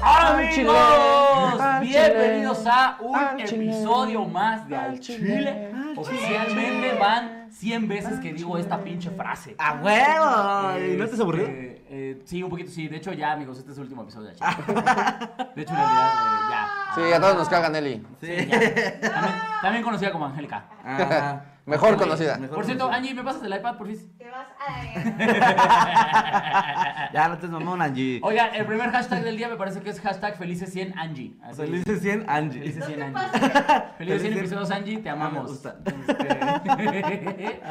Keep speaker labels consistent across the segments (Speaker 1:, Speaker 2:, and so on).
Speaker 1: Al Chile, al
Speaker 2: Bienvenidos a un
Speaker 1: al Chile,
Speaker 2: episodio más de Al
Speaker 1: al Chile,
Speaker 2: Chile.
Speaker 1: al Chile.
Speaker 2: Oficialmente van 100 veces que digo esta pinche frase.
Speaker 3: ¡A huevo! Ah, ¿Y ¿No te has
Speaker 2: Este,
Speaker 3: aburrido?
Speaker 2: eh, sí, un poquito, sí. De hecho, ya, amigos, este es el último episodio de Al Chile. De hecho, en realidad, eh, ya.
Speaker 1: Sí, a todos nos cagan Eli.
Speaker 2: Sí, ya. También, también conocida como Angélica.
Speaker 3: Ajá.
Speaker 1: Mejor conocida.
Speaker 3: Mejor
Speaker 2: Por cierto,
Speaker 3: conocida.
Speaker 2: Angie, ¿me pasas el iPad, por fin?
Speaker 4: Te vas a la
Speaker 3: Ah, Ya no te mamón, Angie.
Speaker 2: Oigan, el primer hashtag del día me parece que es hashtag felices 100 Angie. Así.
Speaker 3: Felices 100, Angie.
Speaker 2: Felices
Speaker 4: No
Speaker 2: 100
Speaker 4: te
Speaker 2: Angie.
Speaker 4: pases.
Speaker 2: Felices 100
Speaker 3: Felices-
Speaker 2: episodios Angie, te
Speaker 3: Ah, me
Speaker 2: amamos.
Speaker 3: gusta.
Speaker 2: Este,
Speaker 4: Coraje.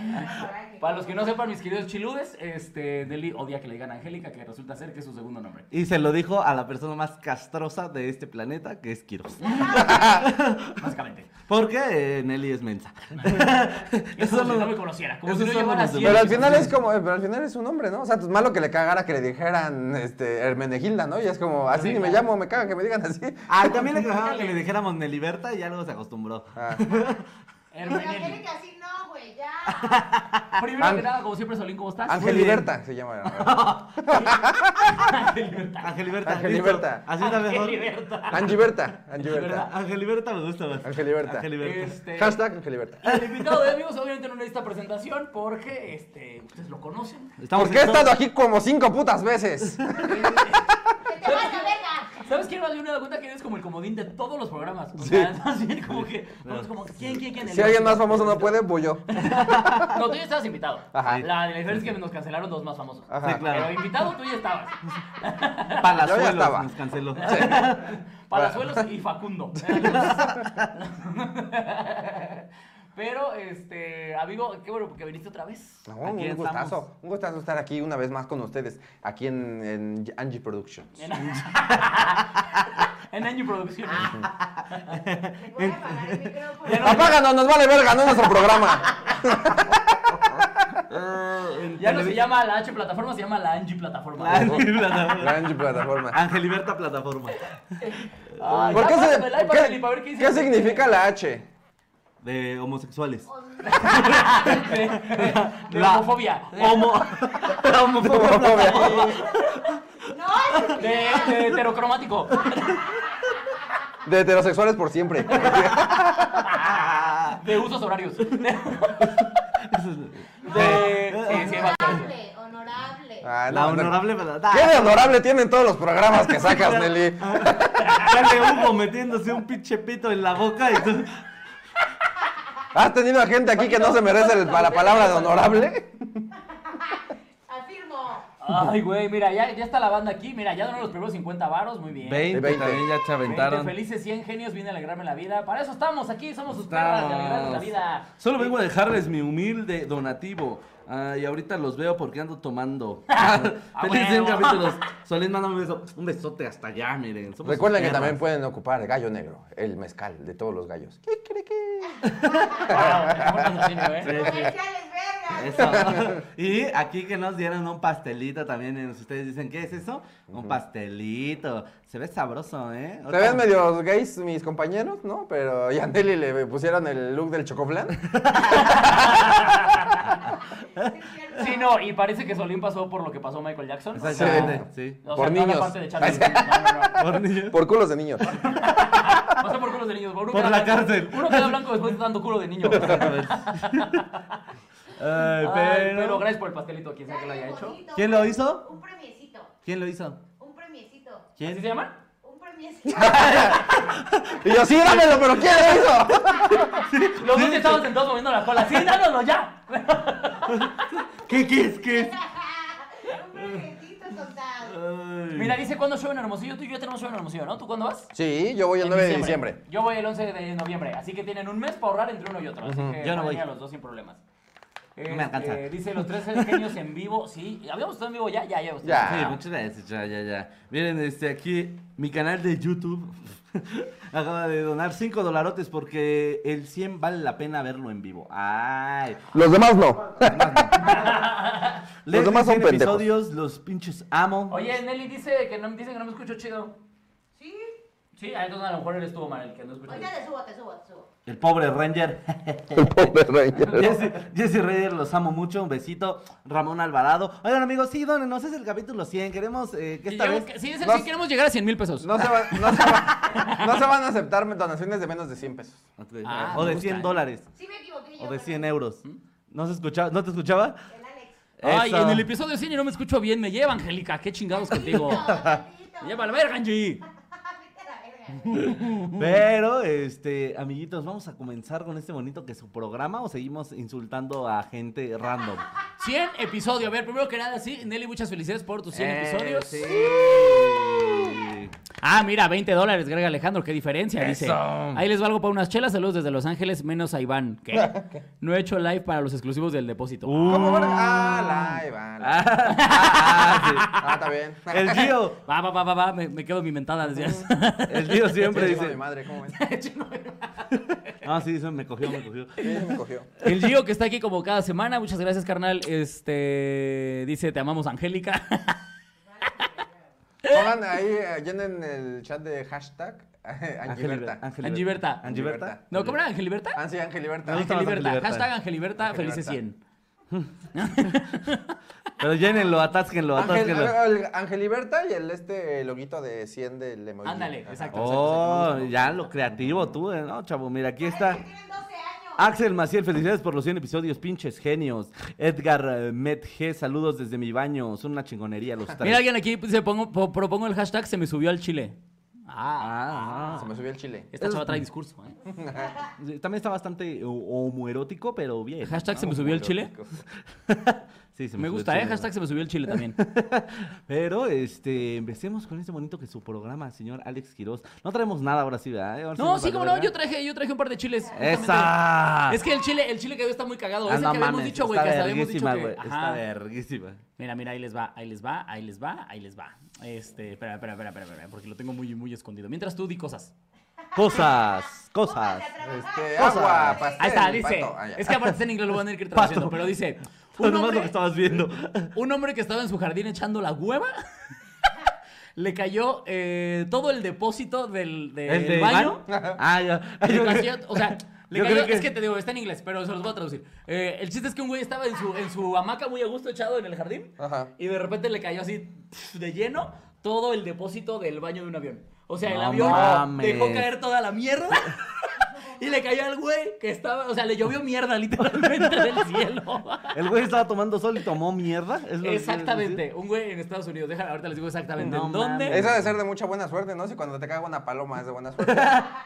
Speaker 2: Para los que no sepan, mis queridos chiludes, este, Deli odia que le digan Angélica, que resulta ser que es su segundo nombre.
Speaker 3: Y se lo dijo a la persona más castrosa de este planeta, que es Kiros.
Speaker 2: Básicamente.
Speaker 3: Porque eh, Nelly es mensa.
Speaker 2: Es
Speaker 3: Eso
Speaker 2: como si
Speaker 3: no-
Speaker 2: no me conociera. Como
Speaker 3: eso
Speaker 2: si no
Speaker 3: solo
Speaker 2: llevara
Speaker 3: nos
Speaker 2: 100
Speaker 1: Pero al
Speaker 3: demuestra.
Speaker 1: final es como, eh, pero al final es un hombre, ¿no? O sea, es malo que le cagara que le dijeran este, Hermenegilda, ¿no? Y es como, así
Speaker 2: Sí,
Speaker 1: ni me
Speaker 2: claro.
Speaker 1: llamo, me caga que me digan así.
Speaker 3: Ah, también le cagaba que le dijéramos Neliberta y ya luego se acostumbró.
Speaker 1: Ah,
Speaker 2: Hermenegui.
Speaker 4: Angélica, así no, güey, ya.
Speaker 2: Primero que
Speaker 1: Ang-
Speaker 2: nada, como siempre, Solín, ¿cómo estás?
Speaker 1: Angeliberta se llama.
Speaker 2: Angeliberta.
Speaker 3: Angeliberta.
Speaker 1: Angeliberta.
Speaker 3: listo. Así está mejor.
Speaker 2: Angeliberta.
Speaker 1: Angiberta, Angiberta.
Speaker 3: Angeliberta me gusta más.
Speaker 1: Angeliberta.
Speaker 3: Angeliberta.
Speaker 2: Este,
Speaker 1: Hashtag Angeliberta.
Speaker 2: y el invitado de amigos obviamente no necesita presentación porque este, ustedes lo conocen.
Speaker 3: Estamos
Speaker 1: ¿Por qué he
Speaker 3: en todo-
Speaker 1: estado aquí como cinco putas veces?
Speaker 4: Que te vas a verga.
Speaker 2: ¿Sabes qué? Más bien me he dado cuenta que eres como el comodín de todos los programas. O sea, más bien como que. vamos como, ¿quién, quién, quién? El-
Speaker 1: Si alguien más famoso no puede, voy yo.
Speaker 2: No, tú ya estabas invitado.
Speaker 1: Ajá.
Speaker 2: La, la diferencia es que nos cancelaron dos más famosos.
Speaker 1: Ajá.
Speaker 3: Sí, claro.
Speaker 2: Pero invitado tú ya estabas.
Speaker 3: Palazuelos
Speaker 1: Yo ya estaba.
Speaker 3: nos canceló.
Speaker 2: Palazuelos y Facundo. Pero, este, amigo, qué bueno que viniste otra vez.
Speaker 1: No,
Speaker 3: Aquí
Speaker 1: un
Speaker 3: estamos.
Speaker 1: gustazo. Un gustazo estar aquí una vez más con ustedes, aquí en, en Angie Productions.
Speaker 2: En, en Año Producciones.
Speaker 4: Te voy a apagar el micrófono.
Speaker 2: Ya no-
Speaker 1: Apáganos, nos vale verga, no nuestro programa.
Speaker 3: Eh,
Speaker 2: Ya no se
Speaker 3: Televis-
Speaker 2: llama la H plataforma, se llama la Angie plataforma.
Speaker 3: La Angie
Speaker 1: La
Speaker 3: Plataforma.
Speaker 1: Angie Plataforma.
Speaker 3: Angeliberta Plataforma.
Speaker 2: Ay,
Speaker 1: Ah, ¿Por
Speaker 2: ya
Speaker 1: qué, se-
Speaker 2: pásame el iPad,
Speaker 1: qué-
Speaker 2: Eli, para ver qué dice.
Speaker 1: qué significa la H?
Speaker 3: De homosexuales.
Speaker 2: De
Speaker 3: La-
Speaker 2: homofobia.
Speaker 3: Homo. Homofobia.
Speaker 4: No, es
Speaker 2: De, de heterocromático.
Speaker 1: De heterosexuales por siempre.
Speaker 2: De usos horarios.
Speaker 3: Eso es-
Speaker 2: De. Sí, sí, bastante.
Speaker 4: honorable, honorable.
Speaker 1: Ah,
Speaker 3: La
Speaker 1: no, no.
Speaker 3: honorable verdad.
Speaker 1: ¿Qué de honorable tienen todos los programas que sacas, Nelly?
Speaker 3: Sale Hugo metiéndose un pinche pito en la boca y tú-
Speaker 1: ¿Has tenido a gente aquí que no se merece el- la palabra de honorable?
Speaker 4: Afirmo.
Speaker 2: Ay, güey, mira, ya, ya está la banda aquí. Mira, ya donaron los primeros 50 varos. Muy bien.
Speaker 3: 20,
Speaker 1: Veinte.
Speaker 3: también ya se aventaron.
Speaker 2: Veinte felices 100 genios viene a alegrarme la vida. Para eso estamos aquí, somos sus perras de alegrarles la vida.
Speaker 5: Solo vengo a dejarles mi humilde donativo. Ah, y ahorita los veo porque ando tomando.
Speaker 2: Ah,
Speaker 5: Feliz
Speaker 2: huevo.
Speaker 5: día, capítulos. Solín, mándame un beso. Un besote hasta allá, miren. Somos
Speaker 1: Recuerden que
Speaker 5: perras.
Speaker 1: también pueden ocupar el gallo negro, el mezcal de todos los gallos.
Speaker 2: Wow, mejor patrocinio, ¿eh?
Speaker 4: Comerciales, verga.
Speaker 3: Eso. Y aquí que nos dieron un pastelito también. eh, si Ustedes dicen, ¿qué es eso? Un pastelito. Se ve sabroso, ¿eh?
Speaker 1: Se ven medio gays mis compañeros, ¿no? Pero y a Nelly le pusieron el look del chocoflan.
Speaker 4: Sí, es cierto.
Speaker 2: Sí, no, y parece que Solín pasó por lo que pasó Michael Jackson.
Speaker 3: Exactamente, sí.
Speaker 2: O sea,
Speaker 1: Por
Speaker 2: toda la
Speaker 1: niños.
Speaker 2: parte de Charlie. No, no, no.
Speaker 3: Por niños.
Speaker 1: Por culos de niños.
Speaker 2: Pasó por culos de niños. uno
Speaker 3: Por
Speaker 2: queda
Speaker 3: la
Speaker 2: blanco.
Speaker 3: cárcel.
Speaker 2: Uno queda blanco después de tanto culo de niño.
Speaker 3: Ay,
Speaker 2: Ay,
Speaker 3: pero...
Speaker 2: pero gracias por el pastelito, quien sea que lo haya
Speaker 4: Sale
Speaker 2: hecho.
Speaker 4: bonito.
Speaker 3: ¿Quién lo hizo?
Speaker 4: Un premiecito.
Speaker 3: ¿Quién lo hizo?
Speaker 4: Un premiecito.
Speaker 3: ¿Quién?
Speaker 2: ¿Así se llama?
Speaker 4: Un premiecito.
Speaker 1: Y yo, sí, dámelo, pero ¿quién lo hizo?
Speaker 2: Los dos que estaban sentados moviendo la cola. ¡Sí, dánoslo ya!
Speaker 3: ¿Qué, qué es? ¿Qué es?
Speaker 4: un premiecito, soldado.
Speaker 2: Mira, dice cuándo show en Hermosillo. Tú y yo tenemos show en Hermosillo, ¿no? ¿Tú cuándo vas?
Speaker 1: Sí, yo voy el
Speaker 2: En
Speaker 1: 9 de diciembre.
Speaker 2: Yo voy el 11 de noviembre, así que tienen un mes para ahorrar entre uno y otro. Así que
Speaker 3: Yo no voy.
Speaker 2: vayan a los dos sin problemas. Este,
Speaker 3: No me alcanza.
Speaker 2: Dice los tres genios en vivo. Sí, habíamos estado en vivo ya, ya, ya. ustedes.
Speaker 1: Ya.
Speaker 5: Sí, muchas gracias. Ya, ya, ya. Miren, este, aquí mi canal de YouTube acaba de donar 5 dolarotes porque el 100 vale la pena verlo en vivo. Ay.
Speaker 1: Los demás no.
Speaker 5: Les
Speaker 1: demás son
Speaker 5: 100
Speaker 1: pendejos.
Speaker 5: episodios, los pinches amo.
Speaker 2: Oye, Nelly dice que no, dicen que no me escucho chido.
Speaker 4: Sí.
Speaker 2: Sí, ah, entonces a lo mejor eres tú, Omar, el que no escucha.
Speaker 4: Ahorita te subo, te subo, te subo.
Speaker 5: El pobre Ranger.
Speaker 6: El pobre Ranger.
Speaker 5: Jesse, Jesse Reyes, los amo mucho. Un besito. Ramón Alvarado. Oigan, amigos, sí, nos es el capítulo 100. Queremos eh, que
Speaker 2: Y
Speaker 5: esta
Speaker 2: llegamos-
Speaker 5: vez.
Speaker 2: Sí, es el
Speaker 1: No-
Speaker 2: que queremos llegar a 100 mil pesos.
Speaker 1: No se, va- no, se va- no se van a aceptar donaciones de menos de 100 pesos.
Speaker 5: Ok,
Speaker 2: Ah,
Speaker 5: o
Speaker 2: me
Speaker 5: de
Speaker 2: gusta,
Speaker 5: 100
Speaker 2: eh. ¿Mm?
Speaker 5: dólares.
Speaker 4: Sí me equivoqué yo.
Speaker 5: O de
Speaker 4: pero-
Speaker 5: 100 euros. ¿No, se escuchaba? ¿No te escuchaba?
Speaker 4: El Alex.
Speaker 2: Ay,
Speaker 5: Eso.
Speaker 2: en el episodio 100 y no me escucho bien. Me lleva, Angélica. Qué chingados contigo.
Speaker 4: Maldito,
Speaker 2: Me lleva a la
Speaker 4: maldito.
Speaker 2: verga, Angie.
Speaker 4: Vete a la verga, güey.
Speaker 5: Pero, este, amiguitos, vamos a comenzar con este bonito que es su programa o seguimos insultando a gente random.
Speaker 2: 100 episodios. A ver, primero que nada, sí, Nelly, muchas felicidades por tus 100
Speaker 5: Eh,
Speaker 2: episodios.
Speaker 5: sí.
Speaker 2: Ah, mira, 20 dólares, Greg Alejandro, qué diferencia, dice.
Speaker 5: Eso.
Speaker 2: Ahí les valgo para unas chelas, saludos desde Los Ángeles, menos a Iván. ¿Qué? No he hecho live para los exclusivos del depósito.
Speaker 5: Uh.
Speaker 1: ¿Cómo
Speaker 5: Mm.
Speaker 1: verga? Ah, la, Iván. la-
Speaker 5: Ah,
Speaker 1: Ah, está bien.
Speaker 5: sí. El Gio,
Speaker 2: Va, va, va, va, va, me, me quedo mi mentada desde hace-
Speaker 5: Uh. el Gio siempre
Speaker 1: Chingo de
Speaker 5: dice.
Speaker 1: madre, ¿cómo ves?
Speaker 5: Ah, sí, eso me cogió, me cogió.
Speaker 1: Sí, me cogió.
Speaker 2: El Gio que está aquí como cada semana, muchas gracias, carnal. Este, dice, te amamos, Angélica.
Speaker 1: Pongan ahí, eh, llenen el chat de hashtag eh, Angeliberta.
Speaker 5: Angeliberta.
Speaker 2: Angeliberta.
Speaker 5: Angeliberta.
Speaker 2: ¿No, cómo era? ¿Angeliberta?
Speaker 1: Ah, sí, Angeliberta.
Speaker 5: Me gusta más
Speaker 2: Angeliberta,
Speaker 5: Angeliberta.
Speaker 2: hashtag Angeliberta,
Speaker 1: Angeliberta.
Speaker 2: felices 100.
Speaker 5: Pero llénenlo, atásquenlo,
Speaker 1: Ángel,
Speaker 5: atásquenlo.
Speaker 1: el Angeliberta y el este loguito de 100 del emoji.
Speaker 2: Ándale,
Speaker 1: Ajá.
Speaker 2: exacto.
Speaker 5: Oh, ya lo creativo tú, eh, ¿no, chavo? Mira, aquí está. Ah,
Speaker 4: Ay, que tienen 12 años.
Speaker 5: Axel Maciel, felicidades por los 100 episodios, pinches genios. Edgar eh, Medge, saludos desde mi baño. Son una chingonería los tres.
Speaker 2: Mira, alguien aquí pues, se pongo, po- propongo el hashtag, se me subió al chile. Ah,
Speaker 5: Ah,
Speaker 1: Se me subió el chile.
Speaker 2: esta chava trae discurso, ¿eh?
Speaker 5: ah. Sí, También está bastante o- homoerótico, pero bien.
Speaker 2: Hashtag se me subió el chile.
Speaker 5: Sí, se
Speaker 2: Me
Speaker 5: subió
Speaker 2: gusta,
Speaker 5: el
Speaker 2: ¿eh?
Speaker 5: chile.
Speaker 2: Hashtag se me subió el chile también.
Speaker 5: Pero, este, empecemos con este bonito que es su programa, señor Alex Quiroz. No traemos nada ahora sí, ¿verdad? Ahora
Speaker 2: No,
Speaker 5: nos
Speaker 2: sí,
Speaker 5: valió
Speaker 2: como no,
Speaker 5: verga.
Speaker 2: yo traje, yo traje un par de chiles. justamente.
Speaker 5: ¡Esa!
Speaker 2: Es que el chile, el chile que veo está muy cagado.
Speaker 5: Ah,
Speaker 2: es el
Speaker 5: no
Speaker 2: que habíamos
Speaker 5: mames,
Speaker 2: dicho, güey,
Speaker 5: está
Speaker 2: que hasta habíamos dicho
Speaker 5: verguísima,
Speaker 2: que.
Speaker 5: güey, Está
Speaker 2: Ajá.
Speaker 5: verguísima.
Speaker 2: Mira, mira, ahí les va, ahí les va, ahí les va, ahí les va. Este, espera, espera, espera, espera, espera, porque lo tengo muy, muy escondido. Mientras tú di cosas.
Speaker 5: Cosas, cosas.
Speaker 4: Pónganse a trabajar.
Speaker 1: Este,
Speaker 5: Cosas.
Speaker 1: agua, pastel,
Speaker 2: Ahí está, dice.
Speaker 1: pato. Ah, ya.
Speaker 2: Es que aparte está en inglés, lo van a tener que ir
Speaker 5: Pato.
Speaker 2: traduciendo, pero dice. Un
Speaker 5: Nomás lo que
Speaker 2: hombre,
Speaker 5: estabas viendo.
Speaker 2: un hombre que estaba en su jardín echando la hueva. Le cayó eh, todo el depósito del, del
Speaker 5: ¿El de
Speaker 2: baño.
Speaker 5: baño? Ah, ya.
Speaker 2: Le cayó- o sea, le
Speaker 5: Yo
Speaker 2: cayó-
Speaker 5: creo que-
Speaker 2: es que te digo, está en inglés, pero se los voy a traducir. Eh, el chiste es que un güey estaba en su, en su hamaca muy a gusto echado en el jardín
Speaker 1: Ajá.
Speaker 2: y de repente le cayó así pf, de lleno todo el depósito del baño de un avión. O sea, el
Speaker 5: No
Speaker 2: avión
Speaker 5: mames.
Speaker 2: dejó caer toda la mierda y le cayó al güey que estaba, o sea, le llovió mierda literalmente del cielo.
Speaker 5: El güey estaba tomando sol y tomó mierda. ¿es lo que
Speaker 2: Exactamente, un güey en Estados Unidos. Deja, ahorita les digo exactamente
Speaker 5: No
Speaker 2: en dónde.
Speaker 5: mames.
Speaker 1: Eso ha de ser de mucha buena suerte, ¿no? Si cuando te caga una paloma es de buena suerte.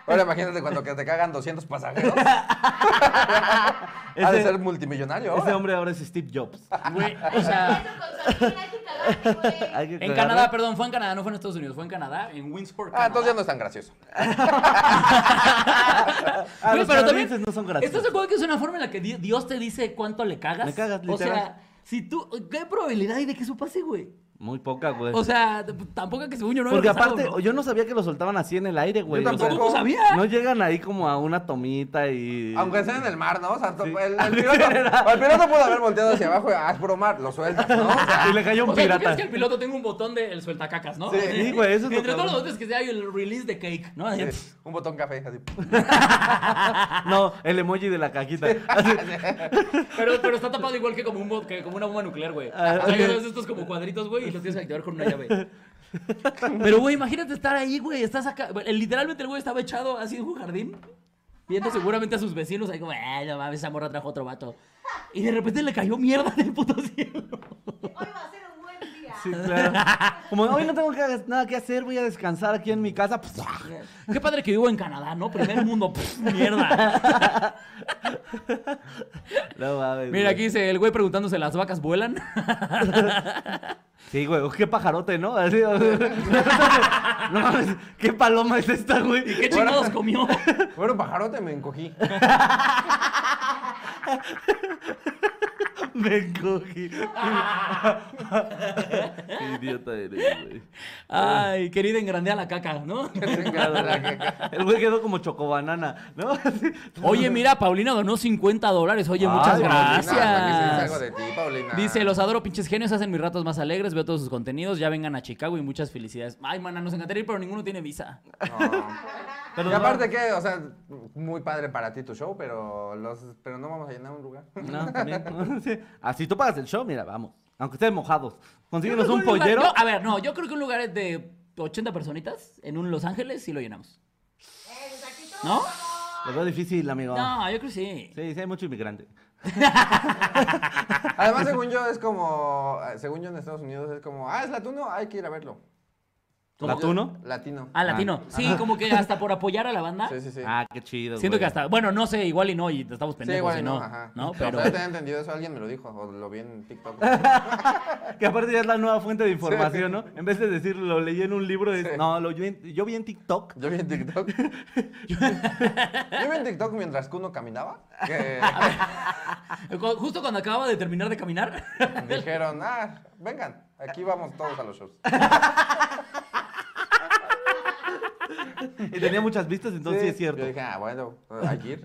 Speaker 1: Ahora imagínate cuando que te cagan 200 pasajeros.
Speaker 5: quieres decir?
Speaker 1: ha de
Speaker 5: Ese,
Speaker 1: ser multimillonario.
Speaker 5: ese
Speaker 1: ahora.
Speaker 5: hombre ahora es Steve Jobs.
Speaker 2: Güey, o
Speaker 4: Ay,
Speaker 2: sea,
Speaker 4: eso con Sabina, hay que cagarte, güey.
Speaker 5: Hay que
Speaker 2: en
Speaker 5: cagarla.
Speaker 2: Canadá, perdón, fue en Canadá, no fue en Estados Unidos, fue en Canadá, en Windsor, Canadá.
Speaker 1: Ah, entonces ya no es tan gracioso.
Speaker 5: Ah,
Speaker 2: Güey,
Speaker 5: los
Speaker 2: pero
Speaker 5: canadienses
Speaker 2: también,
Speaker 5: no son graciosos.
Speaker 2: ¿Estás de acuerdo que es una forma en la que di- Dios te dice cuánto le cagas?
Speaker 5: Le cagas,
Speaker 2: O
Speaker 5: literal.
Speaker 2: sea, si tú, ¿qué probabilidad hay de que eso pase, güey?
Speaker 5: Muy poca, güey.
Speaker 2: O sea, t- tampoco que según yo no
Speaker 5: Pues Porque
Speaker 2: haya pasado,
Speaker 5: aparte,
Speaker 2: ¿no?
Speaker 5: yo no sabía que lo soltaban así en el aire, güey.
Speaker 1: Yo
Speaker 5: o sea,
Speaker 1: tampoco.
Speaker 2: ¿Cómo sabía?
Speaker 5: no llegan ahí como a una tomita y.
Speaker 1: Aunque sea en el mar, ¿no? O sea, to-
Speaker 5: Sí.
Speaker 1: el, el piloto, el piloto pudo haber volteado hacia abajo y, ah, es bromar, lo sueltas, ¿no? O sea,
Speaker 5: Y le cayó un
Speaker 2: O sea, ¿tú
Speaker 5: pirata.
Speaker 2: crees que el piloto tenga un botón del sueltacacas, ¿no?
Speaker 1: Sí,
Speaker 2: Así,
Speaker 5: sí, güey, eso es lo
Speaker 2: Entre todos
Speaker 5: cabrón.
Speaker 2: los botones que sea hay el release de cake, ¿no? Así,
Speaker 1: sí, un botón café, así.
Speaker 5: No, el emoji de la cajita. Así,
Speaker 2: Pero, pero está tapado igual que como, un bot- que como una bomba nuclear, güey.
Speaker 5: Ah,
Speaker 2: Hay
Speaker 5: ok.
Speaker 2: unos de estos como cuadritos, güey, y los tienes que activar con una llave. Pero, güey, imagínate estar ahí, güey. Estás acá. el- Literalmente el güey estaba echado así en un jardín, viendo seguramente a sus vecinos ahí como, eh, no mames, esa morra trajo otro vato. Y de repente le cayó mierda del puto cielo.
Speaker 4: Hoy va a ser un buen día. Eh,
Speaker 5: sí, claro. Como hoy no tengo que- nada que hacer, voy a descansar aquí en mi casa.
Speaker 2: Qué padre que vivo en Canadá, ¿no? Primer mundo, pff, mierda.
Speaker 5: No mames,
Speaker 2: Mira,
Speaker 5: güey.
Speaker 2: aquí dice el güey preguntándose, ¿las vacas vuelan?
Speaker 5: Sí, güey, qué pajarote, ¿no? Así, o sea, no mames, qué paloma es esta, güey.
Speaker 2: ¿Qué chingados comió?
Speaker 1: Bueno, pajarote, me encogí.
Speaker 5: Me encogí. Qué idiota eres, güey.
Speaker 2: Ay, querida, engrandea la caca, ¿no?
Speaker 5: El güey quedó como chocobanana, ¿no? Así.
Speaker 2: Oye, mira, Paulina donó 50 dólares. Oye, muchas
Speaker 5: Ay, Paulina,
Speaker 1: Nada, para que se dice
Speaker 2: gracias.
Speaker 1: algo de ti, Paulina.
Speaker 2: Dice, los adoro, pinches genios, hacen mis ratos más alegres, veo todos sus contenidos, ya vengan a Chicago y muchas felicidades. Ay, mana, nos encantaría ir, pero ninguno tiene visa.
Speaker 1: y aparte que, o sea, muy padre para ti tu show, pero los pero no vamos a llenar un lugar.
Speaker 5: No, también. Sí. Así tú pagas el show, mira, vamos. Aunque estén mojados. Consíguenos
Speaker 2: Yo creo
Speaker 5: un
Speaker 2: que lugar-
Speaker 5: pollero.
Speaker 2: yo- a ver, no, yo creo que un lugar es de 80 personitas en un Los Ángeles sí lo llenamos.
Speaker 4: Eh, pues aquí todos
Speaker 2: ¿No?
Speaker 4: somos.
Speaker 5: Lo veo difícil, amigo.
Speaker 2: No, yo creo que sí.
Speaker 5: Sí, sí, hay mucho inmigrante.
Speaker 1: Además, según yo, es como, eh, según yo en Estados Unidos, es como, ah, es latino, hay que ir a verlo.
Speaker 2: Como-
Speaker 5: ¿Latuno?
Speaker 1: Latino.
Speaker 2: Ah, latino. Sí, como que hasta por apoyar a la banda.
Speaker 1: Sí, sí, sí.
Speaker 5: Ah, qué chido.
Speaker 2: Siento que
Speaker 5: güey.
Speaker 2: hasta, bueno, no sé, igual y no, y estamos
Speaker 1: sí,
Speaker 2: pendejos
Speaker 1: igual
Speaker 2: y
Speaker 1: no,
Speaker 2: no.
Speaker 1: ajá.
Speaker 2: ¿no?
Speaker 1: pero...
Speaker 2: Pero,
Speaker 1: yo tenía entendido eso, alguien me lo dijo, o lo vi en TikTok.
Speaker 5: Que aparte ya es la nueva fuente de información,
Speaker 1: Sí.
Speaker 5: ¿no? En vez de decir lo leí en un libro, es.
Speaker 1: Sí.
Speaker 5: No, lo, yo, en- yo vi en TikTok.
Speaker 1: Yo vi en TikTok. yo vi en TikTok mientras que uno caminaba, que
Speaker 2: eh, cu- justo cuando acababa de terminar de caminar,
Speaker 1: dijeron, ah, vengan, aquí vamos todos a los shows.
Speaker 5: Y tenía muchas vistas, entonces sí, es cierto.
Speaker 1: Yo dije, ah, bueno, hay que ir.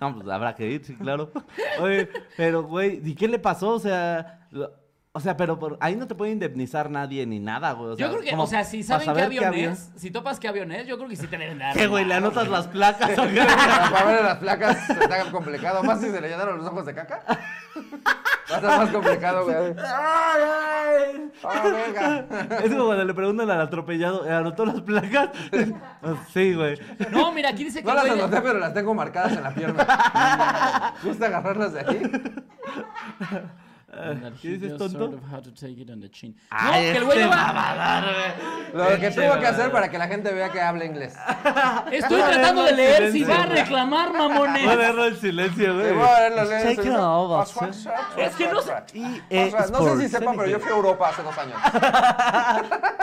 Speaker 5: No, pues habrá que ir, sí, claro. Oye, pero, güey, ¿y qué le pasó? O sea, lo- o sea, pero por- ahí no te puede indemnizar nadie ni nada, güey.
Speaker 2: yo creo que,
Speaker 5: como
Speaker 2: o sea, si
Speaker 5: pa'
Speaker 2: saben qué
Speaker 5: saber
Speaker 2: avión
Speaker 5: avión-
Speaker 2: es, si topas qué avión es, yo creo que sí te deben dar.
Speaker 5: ¿Qué, güey? ¿Le anotas las placas? o qué?
Speaker 1: Para para ver las placas está complicado. Más si se le llenaron los ojos de caca. Va a ser más complicado, güey.
Speaker 5: Ay,
Speaker 1: Ah, venga.
Speaker 5: ay. Es como cuando le preguntan al atropellado, ¿eh, ¿anotó las placas? Sí, güey.
Speaker 2: No, mira, aquí dice que.
Speaker 1: No las
Speaker 2: güey,
Speaker 1: anoté, pero las tengo marcadas en la pierna. ¿Gusta agarrarlas de aquí?
Speaker 5: ¿Qué dices, tonto?
Speaker 2: No, que el güey
Speaker 5: este
Speaker 2: no va.
Speaker 5: mamador,
Speaker 1: Lo que tuvo que hacer para que la gente vea que habla inglés.
Speaker 2: Estoy
Speaker 5: No le
Speaker 2: tratando
Speaker 5: hagas
Speaker 2: de leer si
Speaker 5: silencio,
Speaker 2: va a
Speaker 5: güey.
Speaker 2: reclamar,
Speaker 5: güey. Voy a
Speaker 2: mamones.
Speaker 5: leerlo en silencio,
Speaker 1: Sí,
Speaker 5: güey.
Speaker 1: voy a verlo, leer,
Speaker 5: Check
Speaker 1: sí,
Speaker 5: it
Speaker 1: sí.
Speaker 5: out, boss.
Speaker 2: Es que no sé-
Speaker 5: Y, eh,
Speaker 1: O sea, No sé si
Speaker 5: sports.
Speaker 1: sepa, pero yo fui a Europa hace dos años.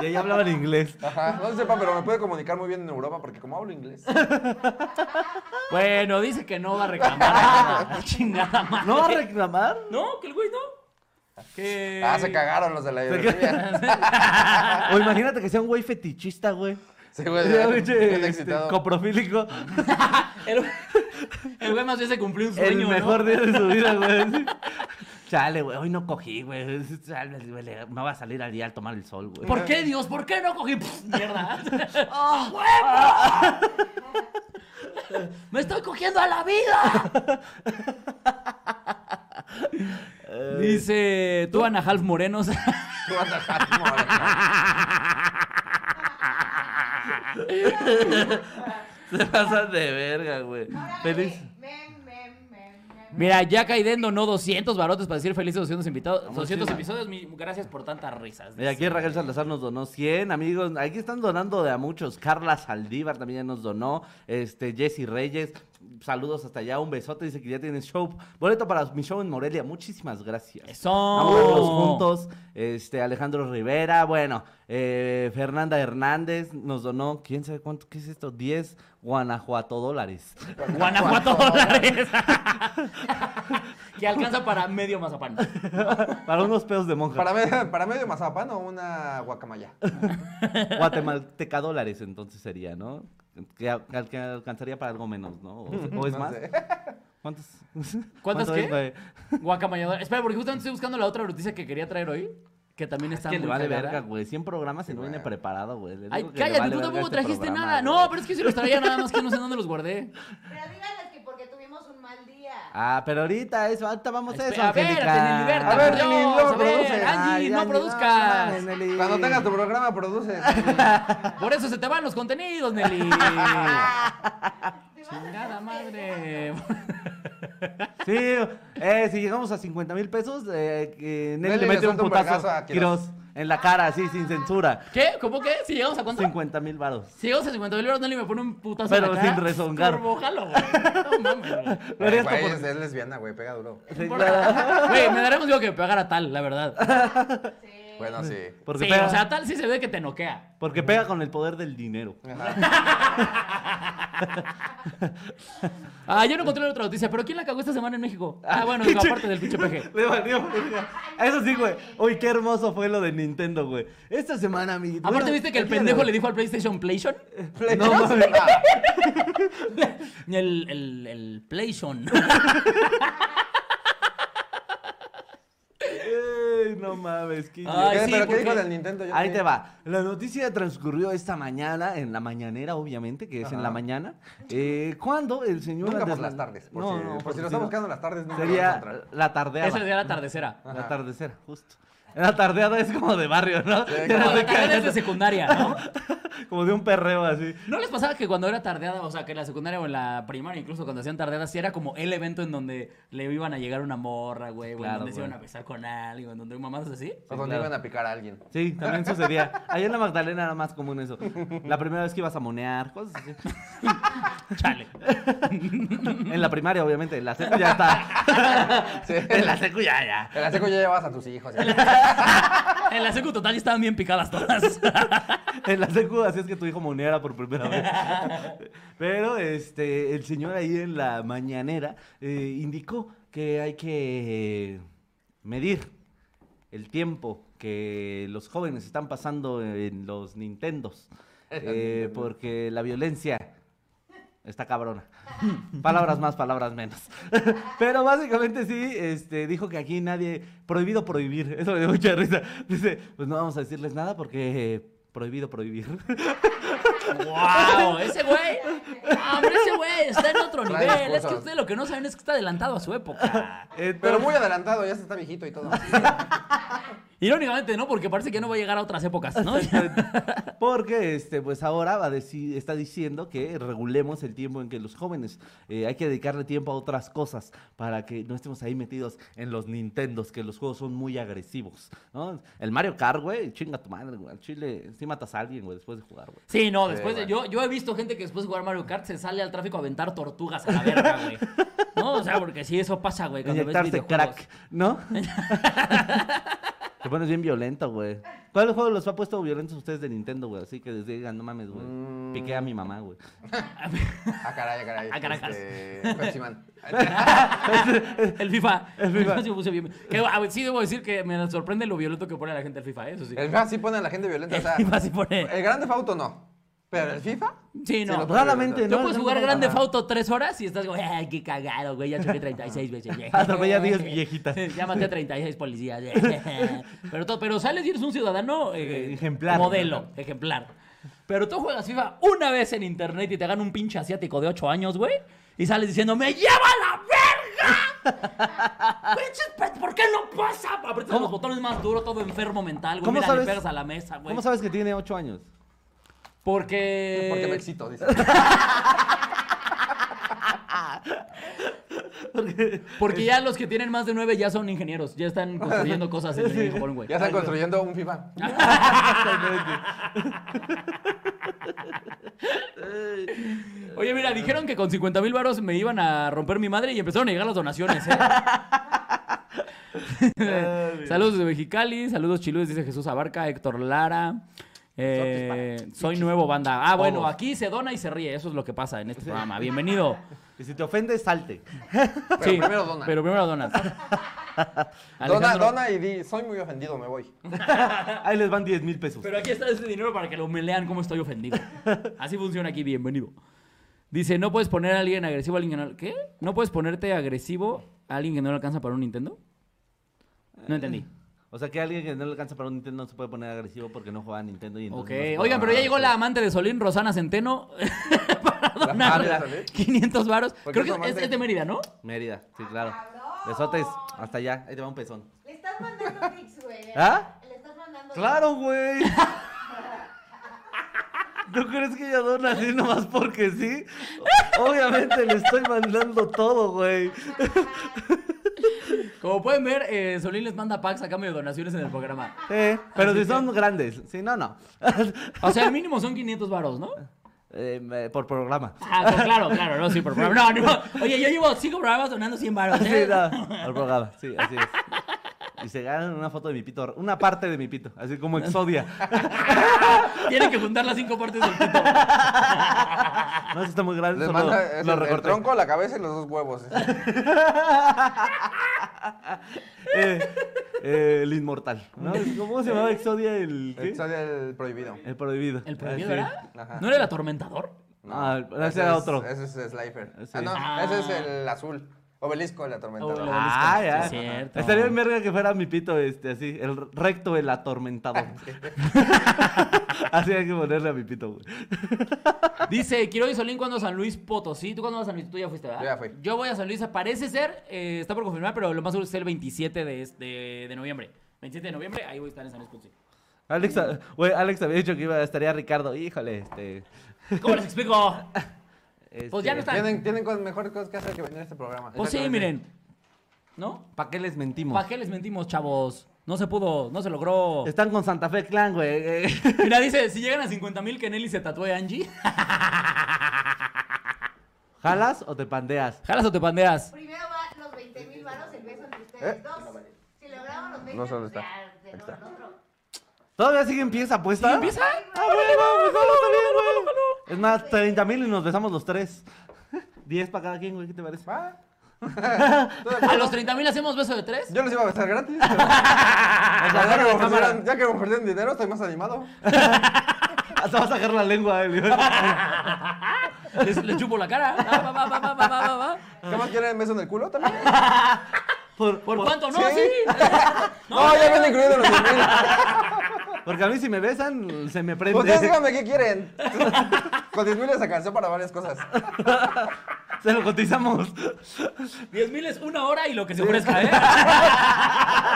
Speaker 5: Y ahí hablaban inglés.
Speaker 1: Ajá, no sé si sepa, pero me puede comunicar muy bien en Europa porque como hablo inglés.
Speaker 2: Bueno, dice que no va a reclamar. Chingada madre.
Speaker 5: ¿No va a reclamar?
Speaker 2: No, que el güey no. Que.
Speaker 1: Ah, se cagaron los de la librería.
Speaker 5: O imagínate que sea un güey fetichista, güey.
Speaker 1: Sí, güey.
Speaker 5: Ya,
Speaker 1: bien
Speaker 5: pinche, este,
Speaker 1: excitado.
Speaker 5: coprofílico.
Speaker 2: El, el güey más bien se cumplió un
Speaker 5: El
Speaker 2: sueño.
Speaker 5: mejor
Speaker 2: ¿no?
Speaker 5: día de su vida, güey. Sí. Chale, güey, hoy no cogí, güey. Chale, güey, le- me va a salir al día al tomar el sol, güey.
Speaker 2: ¿Por qué, Dios? ¿Por qué no cogí? Pff, mierda. ¡Me estoy cogiendo a la vida!
Speaker 5: Eh.
Speaker 2: Dice tú, Ana Half Morenos.
Speaker 1: Tú vas a dejar, no,
Speaker 5: Se pasan de verga, güey.
Speaker 4: Ahora
Speaker 5: Feliz.
Speaker 4: meme, meme, meme, meme.
Speaker 2: Mira, ya Caidendo, no 200 barotes para decir felices 200 invitados.
Speaker 5: Vamos,
Speaker 2: 200
Speaker 5: sí.
Speaker 2: episodios. mi- gracias por tantas risas.
Speaker 5: Mira, aquí Raquel Salazar nos donó 100, amigos. Aquí están donando de a muchos. Carla Saldívar también ya nos donó. Este, Jessy Reyes. Saludos hasta allá. Un besote. Dice que ya tienes show. Boleto para mi show en Morelia. Muchísimas gracias.
Speaker 2: Eso.
Speaker 5: Vamos a verlos juntos. Este, Alejandro Rivera, bueno, eh, Fernanda Hernández nos donó, quién sabe cuánto, ¿qué es esto? 10 Guanajuato dólares.
Speaker 2: Guanajuato dólares. que alcanza para medio mazapán.
Speaker 5: Para unos pedos de monja.
Speaker 1: Para, me- para medio mazapán o una guacamaya.
Speaker 5: Guatemalteca dólares, entonces sería, ¿no? Que, al- que alcanzaría para algo menos, ¿no? O, o es
Speaker 1: No
Speaker 5: más.
Speaker 1: sé.
Speaker 5: ¿Cuántos?
Speaker 2: ¿Cuántas
Speaker 5: ¿Cuánto
Speaker 2: qué?
Speaker 5: es, güey?
Speaker 2: Guacamayador. Espera, porque justamente estoy buscando la otra noticia que quería traer hoy. Que también está
Speaker 5: Que
Speaker 2: muy
Speaker 5: le vale
Speaker 2: cagada.
Speaker 5: verga, güey. 100 programas y no viene
Speaker 1: güey.
Speaker 5: preparado, güey. Le
Speaker 2: Ay,
Speaker 5: digo que le
Speaker 2: cállate,
Speaker 5: vale
Speaker 2: tú
Speaker 5: verga
Speaker 2: tampoco
Speaker 5: este
Speaker 2: trajiste
Speaker 5: programa,
Speaker 2: nada.
Speaker 5: güey.
Speaker 2: No, pero es que si los traía nada más que no sé dónde los guardé.
Speaker 4: Pero díganles que porque tuvimos un mal día.
Speaker 5: Ah, pero ahorita eso, ahorita vamos a eso,
Speaker 2: Espera, espérate,
Speaker 5: Angélica.
Speaker 2: Nelly, Berta,
Speaker 1: A ver,
Speaker 2: por
Speaker 1: Nelly,
Speaker 2: Dios,
Speaker 1: luego
Speaker 2: a ver,
Speaker 1: produce.
Speaker 2: Angie,
Speaker 5: Ay,
Speaker 2: no
Speaker 5: Angie,
Speaker 2: produzcas.
Speaker 5: no, Nelly.
Speaker 1: Cuando tengas tu programa, produce.
Speaker 2: Por eso se te van los contenidos, Nelly.
Speaker 4: Te vas a
Speaker 2: Chingada
Speaker 4: hacer
Speaker 2: madre.
Speaker 5: Sí, eh, si llegamos a 50 mil pesos, eh, que Nelly,
Speaker 1: Nelly
Speaker 5: le
Speaker 1: le
Speaker 5: mete un
Speaker 1: suelta un
Speaker 5: putazo
Speaker 1: vergazo a Quirós.
Speaker 5: Quirós en la cara, así, sin censura.
Speaker 2: ¿Qué? ¿Cómo qué? ¿Si llegamos a cuánto?
Speaker 5: 50 mil varos.
Speaker 2: Si llegamos a 50 mil euros, Nelly me pone un putazo
Speaker 5: Pero
Speaker 2: en la cara.
Speaker 5: sin rezongar.
Speaker 2: Turbojalo, güey. No mames, güey.
Speaker 5: Lo haría hasta
Speaker 1: Güey,
Speaker 5: por-
Speaker 1: es, es lesbiana, güey, pega duro.
Speaker 5: Sí,
Speaker 2: Por-
Speaker 5: claro.
Speaker 2: Güey, me daremos digo que me pegara tal, la verdad.
Speaker 4: Sí.
Speaker 1: Bueno, sí.
Speaker 5: Porque,
Speaker 2: Sí,
Speaker 5: pega,
Speaker 2: o sea, tal sí se ve que te noquea.
Speaker 5: porque pega con el poder del dinero.
Speaker 1: Ajá.
Speaker 2: Ah, yo no encontré la otra noticia, pero ¿quién la cagó esta semana en México? Ah, bueno,
Speaker 5: pinche-
Speaker 2: aparte del pinche PG.
Speaker 5: Le valió. verga. Eso sí, güey. Uy, qué hermoso fue lo de Nintendo, güey. Esta semana, amiguito.
Speaker 2: Aparte,
Speaker 5: bueno,
Speaker 2: ¿viste que el
Speaker 5: día de
Speaker 2: pendejo
Speaker 5: hoy-
Speaker 2: le dijo al PlayStation PlayStation?
Speaker 5: No, mames.
Speaker 2: El, el, el PlayStation.
Speaker 5: No mames, qué
Speaker 2: Ah, Ay,
Speaker 1: ¿Qué-
Speaker 2: sí,
Speaker 1: ¿Pero qué
Speaker 2: porque-
Speaker 1: dijo del Nintendo? Yo
Speaker 5: Ahí
Speaker 1: qué-
Speaker 5: te va. La noticia transcurrió esta mañana, en la mañanera, obviamente, que es en
Speaker 1: Ajá.
Speaker 5: la mañana. eh, cuando el señor.
Speaker 1: Nunca
Speaker 5: Andrés
Speaker 1: por las
Speaker 5: Manuel-
Speaker 1: tardes. Por
Speaker 5: no,
Speaker 1: si,
Speaker 5: no,
Speaker 1: por
Speaker 5: porque si
Speaker 1: si lo está
Speaker 5: no-
Speaker 1: buscando en las tardes, nunca lo va a
Speaker 5: Sería
Speaker 1: encontrar.
Speaker 5: la tardeada.
Speaker 2: Esa sería la tardecera.
Speaker 5: La tardecera, justo. La tardeada es como de barrio, ¿no?
Speaker 1: Sí,
Speaker 2: Como de tardeadas de secundaria, ¿no?
Speaker 5: Como de un perreo así.
Speaker 2: ¿No les pasaba que cuando era tardeada, o sea, que en la secundaria o en la primaria, incluso cuando hacían tardeadas, sí era como el evento en donde le iban a llegar una morra, güey, o en
Speaker 5: Claro,
Speaker 2: donde se
Speaker 5: güey.
Speaker 2: iban a besar con alguien, en donde mamás así?
Speaker 1: O donde
Speaker 5: claro.
Speaker 1: iban a picar a alguien.
Speaker 5: Sí, también sucedía. Ahí en la Magdalena era más común eso. La primera vez que ibas a monear, cosas así.
Speaker 2: Chale.
Speaker 5: En la primaria, obviamente. En la secu ya está.
Speaker 1: Sí.
Speaker 5: En la secu ya, ya.
Speaker 1: En la seco ya llevas a tus hijos. ya.
Speaker 2: En la secu total estaban bien picadas todas.
Speaker 5: En la secu así es que tu hijo moneara por primera vez. Pero este, el señor ahí en la mañanera eh, indicó que hay que eh, medir el tiempo que los jóvenes están pasando en los Nintendos.
Speaker 1: En los
Speaker 5: eh,
Speaker 1: Nintendos.
Speaker 5: porque la violencia está cabrona. palabras más, palabras menos. Pero básicamente sí, este, dijo que aquí nadie. Prohibido prohibir. Eso me dio mucha risa. Dice, pues no vamos a decirles nada porque eh, prohibido prohibir.
Speaker 2: ¡Wow! Ese güey. no, Hombre, ese güey está en otro
Speaker 1: Trae
Speaker 2: nivel. Es que
Speaker 1: cosas.
Speaker 2: ustedes lo que no saben es que está adelantado a su época.
Speaker 1: Pero
Speaker 5: Entonces-
Speaker 1: muy adelantado, ya se está viejito y todo. Ah,
Speaker 2: Irónicamente, ¿no? Porque parece que no va a llegar a otras épocas, ¿no?
Speaker 5: Porque este, pues ahora va a decir, está diciendo que regulemos el tiempo en que los jóvenes eh, hay que dedicarle tiempo a otras cosas para que no estemos ahí metidos en los Nintendos, que los juegos son muy agresivos. ¿no? El Mario Kart, güey, chinga tu madre, güey. Al chile, sí matas a alguien, güey, después de jugar, güey.
Speaker 2: Sí, no, después de,
Speaker 1: Sí,
Speaker 2: yo, yo he visto gente que después de jugar Mario Kart se sale al tráfico a aventar tortugas a la verga, güey. No, o sea, porque sí, eso pasa, güey, cuando ves
Speaker 5: Inyectarse
Speaker 2: videojuegos.
Speaker 5: crack, ¿no? Te pones bien violento, güey. ¿Cuál juego los ha puesto violentos ustedes de Nintendo, güey? Así que digan, no mames, güey.
Speaker 2: Mm.
Speaker 5: Piqué a mi mamá, güey.
Speaker 1: Ah, caray, ah, caray.
Speaker 2: Ah, caracas.
Speaker 1: Este, Pepsi Man.
Speaker 2: El FIFA.
Speaker 5: El FIFA.
Speaker 2: No, sí, me puse bien- que, ah, güey, sí, debo decir que me sorprende lo violento que pone la gente al FIFA, ¿eh? eso sí.
Speaker 1: El FIFA sí pone a la gente violenta. O sea,
Speaker 2: El FIFA sí pone-
Speaker 1: el Grande Fauto no. Pero el FIFA.
Speaker 2: Sí, no.
Speaker 1: lo pone
Speaker 5: Raramente,
Speaker 1: violento.
Speaker 5: ¿no?
Speaker 2: Tú puedes jugar
Speaker 5: Ajá.
Speaker 2: Grande Fauto tres horas y estás como, ¡ay, qué cagado, güey! Ya choqué 36 veces.
Speaker 5: Atropella a 10 viejitas.
Speaker 2: Ya maté a 36 policías. pero, to- pero sales y eres un ciudadano eh,
Speaker 5: Ejemplar.
Speaker 2: Modelo, ejemplar. Pero tú juegas FIFA una vez en internet y te gana un pinche asiático de 8 años, güey. Y sales diciendo, ¡me lleva a la verga! Pinches pet, ¿Por qué no pasa? Apretas los botones más duro, todo enfermo mental, güey.
Speaker 5: ¿Cómo
Speaker 2: Mira, le
Speaker 5: sabes?
Speaker 2: pegas a la mesa, güey.
Speaker 5: ¿Cómo sabes que tiene 8 años?
Speaker 2: Porque...
Speaker 1: Porque me excito, dice.
Speaker 2: Porque ya los que tienen más de nueve ya son ingenieros, ya están construyendo cosas en en Japón, güey.
Speaker 1: Ya están construyendo un FIFA.
Speaker 2: Oye, mira, dijeron que con 50 mil varos me iban a romper mi madre y empezaron a llegar las donaciones, ¿eh? saludos de Mexicali, saludos chiludes, dice Jesús Abarca, Héctor Lara. Eh, soy nuevo banda. Ah, bueno,
Speaker 5: Todos.
Speaker 2: aquí se dona y se ríe. Eso es lo que pasa en este programa. Bienvenido.
Speaker 5: Y si te ofendes, salte.
Speaker 1: Pero primero dona.
Speaker 2: Pero primero dona.
Speaker 1: Dona,
Speaker 2: Alejandro-
Speaker 1: dona y di, soy muy ofendido, me voy.
Speaker 5: Ahí les van 10 mil pesos.
Speaker 2: Pero aquí está ese dinero para que lo melean como estoy ofendido. Así funciona aquí, bienvenido. Dice, no puedes poner a alguien agresivo a alguien que no... ¿Qué? ¿No puedes ponerte agresivo a alguien que no le alcanza para un Nintendo? No entendí.
Speaker 5: O sea, que alguien que no le alcanza para un Nintendo no se puede poner agresivo porque no juega a Nintendo. Y
Speaker 2: Ok.
Speaker 5: entonces no se puede
Speaker 2: Oigan, pero ya
Speaker 5: poner
Speaker 2: llegó la
Speaker 5: agresivo.
Speaker 2: amante de Solín, Rosana Centeno, para
Speaker 1: amante de
Speaker 2: donar
Speaker 1: Solín?
Speaker 2: 500 varos.
Speaker 1: ¿Por
Speaker 2: Creo
Speaker 1: qué tu
Speaker 2: que es,
Speaker 1: amante?
Speaker 2: es de Mérida, ¿no?
Speaker 5: Mérida, sí, claro.
Speaker 4: ¡Cabrón!
Speaker 5: Besotes, hasta allá. Ahí te va un pezón.
Speaker 4: Le estás mandando pics, güey.
Speaker 5: ¿Ah?
Speaker 4: Le estás mandando.
Speaker 5: ¡Claro, güey! ¿No crees que ella dona así nomás porque sí? Obviamente le estoy mandando todo, güey.
Speaker 2: Como pueden ver, eh, Solín les manda packs a cambio de donaciones en el programa.
Speaker 5: Eh, pero si son grandes. Si no, no.
Speaker 2: O sea, el mínimo son 500 varos, ¿no?
Speaker 5: Eh, me- por programa.
Speaker 2: Ah, pues, claro, claro, no, sí, por favor. No, no. Oye, yo llevo 5 programas donando 100 varos.
Speaker 5: Sí,
Speaker 2: ¿eh?
Speaker 5: no, al programa, sí, así es. Y se ganan una foto de mi pito, una parte de mi pito, así como exodia.
Speaker 2: Tienen que juntar las cinco partes del pito.
Speaker 5: No, eso está muy grande,
Speaker 1: Les
Speaker 5: solo
Speaker 1: manda
Speaker 5: lo,
Speaker 1: es
Speaker 5: lo
Speaker 1: el- el
Speaker 5: recorté.
Speaker 1: tronco, la cabeza y los dos huevos.
Speaker 5: Eh, eh, el inmortal, ¿no? ¿Cómo se llamaba exodia el qué?
Speaker 1: Eso del prohibido.
Speaker 5: El prohibido.
Speaker 2: El prohibido,
Speaker 5: Ah, sí.
Speaker 2: ¿verdad?
Speaker 1: Ajá.
Speaker 2: ¿No era el atormentador?
Speaker 5: Ah, ese era
Speaker 1: es-
Speaker 5: otro.
Speaker 1: Ese es Slifer.
Speaker 5: Sí.
Speaker 1: Ah, no,
Speaker 2: Ah.
Speaker 1: ese es el azul. Obelisco el atormentador.
Speaker 2: Obelisco.
Speaker 5: Ah, ya.
Speaker 2: Sí, es cierto.
Speaker 5: Estaría bien verga que fuera mi pito, este, así, el recto, el atormentado. así hay que ponerle a mi pito, güey.
Speaker 2: Dice Quiroy Solín cuando San Luis Potosí. ¿Tú cuándo vas a San Luis? Tú ya fuiste, ¿verdad?
Speaker 1: Yo ya fui.
Speaker 2: Yo voy a San Luis. Parece ser, eh, está por confirmar, pero lo más seguro es el 27 de, este- de noviembre. 27 de noviembre, ahí voy a estar en San Luis Potosí.
Speaker 5: Alex, a- güey, Alex había dicho que iba, estaría Ricardo. Híjole, este,
Speaker 2: ¿Cómo les explico? Pues ya no está.
Speaker 1: Tienen, tienen cosas- mejores cosas que hacer que venir a este programa.
Speaker 2: Pues sí, miren. ¿No?
Speaker 5: ¿Para qué les mentimos?
Speaker 2: ¿Para qué les mentimos, chavos? No se pudo, no se logró.
Speaker 5: Están con Santa Fe Clan, güey. eh.
Speaker 2: Mira, dice, si llegan a 50 mil que Nelly se tatúe Angie,
Speaker 5: ¿Jalas o te pandeas?
Speaker 2: jalas o te pandeas.
Speaker 4: Primero va los 20 mil varos el beso entre ustedes
Speaker 1: ¿Eh?
Speaker 4: dos. Si logramos los 20,
Speaker 1: No sé dónde
Speaker 4: pues
Speaker 1: está.
Speaker 4: ya, de
Speaker 1: Aquí está.
Speaker 4: lo otro.
Speaker 5: ¿Todavía siguen pies apuesta?
Speaker 2: ¿Sí empieza?
Speaker 5: Ah, güey, vamos, vamos, está bien, güey. Es más, 30 mil y nos besamos los tres. 10 para cada quien, güey, ¿qué te parece?
Speaker 1: Va.
Speaker 2: A los 30 mil hacemos beso de tres.
Speaker 1: Yo los iba a besar gratis. pero- ya, que me ofrecieron, ya que me ofrecieron dinero, estoy más animado.
Speaker 5: Hasta vas a sacar la lengua, eh, Eli.
Speaker 2: Les, les chupo la cara. Ah, Va, va, va, va, va, va, va, va.
Speaker 1: ¿Qué más quieren? ¿Beso en el culo también?
Speaker 5: Por-
Speaker 2: ¿Por
Speaker 5: por-
Speaker 2: cuánto? No,
Speaker 1: sí.
Speaker 2: sí.
Speaker 1: No, ya viene incluido los 10 mil.
Speaker 5: Porque a mí si me besan, se me prende.
Speaker 1: Ustedes díganme qué quieren. Con 10 mil les alcanzó para varias cosas.
Speaker 5: Se lo cotizamos.
Speaker 2: 10 mil es una hora y lo que se ofrezca, ¿eh?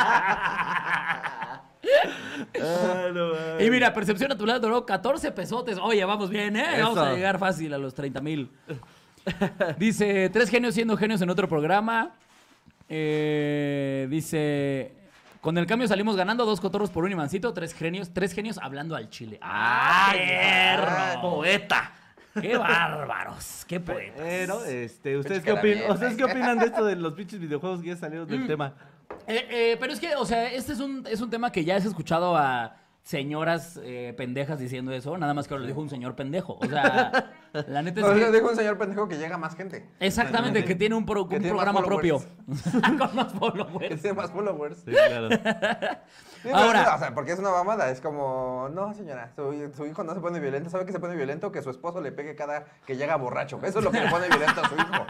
Speaker 5: Ah,
Speaker 2: Y mira, Percepción a tu lado duró 14 pesotes. Oye, vamos bien, ¿eh? Vamos a
Speaker 5: Eso.
Speaker 2: llegar fácil a los 30 mil. Dice, tres genios siendo genios en otro programa. Eh, dice, con el cambio salimos ganando dos cotorros por un imancito, tres genios, tres genios hablando al chile. ¡Ah, perro!
Speaker 5: Poeta.
Speaker 2: ¡Qué bárbaros! ¡Qué poetas!
Speaker 5: Pero, este, ¿ustedes
Speaker 1: Pinche
Speaker 5: qué, opinan?
Speaker 1: caramelo.
Speaker 5: ¿ustedes qué opinan de esto de los pinches videojuegos que ya salieron
Speaker 2: Mm.
Speaker 5: del tema?
Speaker 2: Eh, eh, pero es que, o sea, este es un, es un tema que ya has escuchado a señoras eh, pendejas diciendo eso, nada más que lo dijo un señor pendejo. O sea, la neta es
Speaker 1: Nos
Speaker 2: que...
Speaker 1: dijo un señor pendejo que llega más gente.
Speaker 2: Exactamente, que tiene un, pro-
Speaker 1: Que
Speaker 2: un
Speaker 1: tiene más
Speaker 2: programa propio.
Speaker 1: followers.
Speaker 2: Con más
Speaker 1: Que
Speaker 2: followers.
Speaker 1: tiene más followers.
Speaker 5: Sí, claro.
Speaker 1: Sí, pero
Speaker 2: Ahora-
Speaker 1: es una- o sea, porque es una mamada. Es como, no, señora, su, su hijo no se pone violento. ¿Sabe que se pone violento? Que su esposo le pegue cada que llega borracho. Eso es lo que le pone violento a su hijo.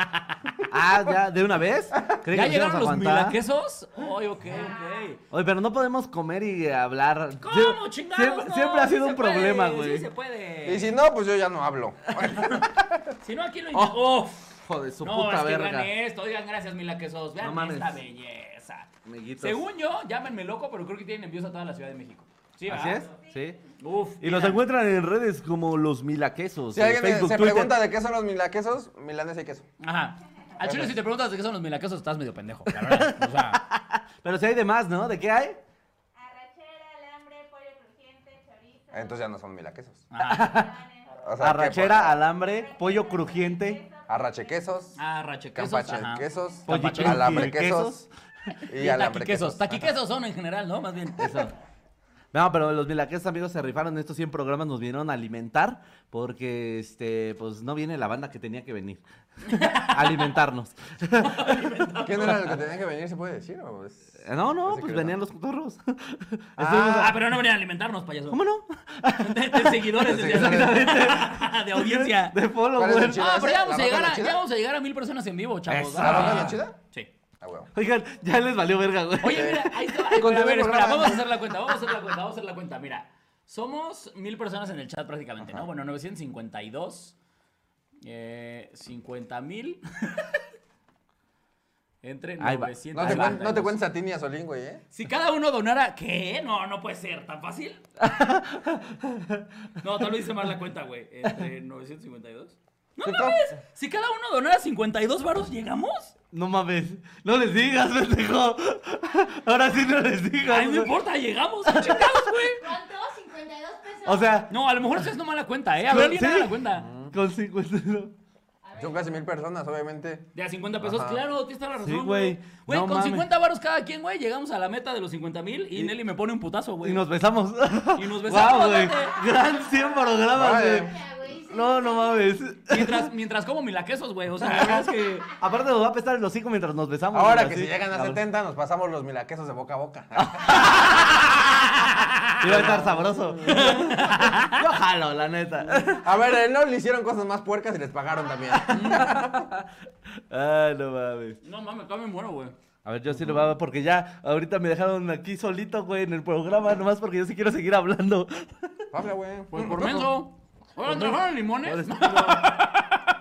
Speaker 5: Ah, ya, de una vez. ¿Creen
Speaker 2: ¿Ya
Speaker 5: que nos íbamos a
Speaker 2: llegaron los
Speaker 5: aguantar?
Speaker 2: milaquesos? Ay, ok, ok.
Speaker 5: Oye, pero no podemos comer y hablar.
Speaker 2: ¿Cómo,
Speaker 5: Sie-
Speaker 2: chingados?
Speaker 5: Siempre,
Speaker 2: No,
Speaker 5: siempre ha
Speaker 2: sí
Speaker 5: sido
Speaker 2: se
Speaker 5: un
Speaker 2: puede,
Speaker 5: problema, güey.
Speaker 2: Sí se
Speaker 1: Y
Speaker 2: puede.
Speaker 1: si no, pues yo ya no hablo.
Speaker 2: Si no, aquí lo intento. Oh,
Speaker 5: Hijo de su
Speaker 2: no,
Speaker 5: puta
Speaker 2: es que
Speaker 5: verga.
Speaker 2: vean esto. Oigan, gracias, milaquesos.
Speaker 5: No
Speaker 2: Vean
Speaker 5: mames.
Speaker 2: esta belleza.
Speaker 5: Amiguitos.
Speaker 2: Según yo, llámenme loco, pero creo que tienen envíos a toda la Ciudad de México. ah, ¿Sí,
Speaker 5: ¿Así es?
Speaker 2: ¿verdad?
Speaker 5: Sí.
Speaker 2: Uf.
Speaker 5: Y los
Speaker 2: mira.
Speaker 5: encuentran en redes como los milaquesos.
Speaker 1: Si
Speaker 5: en
Speaker 1: alguien
Speaker 5: Facebook,
Speaker 1: se
Speaker 5: Twitter.
Speaker 1: pregunta de qué son los milaquesos, milanesa y queso.
Speaker 2: Ajá. Al chile, si te preguntas de qué son los milaquesos, estás medio pendejo. La verdad. O sea,
Speaker 5: Pero si hay de más, ¿no? ¿De qué hay?
Speaker 4: Arrachera, alambre, pollo crujiente, chorizo.
Speaker 1: Entonces ya no son milaquesos.
Speaker 2: ajá.
Speaker 4: panes,
Speaker 1: O sea,
Speaker 5: Arrachera, alambre, pollo crujiente,
Speaker 4: queso,
Speaker 1: Arrachequesos,
Speaker 2: Ah, rachequesos.
Speaker 1: campache
Speaker 2: Ajá.
Speaker 1: quesos,
Speaker 2: Campache- Y
Speaker 1: alambrequesos y
Speaker 2: taquiquesos.
Speaker 1: alambrequesos.
Speaker 2: Taquiquesos son en general, ¿no? Más bien. Eso.
Speaker 5: No, pero los milaquesos amigos se rifaron estos 100 programas, nos vinieron a alimentar porque, este, pues no viene la banda que tenía que venir. alimentarnos.
Speaker 1: ¿Quién era el que tenía que venir? ¿Se puede decir? o es-
Speaker 5: No, no, pues
Speaker 1: es secreto?
Speaker 5: venían los cotorros.
Speaker 2: Ah, pero no venían a alimentarnos, payaso.
Speaker 5: ¿Cómo no?
Speaker 2: De, de seguidores, de,
Speaker 1: De seguidores.
Speaker 2: de audiencia.
Speaker 5: De
Speaker 1: ¿Cuál es el
Speaker 5: followers.
Speaker 1: chido?
Speaker 2: Ah, pero ya vamos, a
Speaker 1: ¿La
Speaker 2: llegar
Speaker 1: banda
Speaker 2: a,
Speaker 1: chida?
Speaker 2: ya vamos a llegar a mil personas en vivo, chavos.
Speaker 5: Eso.
Speaker 1: ¿La banda
Speaker 2: Ah.
Speaker 1: chida?
Speaker 2: Sí.
Speaker 1: Ah, huevo.
Speaker 5: Oigan, ya les valió verga, güey.
Speaker 2: Oye, mira, ahí está. Ay,
Speaker 1: Con
Speaker 2: espera, a
Speaker 1: tu
Speaker 2: ver,
Speaker 1: mismo
Speaker 2: espera,
Speaker 1: programa.
Speaker 2: vamos a hacer la cuenta, vamos a hacer la cuenta, vamos a hacer la cuenta. Mira, somos mil personas en el chat prácticamente, ¿no? Bueno, 952. Eh, 50 mil. Entre
Speaker 5: Ahí va.
Speaker 2: 900.
Speaker 1: No te, cuen- no te cuentes a ti ni a Solín, güey, ¿eh?
Speaker 2: Si cada uno donara, ¿qué? No, no puede ser, ¿tan fácil? No, tal vez hice mal la cuenta, güey. Entre 952.
Speaker 1: ¿Qué tal?
Speaker 2: Si cada uno donara 52 varos, ¿llegamos?
Speaker 5: No mames, no les digas, pendejo. Ahora sí no les digas.
Speaker 2: Ay, no importa, llegamos. ¿Qué chingados, güey?
Speaker 4: ¿Cuánto? 52 pesos.
Speaker 5: O sea,
Speaker 2: No, a lo mejor eso es no mala cuenta, ¿eh? A ver, alguien
Speaker 5: ¿sí?
Speaker 2: haga la cuenta.
Speaker 5: con 50. no.
Speaker 1: Son casi mil personas, obviamente.
Speaker 2: De a 50 pesos,
Speaker 1: Ajá.
Speaker 2: claro, tienes toda la razón.
Speaker 5: Sí, güey.
Speaker 2: Güey,
Speaker 5: No
Speaker 2: con
Speaker 5: mames.
Speaker 2: 50 varos cada quien, güey, llegamos a la meta de los 50 mil y, Nelly me pone un putazo, güey.
Speaker 5: Y nos besamos.
Speaker 2: Y nos besamos,
Speaker 5: Guau, güey.
Speaker 2: date.
Speaker 5: Gran 100 programas,
Speaker 1: Vale.
Speaker 5: güey.
Speaker 4: Ya, güey, sí.
Speaker 5: No, no mames.
Speaker 2: Mientras, mientras como milaquesos, güey. O sea, la verdad es que.
Speaker 5: Aparte nos va a pesar el hocico mientras nos besamos.
Speaker 1: Ahora
Speaker 5: güey,
Speaker 1: que
Speaker 5: así.
Speaker 1: si llegan a
Speaker 5: Cabrón.
Speaker 1: 70, nos pasamos los milaquesos de boca a boca.
Speaker 3: Iba a estar sabroso. Yo jalo, la neta.
Speaker 1: A ver, eh, no le hicieron cosas más puercas y les pagaron también.
Speaker 5: Ay, no mames.
Speaker 2: No mames, acá me muero, güey.
Speaker 5: A ver, yo sí lo voy a ver porque ya ahorita me dejaron aquí solito, güey, en el programa, nomás porque yo sí quiero seguir hablando.
Speaker 1: Habla, güey.
Speaker 2: Pues por menso. Oigan, ¿trabajaron limones?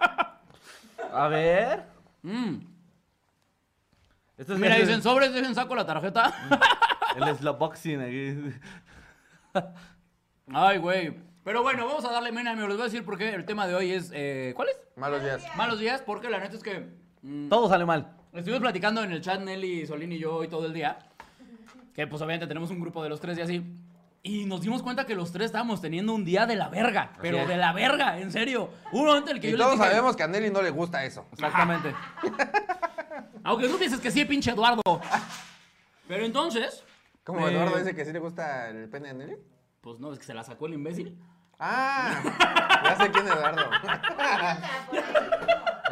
Speaker 5: A ver.
Speaker 2: Mm.
Speaker 5: Esto es
Speaker 2: Mira,
Speaker 5: el,
Speaker 2: dicen sobres, dejen saco la tarjeta.
Speaker 5: el slowboxing aquí.
Speaker 2: Ay, güey. Pero bueno, vamos a darle mena, amigos. Les voy a decir por qué el tema de hoy es. eh, ¿Cuál es?
Speaker 1: Malos días.
Speaker 2: Malos días, porque la neta es que. mm,
Speaker 5: Todo sale mal.
Speaker 2: Estuvimos platicando en el chat Nelly, Solín y yo hoy todo el día. Que pues obviamente tenemos un grupo de los tres y así. Y nos dimos cuenta que los tres estábamos teniendo un día de la verga. Pero
Speaker 5: es.
Speaker 2: de la verga, en serio. Un momento en el que
Speaker 1: Y
Speaker 2: yo
Speaker 1: todos
Speaker 2: les dije,
Speaker 1: sabemos que a Nelly no le gusta eso.
Speaker 5: Exactamente.
Speaker 2: Aunque tú dices que sí, pinche Eduardo. Pero entonces,
Speaker 1: Como
Speaker 2: Eh.
Speaker 1: Eduardo dice que sí le gusta el pene de Nelly.
Speaker 2: pues no, es que se la sacó el imbécil.
Speaker 1: Ah, ya sé quién es Eduardo.
Speaker 4: Por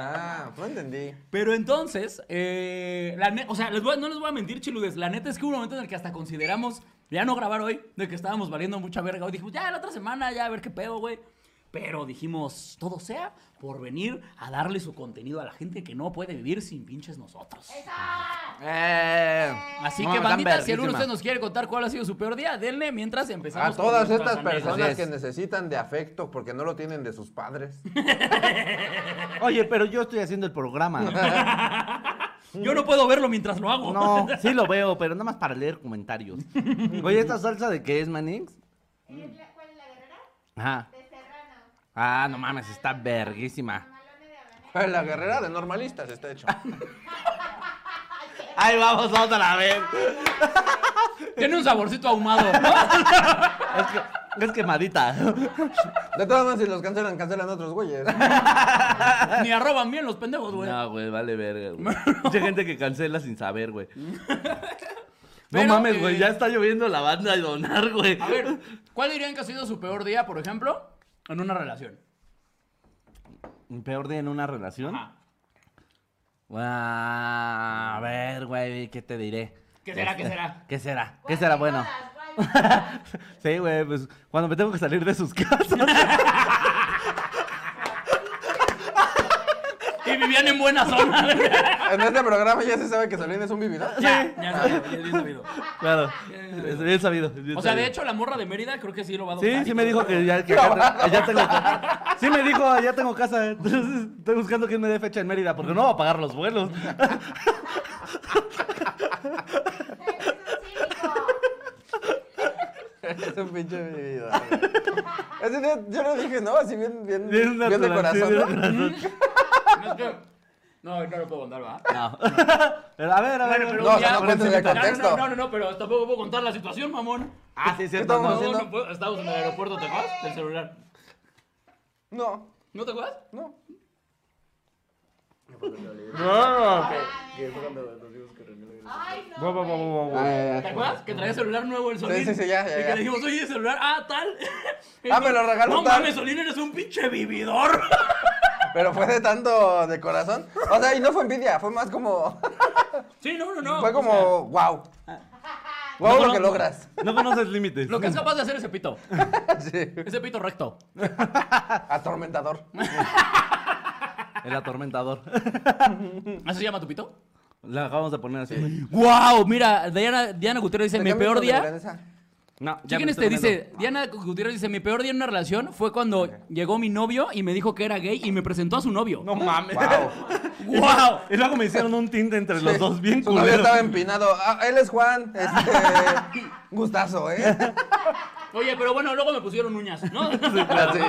Speaker 1: Ah, no entendí.
Speaker 2: Pero entonces, eh, la ne- o sea, les voy a- no les voy a mentir, chiludes. La neta es que hubo un momento en el que hasta consideramos ya no grabar hoy, de que estábamos valiendo mucha verga. Hoy dijimos, ya la otra semana, ya a ver qué pedo, güey. Pero dijimos, todo sea por venir a darle su contenido a la gente que no puede vivir sin pinches nosotros.
Speaker 5: Eh.
Speaker 2: Así
Speaker 5: No,
Speaker 2: que,
Speaker 5: me dan
Speaker 2: bandita, si alguno de
Speaker 5: verguísima.
Speaker 2: ustedes nos quiere contar cuál ha sido su peor día, denle mientras empezamos.
Speaker 1: A
Speaker 2: con
Speaker 1: todas
Speaker 2: nuestras
Speaker 1: estas
Speaker 2: anécdotas.
Speaker 1: personas
Speaker 5: es.
Speaker 1: que necesitan de afecto porque no lo tienen de sus padres.
Speaker 5: Oye, pero yo estoy haciendo el programa.
Speaker 2: Yo no puedo verlo mientras lo hago.
Speaker 5: No, sí lo veo, pero nada más para leer comentarios. Oye, ¿esta salsa de qué es, Manix?
Speaker 4: ¿Es la- ¿Cuál es la guerrera?
Speaker 5: Ajá.
Speaker 4: De Serrano.
Speaker 5: Ah, no mames, está verguísima.
Speaker 4: Malone de Habanero.
Speaker 1: La guerrera de normalistas está hecho.
Speaker 5: Ahí vamos otra vez.
Speaker 2: Tiene un saborcito ahumado.
Speaker 5: Es, que, es quemadita.
Speaker 1: De todas maneras, si los cancelan, cancelan otros güeyes.
Speaker 2: Ni arroban bien los pendejos, güey.
Speaker 5: No, güey, vale verga, güey. Mucha gente que cancela sin saber, güey. No
Speaker 2: Pero,
Speaker 5: mames, güey,
Speaker 2: eh,
Speaker 5: ya está lloviendo la banda de donar, güey.
Speaker 2: A ver, ¿cuál dirían que ha sido su peor día, por ejemplo, en una relación?
Speaker 5: ¿Mi peor día en una relación?
Speaker 2: Ajá.
Speaker 5: Ah, a ver, güey, ¿qué te diré?
Speaker 2: ¿Qué será, qué
Speaker 5: Este,
Speaker 2: será?
Speaker 5: ¿Qué será? ¿Qué será bueno?
Speaker 4: Guay, guay.
Speaker 5: Sí, güey, pues cuando me tengo que salir de sus casas.
Speaker 2: Y vivían en buena zona.
Speaker 1: En este programa ya se sabe que Solín es un vividor.
Speaker 2: ya, ya sabido, ya bien sabido.
Speaker 5: Claro, es bien sabido. es bien
Speaker 2: O sea, de
Speaker 5: sabido.
Speaker 2: hecho, la morra de Mérida creo que sí lo va a adoptar.
Speaker 5: Sí, sí me dijo que ya, que acá- allá tengo casa. Sí me dijo, allá tengo casa. Entonces estoy buscando quién me dé fecha en Mérida porque no va a pagar los vuelos.
Speaker 1: Es
Speaker 4: Eres un cínico.
Speaker 1: un pinche vividor. Ese día yo lo dije, ¿no? Así bien, bien,
Speaker 5: Es
Speaker 1: bien, de
Speaker 5: natural, sí,
Speaker 1: corazón.
Speaker 5: es
Speaker 1: ¿no?
Speaker 5: natural.
Speaker 2: No, es que- no, no lo puedo contar, ¿va?
Speaker 5: No. Pero, a ver, a ver.
Speaker 2: Bueno, pero
Speaker 1: No,
Speaker 2: un
Speaker 1: o sea,
Speaker 2: día-
Speaker 1: no cuentes el
Speaker 2: No, no,
Speaker 1: contexto.
Speaker 2: no, no, no, no, pero tampoco puedo contar la situación, mamón.
Speaker 5: Ah, sí, es
Speaker 1: ¿Qué
Speaker 5: cierto.
Speaker 1: estamos
Speaker 2: No,
Speaker 1: haciendo?
Speaker 2: no puedo. Estábamos en el aeropuerto, ¿te acuerdas? Del celular.
Speaker 1: No,
Speaker 2: ¿No te acuerdas?
Speaker 1: no.
Speaker 4: Ay, no.
Speaker 5: No, no, no, no, no.
Speaker 2: ¿Te acuerdas? Que traía celular nuevo el Solín.
Speaker 1: sí, sí, ya, ya,
Speaker 2: Y que
Speaker 1: ya.
Speaker 2: le dijimos, oye, celular, ah, tal.
Speaker 1: Ah, me lo regaló
Speaker 2: No
Speaker 1: tal.
Speaker 2: mames, Solín, eres un pinche vividor.
Speaker 1: Pero fue de tanto de corazón. O sea, y no fue envidia, fue más como.
Speaker 2: Sí, no, no, no.
Speaker 1: Fue
Speaker 2: o
Speaker 1: como,
Speaker 2: sea, ah.
Speaker 1: wow. Wow lo que logras.
Speaker 5: No conoces límites.
Speaker 2: lo que es capaz de hacer ese pito.
Speaker 1: Sí.
Speaker 2: Ese pito recto.
Speaker 1: Atormentador.
Speaker 5: El atormentador.
Speaker 2: ¿Así se llama tu pito?
Speaker 5: La acabamos de poner así.
Speaker 2: ¡Wow! Mira, Diana, Diana Gutiérrez dice: Mi
Speaker 1: ¿Te
Speaker 2: peor día.
Speaker 1: cambias con la grandeza?
Speaker 5: No, ya
Speaker 2: Chequen
Speaker 5: me
Speaker 2: este,
Speaker 5: estoy
Speaker 2: dice:
Speaker 5: durmiendo.
Speaker 2: Diana Gutiérrez dice: Mi peor día en una relación fue cuando llegó mi novio y me dijo que era gay y me presentó a su novio.
Speaker 5: No mames.
Speaker 1: Wow.
Speaker 2: ¡Wow!
Speaker 5: Y luego me hicieron un tinte entre los dos, bien
Speaker 1: Su novio
Speaker 5: culero.
Speaker 1: estaba empinado. Ah, él es Juan. Este. Gustazo, ¿eh?
Speaker 2: Oye, pero bueno, luego me pusieron uñas, ¿no?
Speaker 1: Sí.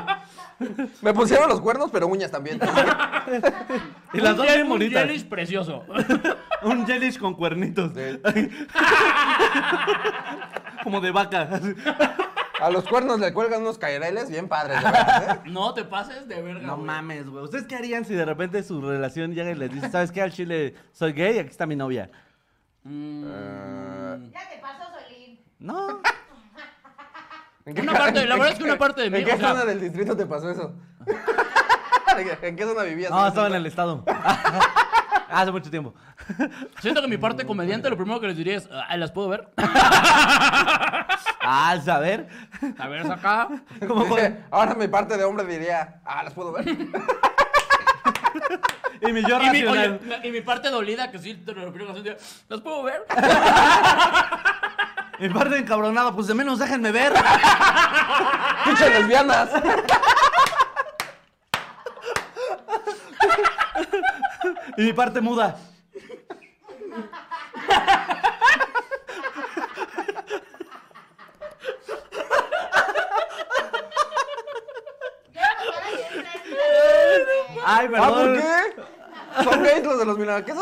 Speaker 1: Me pusieron los cuernos, pero uñas también.
Speaker 5: Y las
Speaker 2: Un
Speaker 5: dos
Speaker 2: gel-
Speaker 5: bien
Speaker 2: un
Speaker 5: bonitas.
Speaker 2: gelish precioso.
Speaker 5: Un gelish con cuernitos.
Speaker 1: Sí.
Speaker 5: Como de vaca.
Speaker 1: A los cuernos le cuelgan unos caireles bien padres, de verdad, ¿eh?
Speaker 2: No te pases de verga.
Speaker 5: No
Speaker 2: güey.
Speaker 5: mames, güey. ¿Ustedes qué harían si de repente su relación llega y les dice, ¿sabes qué? Al chile soy gay, aquí está mi novia?
Speaker 2: Mm.
Speaker 4: Ya te pasó, Solín.
Speaker 5: No.
Speaker 1: ¿En qué-
Speaker 2: Una parte- la verdad es que una parte de mí,
Speaker 1: ¿En qué
Speaker 2: o sea-
Speaker 1: zona del distrito te pasó eso? ¿En qué zona vivías?
Speaker 5: No, Ah, estaba en el estado. Hace mucho tiempo.
Speaker 2: Siento que mi parte comediante lo primero que les diría es, "Ah, ¿las puedo ver?
Speaker 5: Ah, saber.
Speaker 2: A ver, saca.
Speaker 5: ¿Cómo fue?
Speaker 1: Dice, Ahora mi parte de hombre diría, ah, las puedo ver.
Speaker 5: Y mi yo
Speaker 2: Y mi,
Speaker 5: racional.
Speaker 2: oye, la- y mi parte dolida, que sí, te lo repito en la ¿Las puedo ver?
Speaker 5: Mi parte encabronada, pues de menos déjenme ver.
Speaker 1: ¡Pinches lesbianas!
Speaker 5: Y mi parte muda.
Speaker 4: Ya no van a querer traer mi madre.
Speaker 5: Ay,
Speaker 1: ¿Ah, por
Speaker 5: perdón.
Speaker 1: qué? ¿Son gays los de los milaneses?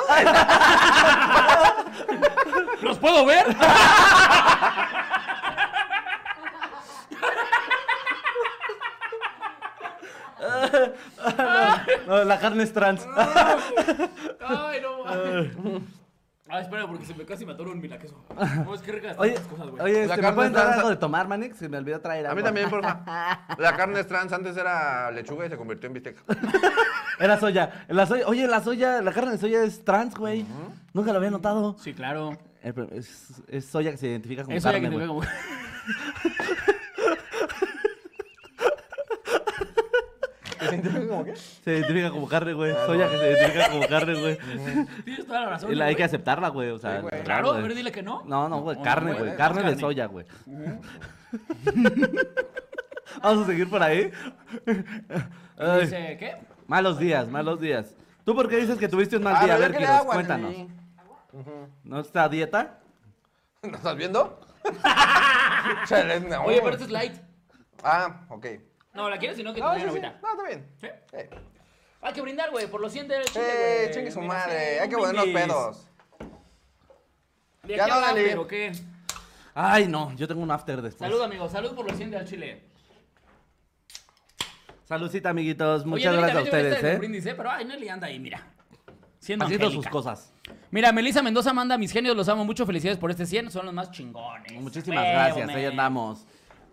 Speaker 2: ¿Los puedo ver?
Speaker 5: No, la carne es trans.
Speaker 2: Ay, no mames. Ah, espera, porque se me casi me atoró un milaqueso. No, es que ricas
Speaker 5: Oye,
Speaker 2: estas cosas, güey.
Speaker 5: oye,
Speaker 1: La
Speaker 5: ¿se me
Speaker 1: carne
Speaker 5: pueden dar
Speaker 1: trans-
Speaker 5: algo de tomar, Manix? Se me olvidó traer agua.
Speaker 1: A mí también, porfa. La carne es trans, antes era lechuga y se convirtió en bistec.
Speaker 5: Era soya. La soya. Oye, la soya, la carne de soya es trans, güey. Nunca lo había notado.
Speaker 2: Sí, claro.
Speaker 5: Eh, pero Es, es soya que se identifica como
Speaker 2: Eso ya que
Speaker 5: carne,
Speaker 2: te
Speaker 5: güey.
Speaker 2: veo como...
Speaker 1: ¿Cómo qué?
Speaker 5: Se identifica como carne, güey. Soya que se identifica como carne, güey.
Speaker 2: Tienes toda la razón.
Speaker 5: Y la- hay
Speaker 2: güey.
Speaker 5: que aceptarla, güey. O sea,
Speaker 1: Sí, güey.
Speaker 2: Claro,
Speaker 5: güey.
Speaker 2: pero dile que no.
Speaker 5: No, no, güey,
Speaker 2: No,
Speaker 5: carne,
Speaker 2: no,
Speaker 5: güey.
Speaker 2: güey,
Speaker 5: Carne de
Speaker 2: carne.
Speaker 5: soya, güey. Vamos a seguir por ahí. Ay,
Speaker 2: Dice, ¿qué?
Speaker 5: malos días, malos días. ¿Tú por qué dices que tuviste un mal
Speaker 1: Ah,
Speaker 5: día? A
Speaker 1: yo
Speaker 5: ver,
Speaker 1: quería
Speaker 5: Quiroz,
Speaker 1: agua,
Speaker 5: cuéntanos.
Speaker 1: Nelly.
Speaker 5: ¿No está a dieta?
Speaker 1: ¿No estás viendo? Chale, no.
Speaker 2: Oye, pero esto es light.
Speaker 1: Ah, ok.
Speaker 2: No, ¿la quieres? Si no, que te
Speaker 1: No,
Speaker 2: la
Speaker 1: sí, sí.
Speaker 2: ahorita.
Speaker 1: no, está bien.
Speaker 2: ¿Sí?
Speaker 1: Eh,
Speaker 2: Hay que brindar, güey, por los 100 del chile,
Speaker 1: eh,
Speaker 2: güey.
Speaker 1: chingue su
Speaker 2: Mira,
Speaker 1: madre.
Speaker 2: sí,
Speaker 1: Hay que
Speaker 2: un
Speaker 1: ponernos
Speaker 2: brindis.
Speaker 1: pedos.
Speaker 2: De
Speaker 1: Ya
Speaker 2: aquí
Speaker 1: no,
Speaker 2: al
Speaker 1: Dani.
Speaker 2: after, ¿o qué?
Speaker 5: Ay, no, yo tengo un after después.
Speaker 2: Salud, amigo. Salud por los 100 del chile.
Speaker 5: Saludcita, amiguitos.
Speaker 2: Oye,
Speaker 5: Muchas
Speaker 2: Nelly
Speaker 5: gracias
Speaker 2: también
Speaker 5: a
Speaker 2: debería
Speaker 5: ustedes,
Speaker 2: estar en el
Speaker 5: ¿eh?
Speaker 2: brindis, ¿eh? Pero, ay, Nelly anda ahí, mira. Siendo
Speaker 5: Haciendo sus
Speaker 2: angélica.
Speaker 5: cosas.
Speaker 2: Mira, Melissa Mendoza manda mis genios, los amo mucho. Felicidades por este 100, son los más chingones.
Speaker 5: Muchísimas
Speaker 2: Huevo,
Speaker 5: gracias,
Speaker 2: man.
Speaker 5: ahí andamos.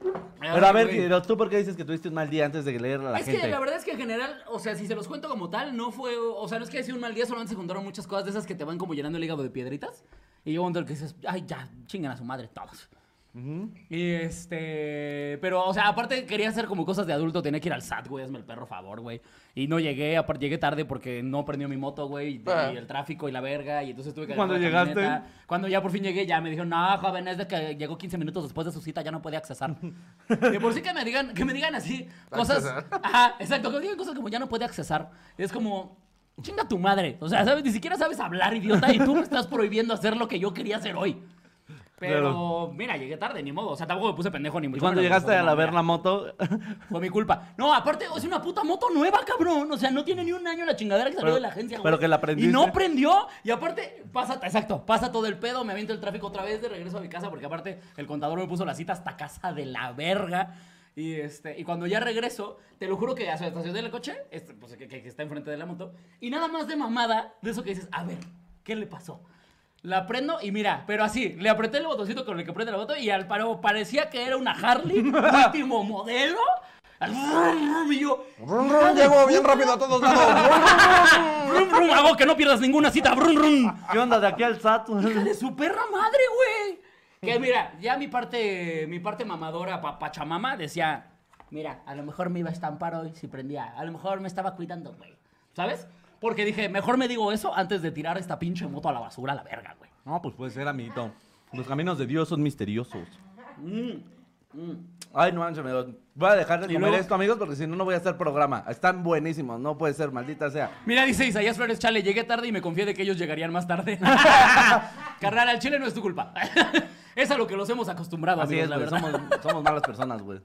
Speaker 2: Ay,
Speaker 5: Pero a ver,
Speaker 2: güey.
Speaker 5: Quiroz, ¿tú por qué dices que tuviste un mal día antes de leer a la
Speaker 2: es
Speaker 5: gente?
Speaker 2: que la verdad es que en general, o sea, si se los cuento como tal, no fue, o sea, no es que haya sido un mal día, solamente se contaron muchas cosas de esas que te van como llenando el hígado de piedritas. Y yo cuando el que dices, ay, ya, chingan a su madre todos. Y este, pero, o sea, aparte quería hacer como cosas de adulto, tenía que ir al SAT, güey, hazme el perro favor, güey. Y no llegué, aparte llegué tarde porque no prendió mi moto, güey, y,
Speaker 1: Ah.
Speaker 2: y el tráfico y la verga, y entonces tuve que...
Speaker 5: ¿Cuándo
Speaker 2: agarrar la
Speaker 5: llegaste?
Speaker 2: camioneta. Cuando ya por fin llegué, ya me dijeron, no, joven, es de que llegó 15 minutos después de su cita, ya no podía accesar. De por sí que me digan, que me digan así, cosas...
Speaker 1: Accesar.
Speaker 2: Ajá, exacto, que me digan cosas como ya no puede accesar. Es como... Chinga tu madre. O sea, ¿sabes? ni siquiera sabes hablar, idiota, y tú me estás prohibiendo hacer lo que yo quería hacer hoy. Pero mira, llegué tarde, ni modo. O sea, tampoco me puse pendejo ni mucho.
Speaker 5: Y cuando
Speaker 2: menos,
Speaker 5: llegaste
Speaker 2: fue
Speaker 5: a
Speaker 2: mi-
Speaker 5: ver la moto,
Speaker 2: Fue mi culpa. No, aparte, es una puta moto nueva, cabrón. O sea, no tiene ni un año la chingadera que salió
Speaker 5: Pero-
Speaker 2: de la agencia, güey.
Speaker 5: pero que la prendiste.
Speaker 2: Y no prendió. Y aparte, pasa, exacto, pasa todo el pedo. Me aviento el tráfico otra vez de regreso a mi casa porque aparte el contador me puso la cita hasta casa de la verga. Y, este, y cuando ya regreso, te lo juro que hacia la estación del coche, este, pues, que, que- que está enfrente de la moto, y nada más de mamada, de eso que dices, a ver, ¿qué le pasó? La prendo y mira, pero así, le apreté el botoncito con el que prende la moto y al paro parecía que era una Harley, último modelo. Al rum, rum, Y yo,
Speaker 1: Rum, rum, llego bien rápido a todos lados.
Speaker 2: rum, rum, hago que no pierdas ninguna cita, rum, rum.
Speaker 5: ¿qué onda de aquí al SAT?
Speaker 2: Hija de su perra madre, güey. Que mira, ya mi parte, mi parte mamadora, pa- pachamama, decía, mira, a lo mejor me iba a estampar hoy si prendía, a lo mejor me estaba cuidando, güey. ¿Sabes? Porque dije, mejor me digo eso antes de tirar esta pinche moto a la basura, a la verga, güey.
Speaker 5: No, pues puede ser, amiguito. Los caminos de Dios son misteriosos. Ay, no manches, amigos. Voy a dejar de
Speaker 2: Mm, Y
Speaker 5: comer
Speaker 2: luego-
Speaker 5: esto, amigos, porque si no, no voy a hacer programa. Están buenísimos, no puede ser, maldita sea.
Speaker 2: Mira, dice Isaías Flores Chale, llegué tarde y me confié de que ellos llegarían más tarde. Carnal, al chile no es tu culpa. es a lo que los hemos acostumbrado,
Speaker 5: Así
Speaker 2: amigos,
Speaker 5: es,
Speaker 2: la
Speaker 5: güey,
Speaker 2: verdad.
Speaker 5: somos, somos malas personas, güey.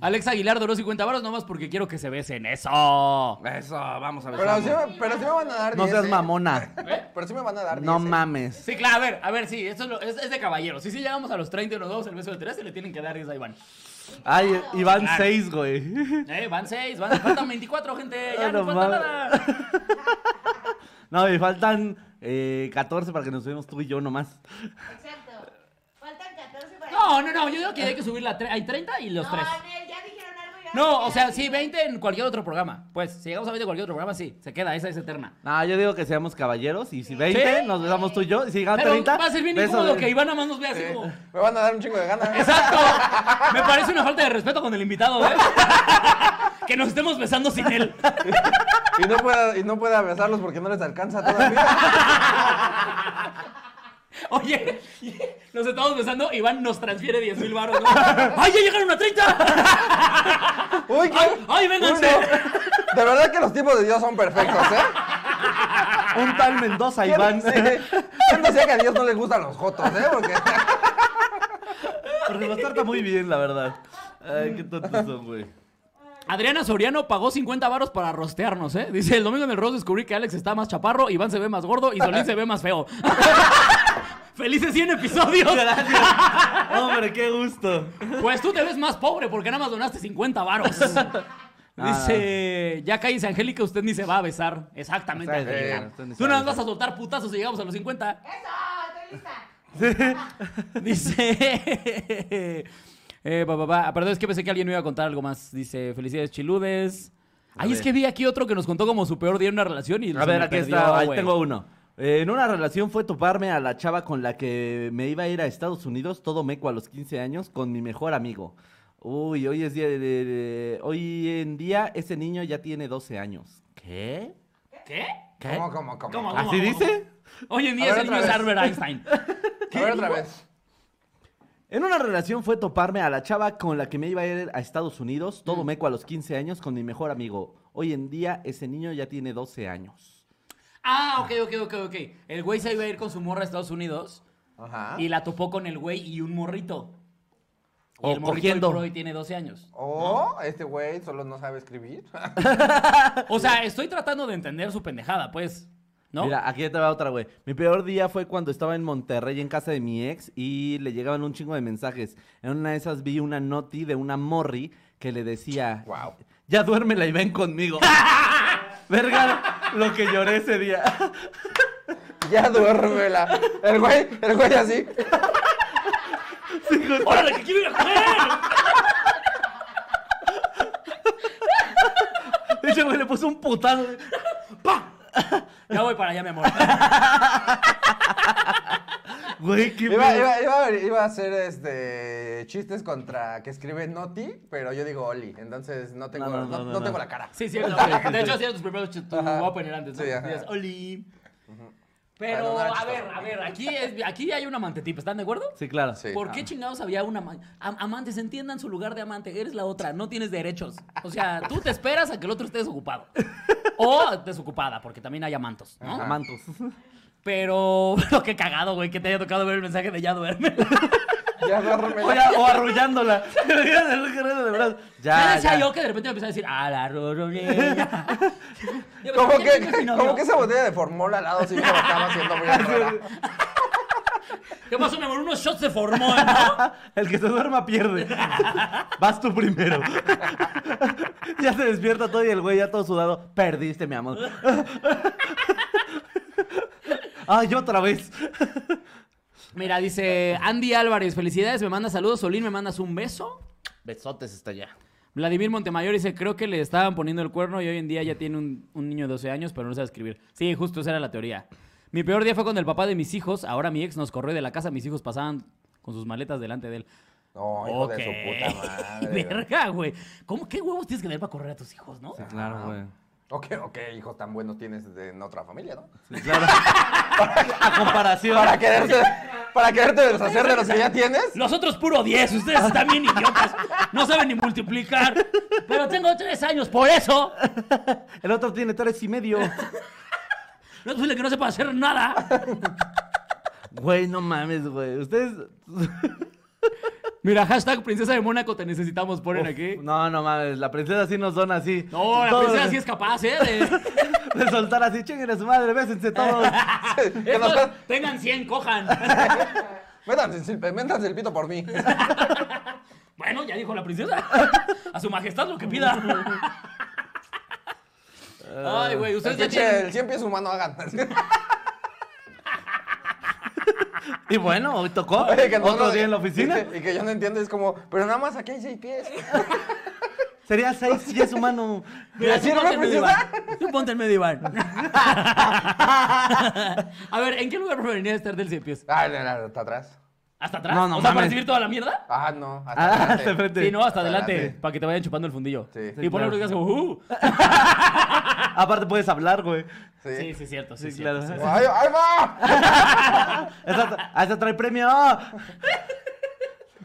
Speaker 2: Alex Aguilar donó 50 varos nomás porque quiero que se besen. ¡Eso!
Speaker 5: Eso, vamos a ver.
Speaker 1: Pero sí, me- pero sí me van a dar
Speaker 5: No
Speaker 1: 10,
Speaker 5: seas
Speaker 1: ¿eh?
Speaker 5: mamona.
Speaker 2: ¿Eh?
Speaker 1: Pero sí me van a dar
Speaker 5: No
Speaker 1: 10, ¿eh?
Speaker 5: mames.
Speaker 2: Sí, claro, a ver, a ver, sí, esto es, lo- es, es de caballeros. Si sí, llegamos a los 30 y nos damos el beso de tres, se le tienen que dar 10 a Iván.
Speaker 5: Ay, y van
Speaker 2: Claro.
Speaker 5: seis, güey.
Speaker 2: Eh, van 6, van, faltan 24, gente, ya
Speaker 5: Ah,
Speaker 2: no,
Speaker 5: no
Speaker 2: falta
Speaker 5: mames.
Speaker 2: nada.
Speaker 5: No, y faltan eh, 14 para que nos veamos tú y yo nomás.
Speaker 4: Exacto. Faltan 14 para.
Speaker 2: No, no, no, yo digo que hay que subir la tre- hay 30 y los
Speaker 4: No,
Speaker 2: tres.
Speaker 4: Anel, ya dijeron algo y
Speaker 2: No, o sea, sí, 20 en cualquier otro programa. Pues, si llegamos a 20 en cualquier otro programa, sí, se queda, esa es eterna.
Speaker 5: No, yo digo que seamos caballeros y si 20 nos besamos tú y yo y si llegamos a
Speaker 2: Pero
Speaker 5: 30.
Speaker 2: va a ser bien
Speaker 5: Ah, beso
Speaker 2: incómodo
Speaker 5: de-
Speaker 2: que Iván nada más nos vea así
Speaker 1: Sí.
Speaker 2: como...
Speaker 1: Me van a dar un chingo de ganas.
Speaker 2: ¡Exacto! Me parece una falta de respeto con el invitado, ¿eh? Que nos estemos besando sin él.
Speaker 1: Y no pueda, y no pueda besarlos porque no les alcanza todavía.
Speaker 2: Oye, nos estamos besando, Iván nos transfiere 10 mil baros. ¿no? ¡Ay, ya llegaron a 30!
Speaker 1: Uy, qué-
Speaker 2: ¡Ay, ay, vénganse!
Speaker 1: Uy, no. De verdad que los tiempos de Dios son perfectos, ¿eh?
Speaker 5: Un tal Mendoza, Iván.
Speaker 1: Sí. ¿Quién decía que a Dios no le gustan los jotos, eh? Porque
Speaker 5: Porque nos trata muy bien, la verdad. Ay, qué tontos son, güey.
Speaker 2: Adriana Soriano pagó 50 varos para rostearnos, ¿eh? Dice, el domingo en el Ross descubrí que Alex está más chaparro, Iván se ve más gordo y Solín se ve más feo. ¡Felices 100 episodios!
Speaker 5: Gracias. Hombre, qué gusto.
Speaker 2: Pues tú te ves más pobre porque nada más donaste 50 varos. Dice, ya cállese Angélica, usted ni se va a besar. Exactamente,
Speaker 5: Exacto,
Speaker 2: Angélica.
Speaker 5: eh, usted ni se
Speaker 2: Tú
Speaker 5: va
Speaker 2: nada
Speaker 5: a
Speaker 2: más vas a soltar putazos si llegamos a los 50.
Speaker 4: Eso, estoy lista.
Speaker 2: Dice. Eh, va, va, va. Perdón, es que pensé que alguien me iba a contar algo más. Dice, felicidades, chiludes. Ay, es que vi aquí otro que nos contó como su peor día en una relación y
Speaker 5: A
Speaker 2: se
Speaker 5: ver,
Speaker 2: me
Speaker 5: aquí
Speaker 2: perdió,
Speaker 5: está. Ahí
Speaker 2: güey.
Speaker 5: tengo uno. Eh, en una relación fue toparme a la chava con la que me iba a ir a Estados Unidos todo meco a los 15 años con mi mejor amigo. Uy, hoy es día de, de- de- Hoy en día ese niño ya tiene 12 años. ¿Qué?
Speaker 2: ¿Qué?
Speaker 5: ¿Qué?
Speaker 1: ¿Cómo, cómo, cómo?
Speaker 2: ¿Cómo?
Speaker 5: ¿Así dice?
Speaker 2: Hoy en
Speaker 1: A
Speaker 2: día
Speaker 1: ver,
Speaker 2: ese niño
Speaker 1: otra
Speaker 2: es
Speaker 1: vez.
Speaker 2: Albert Einstein.
Speaker 1: A ver otra vez.
Speaker 5: En una relación fue toparme a la chava con la que me iba a ir a Estados Unidos
Speaker 2: Mm.
Speaker 5: todo meco a los 15 años con mi mejor amigo. Hoy en día ese niño ya tiene 12 años.
Speaker 2: Ah, ok, ok, ok, ok. El güey se iba a ir con su morra a Estados Unidos
Speaker 5: Ah.
Speaker 1: Ajá.
Speaker 2: y la topó con el güey y un morrito. Y
Speaker 5: O
Speaker 2: el morrito
Speaker 5: cogiendo.
Speaker 2: hoy por hoy tiene 12 años.
Speaker 1: O este güey solo no sabe escribir.
Speaker 2: O sea, estoy tratando de entender su pendejada, pues. ¿No?
Speaker 5: Mira, aquí te va otra, güey. Mi peor día fue cuando estaba en Monterrey en casa de mi ex y le llegaban un chingo de mensajes. En una de esas vi una noti de una morri que le decía,
Speaker 1: Wow.
Speaker 5: ya duérmela y ven conmigo. Verga, lo que lloré ese día.
Speaker 1: Ya duérmela. El güey, el güey así.
Speaker 2: ¡Órale, que quiero ir a comer!
Speaker 5: De hecho, güey, le puso un putazo.
Speaker 2: Ya voy para allá, mi amor.
Speaker 5: Güey, qué
Speaker 1: Iba,
Speaker 5: pedo.
Speaker 1: iba- iba- iba a hacer este chistes contra que escribe Noti, pero yo digo Oli, entonces no tengo,
Speaker 5: No, no,
Speaker 1: no,
Speaker 5: no, no,
Speaker 1: no
Speaker 5: no.
Speaker 1: tengo la cara.
Speaker 2: Sí, cierto. güey. De hecho, hacías tus primeros ch- tu
Speaker 1: Ajá.
Speaker 2: voy a poner antes, ¿no?
Speaker 1: Sí, ajá.
Speaker 2: Decías, Oli.
Speaker 1: Pero
Speaker 2: Pero,
Speaker 1: no era
Speaker 2: a
Speaker 1: chistoso.
Speaker 2: ver, a ver, aquí, es, aquí hay un amantetipo, ¿están de acuerdo?
Speaker 5: Sí, claro. Ah,
Speaker 1: Sí.
Speaker 2: ¿Por qué chingados había una amantes? Entiendan su lugar de amante. Eres la otra, no tienes derechos. O sea, tú te esperas a que el otro esté desocupado. O desocupada, porque también hay amantos, ¿no?
Speaker 1: Ajá.
Speaker 5: Amantos.
Speaker 2: Pero, pero qué cagado, güey, que te haya tocado ver el mensaje de ya duerme.
Speaker 1: Ya duérmela.
Speaker 5: O, ya- o arrullándola. ya,
Speaker 2: Ya decía
Speaker 5: ya.
Speaker 2: yo que de repente me empecé a decir, a la rororera. Ya me
Speaker 1: Como
Speaker 2: decía, ¿quién es mi
Speaker 1: que,
Speaker 2: novio?
Speaker 1: como que esa botella de formol al lado sí me la estaba haciendo muy rara.
Speaker 2: ¿Qué pasó, mi amor? Unos shots se formó, ¿no?
Speaker 5: El que se duerma pierde. Vas tú primero. ya se despierta todo y el güey ya todo sudado. Perdiste, mi amor. Ay, otra vez.
Speaker 2: Mira, dice Andy Álvarez, felicidades, me manda saludos. Solín, me mandas un beso.
Speaker 5: Besotes está ya.
Speaker 2: Vladimir Montemayor dice, creo que le estaban poniendo el cuerno y hoy en día ya tiene un, un niño de 12 años, pero no sabe escribir. Sí, justo esa era la teoría. Mi peor día fue cuando el papá de mis hijos, ahora mi ex, nos corrió de la casa. Mis hijos pasaban con sus maletas delante de él.
Speaker 1: No, hijo
Speaker 2: Ok.
Speaker 1: de su puta madre.
Speaker 2: Verga, güey. ¿Cómo qué huevos tienes que tener para correr a tus hijos, no?
Speaker 5: Claro, güey.
Speaker 1: Ok, ok, hijos tan buenos tienes de- en otra familia, ¿no?
Speaker 5: Sí, claro. A comparación.
Speaker 1: Para quererte, para quererte deshacer de los que ya tienes.
Speaker 2: Los otros puro 10, ustedes están bien idiotas. No saben ni multiplicar. Pero tengo 3 años, por eso.
Speaker 5: El otro tiene tres y medio.
Speaker 2: No es posible que no sepa hacer nada.
Speaker 5: Güey, no mames, güey. Ustedes.
Speaker 2: Mira, hashtag princesa de Mónaco, te necesitamos, ponen aquí.
Speaker 5: No, no mames. La princesa sí nos dona así.
Speaker 2: No, la
Speaker 5: Todos-
Speaker 2: princesa sí es capaz, ¿eh? De-
Speaker 5: De soltar así, chinguen a su madre, bésense todos.
Speaker 1: Que nos,
Speaker 2: Estos, tengan 100, cojan.
Speaker 1: métanse, el silpe- métanse el pito por mí.
Speaker 2: bueno, ya dijo la princesa. A su majestad lo que pida. Ay, güey,
Speaker 1: El
Speaker 2: ustedes ya
Speaker 1: pinche,
Speaker 2: tienen...
Speaker 1: el cien pies humano hagan.
Speaker 5: Y bueno, hoy tocó.
Speaker 1: Oye, que
Speaker 5: Otro
Speaker 1: nosotros-
Speaker 5: eh, día en la oficina.
Speaker 1: Y que, y que yo no entiendo, es como, pero nada más aquí hay seis pies.
Speaker 5: Sería seis si es humano.
Speaker 2: Mira,
Speaker 1: ¿Así
Speaker 2: tú
Speaker 1: no
Speaker 2: ponte
Speaker 1: me
Speaker 2: en medio Iván. Tú ponte en medio Iván. A ver, ¿en qué lugar preferirías estar del Cepios?
Speaker 1: Ah, no, no, hasta atrás.
Speaker 2: ¿Hasta atrás?
Speaker 5: No, no
Speaker 2: ¿O sea, para
Speaker 5: mames.
Speaker 2: recibir toda la mierda?
Speaker 1: Ah, no, hasta
Speaker 5: Ah,
Speaker 1: adelante.
Speaker 5: hasta enfrente.
Speaker 2: Sí, no, hasta
Speaker 1: Hasta
Speaker 2: adelante,
Speaker 1: adelante.
Speaker 2: para que te vayan chupando el fundillo.
Speaker 1: Sí. Sí,
Speaker 2: y por lo
Speaker 5: claro.
Speaker 2: que digas, "Uh". "Ujú".
Speaker 5: Aparte puedes hablar, güey.
Speaker 1: Sí.
Speaker 2: Sí, sí, cierto, sí,
Speaker 5: Sí,
Speaker 2: cierto,
Speaker 5: claro.
Speaker 2: sí, cierto.
Speaker 1: ¡Ay, ahí va!
Speaker 5: Hasta, hasta trae premio.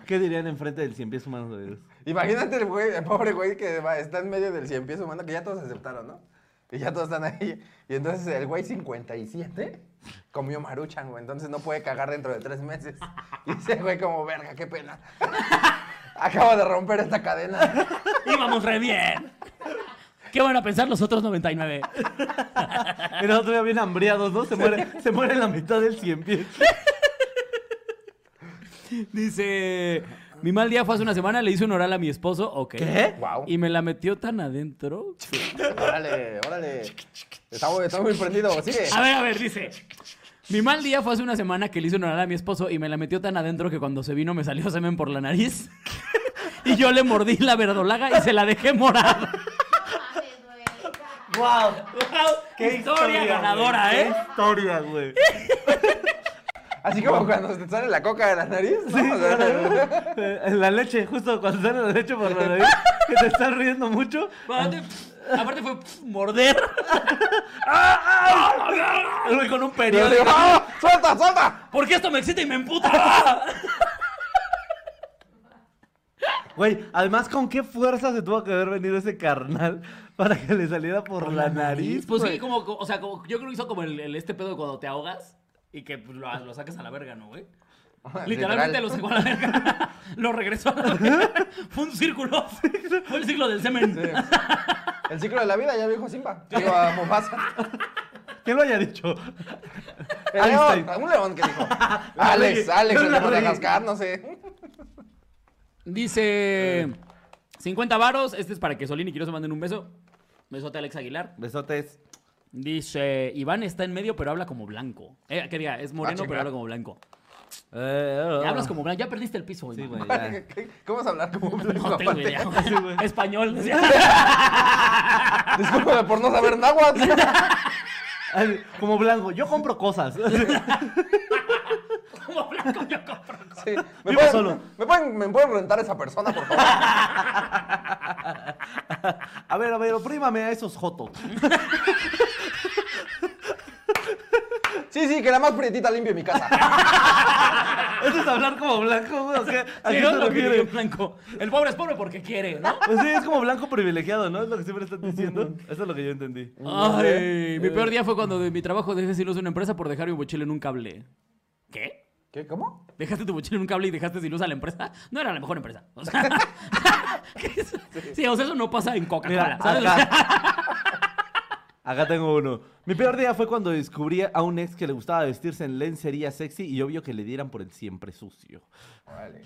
Speaker 5: ¿Qué dirían enfrente del cien pies humanos? güey?
Speaker 1: Imagínate el güey, el pobre güey que va- está en medio del cien pies humano, que ya todos aceptaron, ¿no? Y ya todos están ahí. Y entonces el güey 57 comió maruchan, güey. Entonces no puede cagar dentro de tres meses. Y ese güey como, verga, qué pena. Acabo de romper esta cadena.
Speaker 2: Íbamos re bien. ¿Qué van a pensar los otros 99?
Speaker 5: Y nosotros ya bien hambriados, ¿no? Se muere, se muere la mitad del cien pies.
Speaker 2: Dice, mi mal día fue hace una semana, le hice un oral a mi esposo, ok.
Speaker 5: ¿Qué?
Speaker 1: Wow.
Speaker 2: Y me la metió tan adentro.
Speaker 1: Órale, órale. Está, muy- está muy prendido, sigue.
Speaker 2: A ver, a ver, dice. Mi mal día fue hace una semana que le hice un oral a mi esposo y me la metió tan adentro que cuando se vino me salió semen por la nariz. Y yo le mordí la verdolaga y se la dejé morada.
Speaker 4: mames, güey.
Speaker 5: ¡Wow!
Speaker 2: ¡Qué historia ganadora, eh!
Speaker 5: historia, güey!
Speaker 1: Así como cuando te sale la coca de la nariz. ¿no? O sea,
Speaker 5: Eh, en la leche, justo cuando sale la leche por la nariz, que te estás riendo mucho.
Speaker 2: Aparte, aparte fue morder.
Speaker 5: Güey, con un
Speaker 1: yo
Speaker 5: periódico.
Speaker 1: digo, ¡ah! ¡Suelta, suelta!
Speaker 2: Porque esto me excita y me emputa.
Speaker 5: Güey, además, ¿con qué fuerza se tuvo que haber venido ese carnal para que le saliera por, la, nariz?
Speaker 2: Pues sí,
Speaker 5: güey?
Speaker 2: como, o sea, como, yo creo que hizo como el, el este pedo de cuando te ahogas y que pues, lo, lo sacas a la verga, ¿no, güey?
Speaker 5: Ah,
Speaker 2: Literalmente lo sacó a la verga. lo regresó a la verga. Fue un círculo. Fue el ciclo del semen.
Speaker 1: El ciclo de la vida, ya lo dijo Simba. Digo, a Mufasa.
Speaker 5: ¿Quién lo haya dicho?
Speaker 1: El
Speaker 5: Einstein.
Speaker 1: león, un león que dijo. Alex, Alex,
Speaker 5: Yo
Speaker 1: el
Speaker 5: la
Speaker 1: de Madagascar,
Speaker 5: regué.
Speaker 1: Ah, no sé.
Speaker 5: Eh.
Speaker 2: Dice 50 varos. Este es para que Solín y Quiroz se manden un beso. Besote a Alex Aguilar.
Speaker 5: Besotes.
Speaker 2: Dice Iván está en medio pero habla como blanco. Eh, que diga, es moreno
Speaker 1: chinga.
Speaker 2: pero habla como blanco.
Speaker 5: Eh,
Speaker 2: Ya hablas como blanco, ya perdiste el piso,
Speaker 5: Sí,
Speaker 2: Iván.
Speaker 5: güey. ya.
Speaker 1: ¿Qué- ¿Cómo vas a hablar como un blanco
Speaker 2: No tengo
Speaker 1: aparte?
Speaker 2: idea. Español.
Speaker 1: Discúlpame por no saber náhuatl.
Speaker 5: Ay, Como blanco. Yo compro cosas.
Speaker 2: como blanco yo compro.
Speaker 1: Sí, ¿Me,
Speaker 5: Vivo
Speaker 1: pueden,
Speaker 5: solo.
Speaker 1: ¿me, pueden, ¿Me pueden rentar esa persona, por favor?
Speaker 5: A ver, a ver, oprímame a esos jotos.
Speaker 1: Sí, sí, que la más prietita limpie mi casa.
Speaker 5: Eso es hablar como blanco, güey. O sea, ¿a
Speaker 2: Sí,
Speaker 5: qué
Speaker 2: no
Speaker 5: se
Speaker 2: es lo que
Speaker 5: refiere?
Speaker 2: diría un blanco. El pobre es pobre porque quiere, ¿no?
Speaker 5: Pues sí, es como blanco privilegiado, ¿no? Es lo que siempre están diciendo. Eso es lo que yo entendí. eh.
Speaker 2: Ay, mi peor día fue cuando de mi trabajo dejé sin luz una empresa por dejar mi mochila en un cable. ¿Qué?
Speaker 1: ¿Qué? ¿Cómo?
Speaker 2: ¿Dejaste tu mochila en un cable y dejaste sin luz a la empresa? No era la mejor empresa. O sea, ¿qué es? sí, o sea, eso no pasa en Coca-Cola.
Speaker 5: Mira,
Speaker 2: ¿sabes? O sea,
Speaker 5: acá. Acá tengo uno. Mi peor día fue cuando descubrí a un ex que le gustaba vestirse en lencería sexy y obvio que le dieran por el siempre sucio.
Speaker 1: Vale.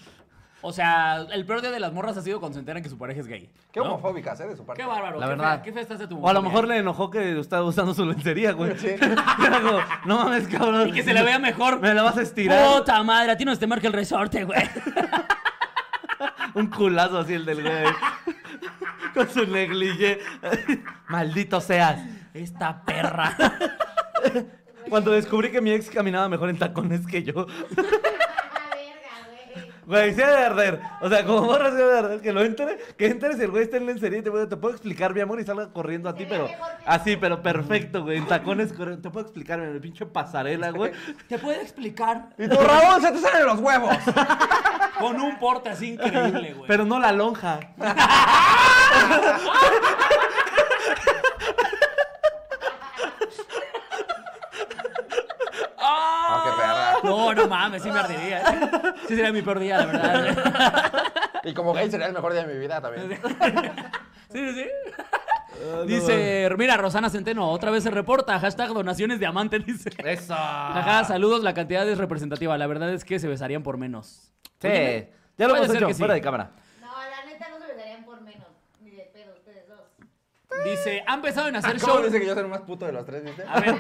Speaker 2: o sea, el peor día de las morras ha sido cuando se enteran que su pareja es gay.
Speaker 1: Qué
Speaker 2: ¿no?
Speaker 1: homofóbicas, ¿eh? De su parte.
Speaker 2: Qué bárbaro.
Speaker 5: La
Speaker 2: qué
Speaker 5: verdad.
Speaker 2: fea- ¿Qué fe estás de tu
Speaker 5: O a lo
Speaker 2: mujer.
Speaker 5: mejor le enojó que estaba usando su lencería, güey.
Speaker 1: Sí.
Speaker 5: Era como, no mames, cabrón.
Speaker 2: Y que se le vea mejor.
Speaker 5: Me la vas a estirar.
Speaker 2: Puta madre, a ti no se te marca el resorte, güey.
Speaker 5: Un culazo así el del güey. Con su neglige. Maldito seas.
Speaker 2: Esta perra.
Speaker 5: Cuando descubrí que mi ex caminaba mejor en tacones que yo.
Speaker 4: Ah, verga, güey.
Speaker 5: Güey, se ha de arder. O sea, como morra se ha de arder. Que lo entre, que entres y el güey está en lencería y te, puede- te puedo explicar, mi amor, y salga corriendo a ti,
Speaker 4: Se ve
Speaker 5: pero
Speaker 4: mejor que
Speaker 5: así, pero perfecto, güey. En tacones, corriendo. te puedo explicar, en el pinche pasarela, güey.
Speaker 2: ¿Te puede explicar?
Speaker 1: Y tu Raúl se te salen los huevos.
Speaker 2: Con un porte así increíble, güey.
Speaker 5: Pero no la lonja.
Speaker 1: No, qué perra.
Speaker 2: No, no mames, sí me ardiría. Sí sería mi peor día, la verdad.
Speaker 1: Y como gay sería el mejor día de mi vida también.
Speaker 2: Sí, sí, sí.
Speaker 5: Ah,
Speaker 2: Dice, mira, Rosana Centeno, otra vez se reporta, hashtag donaciones de amante, dice.
Speaker 5: Eso.
Speaker 2: Ajá, saludos, la cantidad es representativa. La verdad es que se besarían por menos. Pues
Speaker 5: Sí. Ya lo
Speaker 2: Puede
Speaker 5: hemos
Speaker 2: ser
Speaker 5: hecho,
Speaker 2: que sí.
Speaker 5: fuera de cámara.
Speaker 4: No, la neta no se besarían por menos. Ni de pedo ustedes dos.
Speaker 2: Dice, han pensado en hacer
Speaker 1: ¿Cómo
Speaker 2: show. Ah.
Speaker 1: dice que yo soy el más puto de los tres, viste?
Speaker 2: A ver.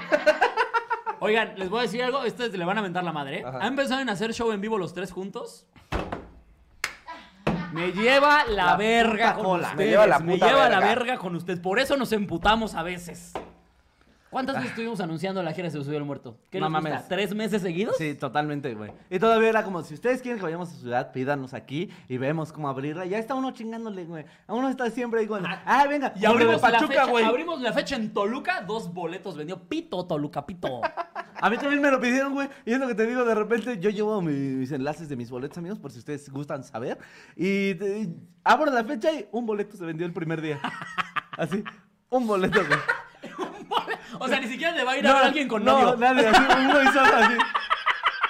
Speaker 2: Oigan, les voy a decir algo, ustedes le van a aventar la madre. ¿eh? ¿Han pensado en hacer show en vivo los tres juntos? Me lleva la,
Speaker 3: La
Speaker 2: verga
Speaker 3: puta
Speaker 2: con
Speaker 3: cola.
Speaker 2: ustedes.
Speaker 1: Me lleva la
Speaker 2: Me
Speaker 1: puta
Speaker 2: lleva la
Speaker 1: verga.
Speaker 2: verga con ustedes. Por eso nos emputamos a veces. ¿Cuántas veces estuvimos anunciando la gira de Se Subió el Muerto? ¿Qué
Speaker 5: No
Speaker 2: nos gusta?
Speaker 5: mames.
Speaker 2: ¿Tres meses seguidos?
Speaker 5: Sí, totalmente, güey. Y todavía era como, si ustedes quieren que vayamos a su ciudad, pídanos aquí y vemos cómo abrirla. Ya está uno chingándole, güey. A uno está siempre ahí con, ah, venga.
Speaker 2: Y abrimos,
Speaker 5: Pachuca,
Speaker 2: la fecha,
Speaker 5: güey.
Speaker 2: abrimos la fecha en Toluca, dos boletos vendió. Pito, Toluca, pito.
Speaker 5: A mí también me lo pidieron, güey. Y es lo que te digo, de repente yo llevo mi- mis enlaces de mis boletos, amigos, por si ustedes gustan saber. Y te- y abro la fecha y un boleto se vendió el primer día. Así, un boleto, güey.
Speaker 2: o sea, ni siquiera le va a ir a ver a alguien con
Speaker 5: no,
Speaker 2: novio.
Speaker 5: nadie, así, uno y solo, así.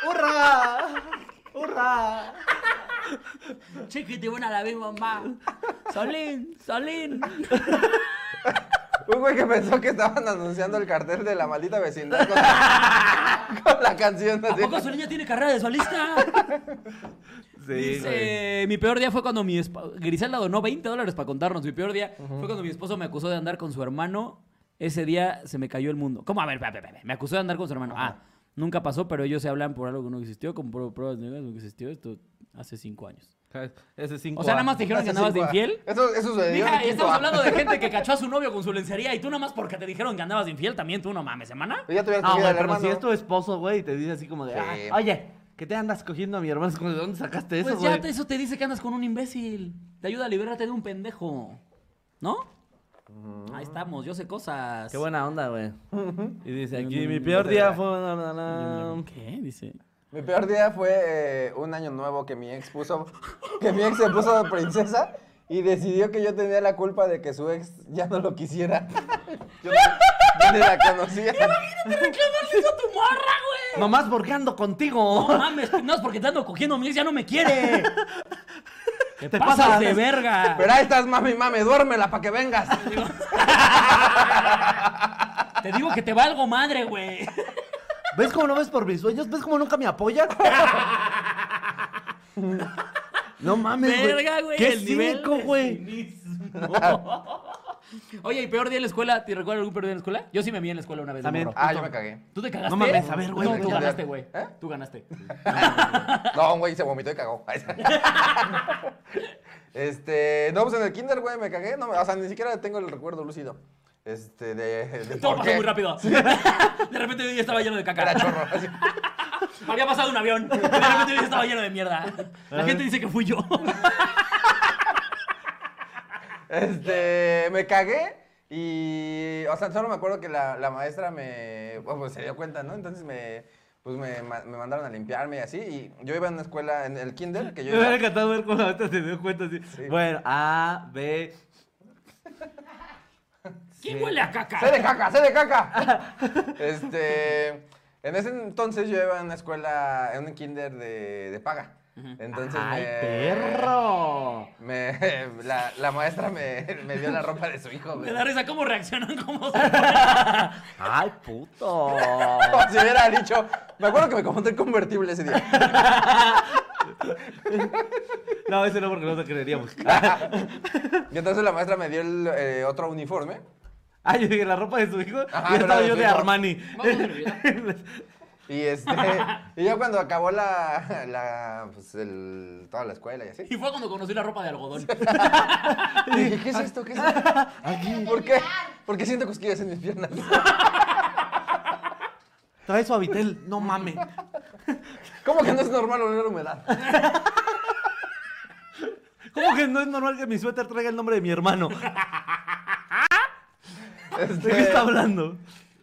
Speaker 5: ¡Hurra! ¡Hurra!
Speaker 2: Che, que te van a la vez, mamá. Solín, Solín.
Speaker 1: Un güey que pensó que estaban anunciando el cartel de la maldita vecindad con la, con la canción.
Speaker 2: ¿A
Speaker 1: así.
Speaker 2: poco Solín ya tiene carrera de solista?
Speaker 5: Sí, güey.
Speaker 2: Dice, mi peor día fue cuando mi esposo... Griselda donó 20 dólares para contarnos. Mi peor día fue cuando mi esposo me acusó de andar con su hermano. Ese día se me cayó el mundo. ¿Cómo? A ver, a ver, a ver. me acusó de andar con su hermano. Ah, nunca pasó, pero ellos se hablan por algo que no existió, con pr- pruebas negras de que existió. Esto hace cinco años.
Speaker 5: Ese cinco
Speaker 2: O sea, nada
Speaker 5: años.
Speaker 2: más te dijeron que
Speaker 1: Hace
Speaker 2: andabas de
Speaker 1: cinco-
Speaker 2: infiel.
Speaker 1: Eso, eso sucedió. en
Speaker 2: Mija,
Speaker 1: quinto
Speaker 2: estamos
Speaker 1: A.
Speaker 2: hablando de gente que cachó a su novio con su lencería y tú nomás porque te dijeron que andabas de infiel, también tú no mames, semana.
Speaker 1: Ya tuvieras
Speaker 5: No,
Speaker 1: cogido
Speaker 5: güey,
Speaker 1: al
Speaker 5: pero
Speaker 1: hermano.
Speaker 5: si es tu esposo, güey, y te dice así como de,
Speaker 1: Sí.
Speaker 5: "Ah, oye, que te andas cogiendo a mi hermano, es como, ¿de dónde sacaste eso,
Speaker 2: Pues
Speaker 5: güey?
Speaker 2: ya te- eso te dice que andas con un imbécil. Te ayuda a liberarte de un pendejo. ¿No? Ahí estamos, yo sé cosas.
Speaker 5: Qué buena onda, güey. Y dice
Speaker 2: No,
Speaker 5: aquí,
Speaker 2: no,
Speaker 5: mi
Speaker 2: no,
Speaker 5: peor
Speaker 1: no,
Speaker 5: día
Speaker 1: no.
Speaker 5: fue... na, na, na".
Speaker 2: ¿Qué? Dice.
Speaker 1: Mi peor día fue eh, un año nuevo que mi ex puso, que mi ex se puso de princesa y decidió que yo tenía la culpa de que su ex ya no lo quisiera. Yo, no- yo ni la conocía.
Speaker 2: ¡Reclamarle eso a tu morra, güey!
Speaker 5: Nomás porque ando contigo.
Speaker 2: No mames, no es porque te ando cogiendo, mi ex ya no me quiere. Te,
Speaker 5: Te
Speaker 2: pasas,
Speaker 5: pasas.
Speaker 2: de verga.
Speaker 1: Pero ahí estás, mami, mami, duérmela para que vengas.
Speaker 2: Te digo que te valgo madre, güey.
Speaker 5: ¿Ves cómo no ves por mis sueños? ¿Ves cómo nunca me apoyas? no mames, güey.
Speaker 2: Verga, güey.
Speaker 5: Qué
Speaker 2: el nivel
Speaker 5: cínico,
Speaker 2: de
Speaker 5: güey.
Speaker 2: cinismo. Oye, ¿y peor día en la escuela? ¿Te recuerdas algún peor día en la escuela? Yo sí me vi en la escuela una vez. de
Speaker 5: También.
Speaker 2: morro.
Speaker 1: Ah, yo me cagué.
Speaker 2: ¿Tú te cagaste?
Speaker 5: No mames, a ver, güey,
Speaker 2: No,
Speaker 5: me
Speaker 2: tú
Speaker 1: cagué.
Speaker 2: ganaste, güey.
Speaker 1: ¿Eh?
Speaker 2: Tú ganaste.
Speaker 1: No, güey, se vomitó y cagó. Este, no, pues en el kinder, güey, me cagué. No, o sea, ni siquiera tengo el recuerdo lúcido. Este, de, de
Speaker 2: Todo
Speaker 1: por
Speaker 2: pasó
Speaker 1: qué.
Speaker 2: muy rápido. De repente yo ya estaba lleno de
Speaker 1: Era
Speaker 2: caca.
Speaker 1: chorro. así.
Speaker 2: Había pasado un avión. De repente yo ya estaba lleno de mierda. La gente dice que fui yo.
Speaker 1: Este, me cagué y, o sea, solo me acuerdo que la, la maestra me, bueno, pues se dio cuenta, ¿no? Entonces me, pues me, ma- me mandaron a limpiarme y así. Y yo iba en una escuela, en el kinder, que yo
Speaker 5: Me hubiera
Speaker 1: iba,
Speaker 5: encantado ver cómo ahorita se dio cuenta así. Bueno, A, B.
Speaker 2: ¿Quién huele a
Speaker 1: ¡Sé
Speaker 2: caca?
Speaker 1: de caca, sé de caca! Este, en ese entonces yo iba en una escuela, en un kinder de, de paga. Entonces
Speaker 5: ¡Ay,
Speaker 1: me-
Speaker 5: perro!
Speaker 1: Me, la, la maestra me, me dio la ropa de su hijo, güey.
Speaker 2: Me da risa cómo reaccionan, cómo se...
Speaker 5: ¡Ay, puto!
Speaker 1: Como si hubiera dicho. Me acuerdo que me compré el convertible ese día.
Speaker 5: No, ese no porque no te creeríamos.
Speaker 1: Y entonces la maestra me dio el, eh, otro uniforme.
Speaker 5: Ay, Ah, yo dije, la ropa de su hijo.
Speaker 1: Ajá,
Speaker 5: y
Speaker 1: pero
Speaker 5: estaba
Speaker 1: de
Speaker 5: yo
Speaker 1: su
Speaker 5: de
Speaker 1: hijo.
Speaker 5: Armani.
Speaker 1: Y este. y ya cuando acabó la. la pues el, toda la escuela y así.
Speaker 2: Y fue cuando conocí la ropa de algodón.
Speaker 1: Y dije, ¿qué es esto? ¿Qué es esto?
Speaker 4: Aquí.
Speaker 1: ¿Por qué? Porque siento cosquillas en mis piernas.
Speaker 5: Trae su habitel. No mames.
Speaker 1: ¿Cómo que no es normal oler humedad?
Speaker 5: ¿Cómo que no es normal que mi suéter traiga el nombre de mi hermano? ¿De qué
Speaker 1: Este,
Speaker 5: está hablando?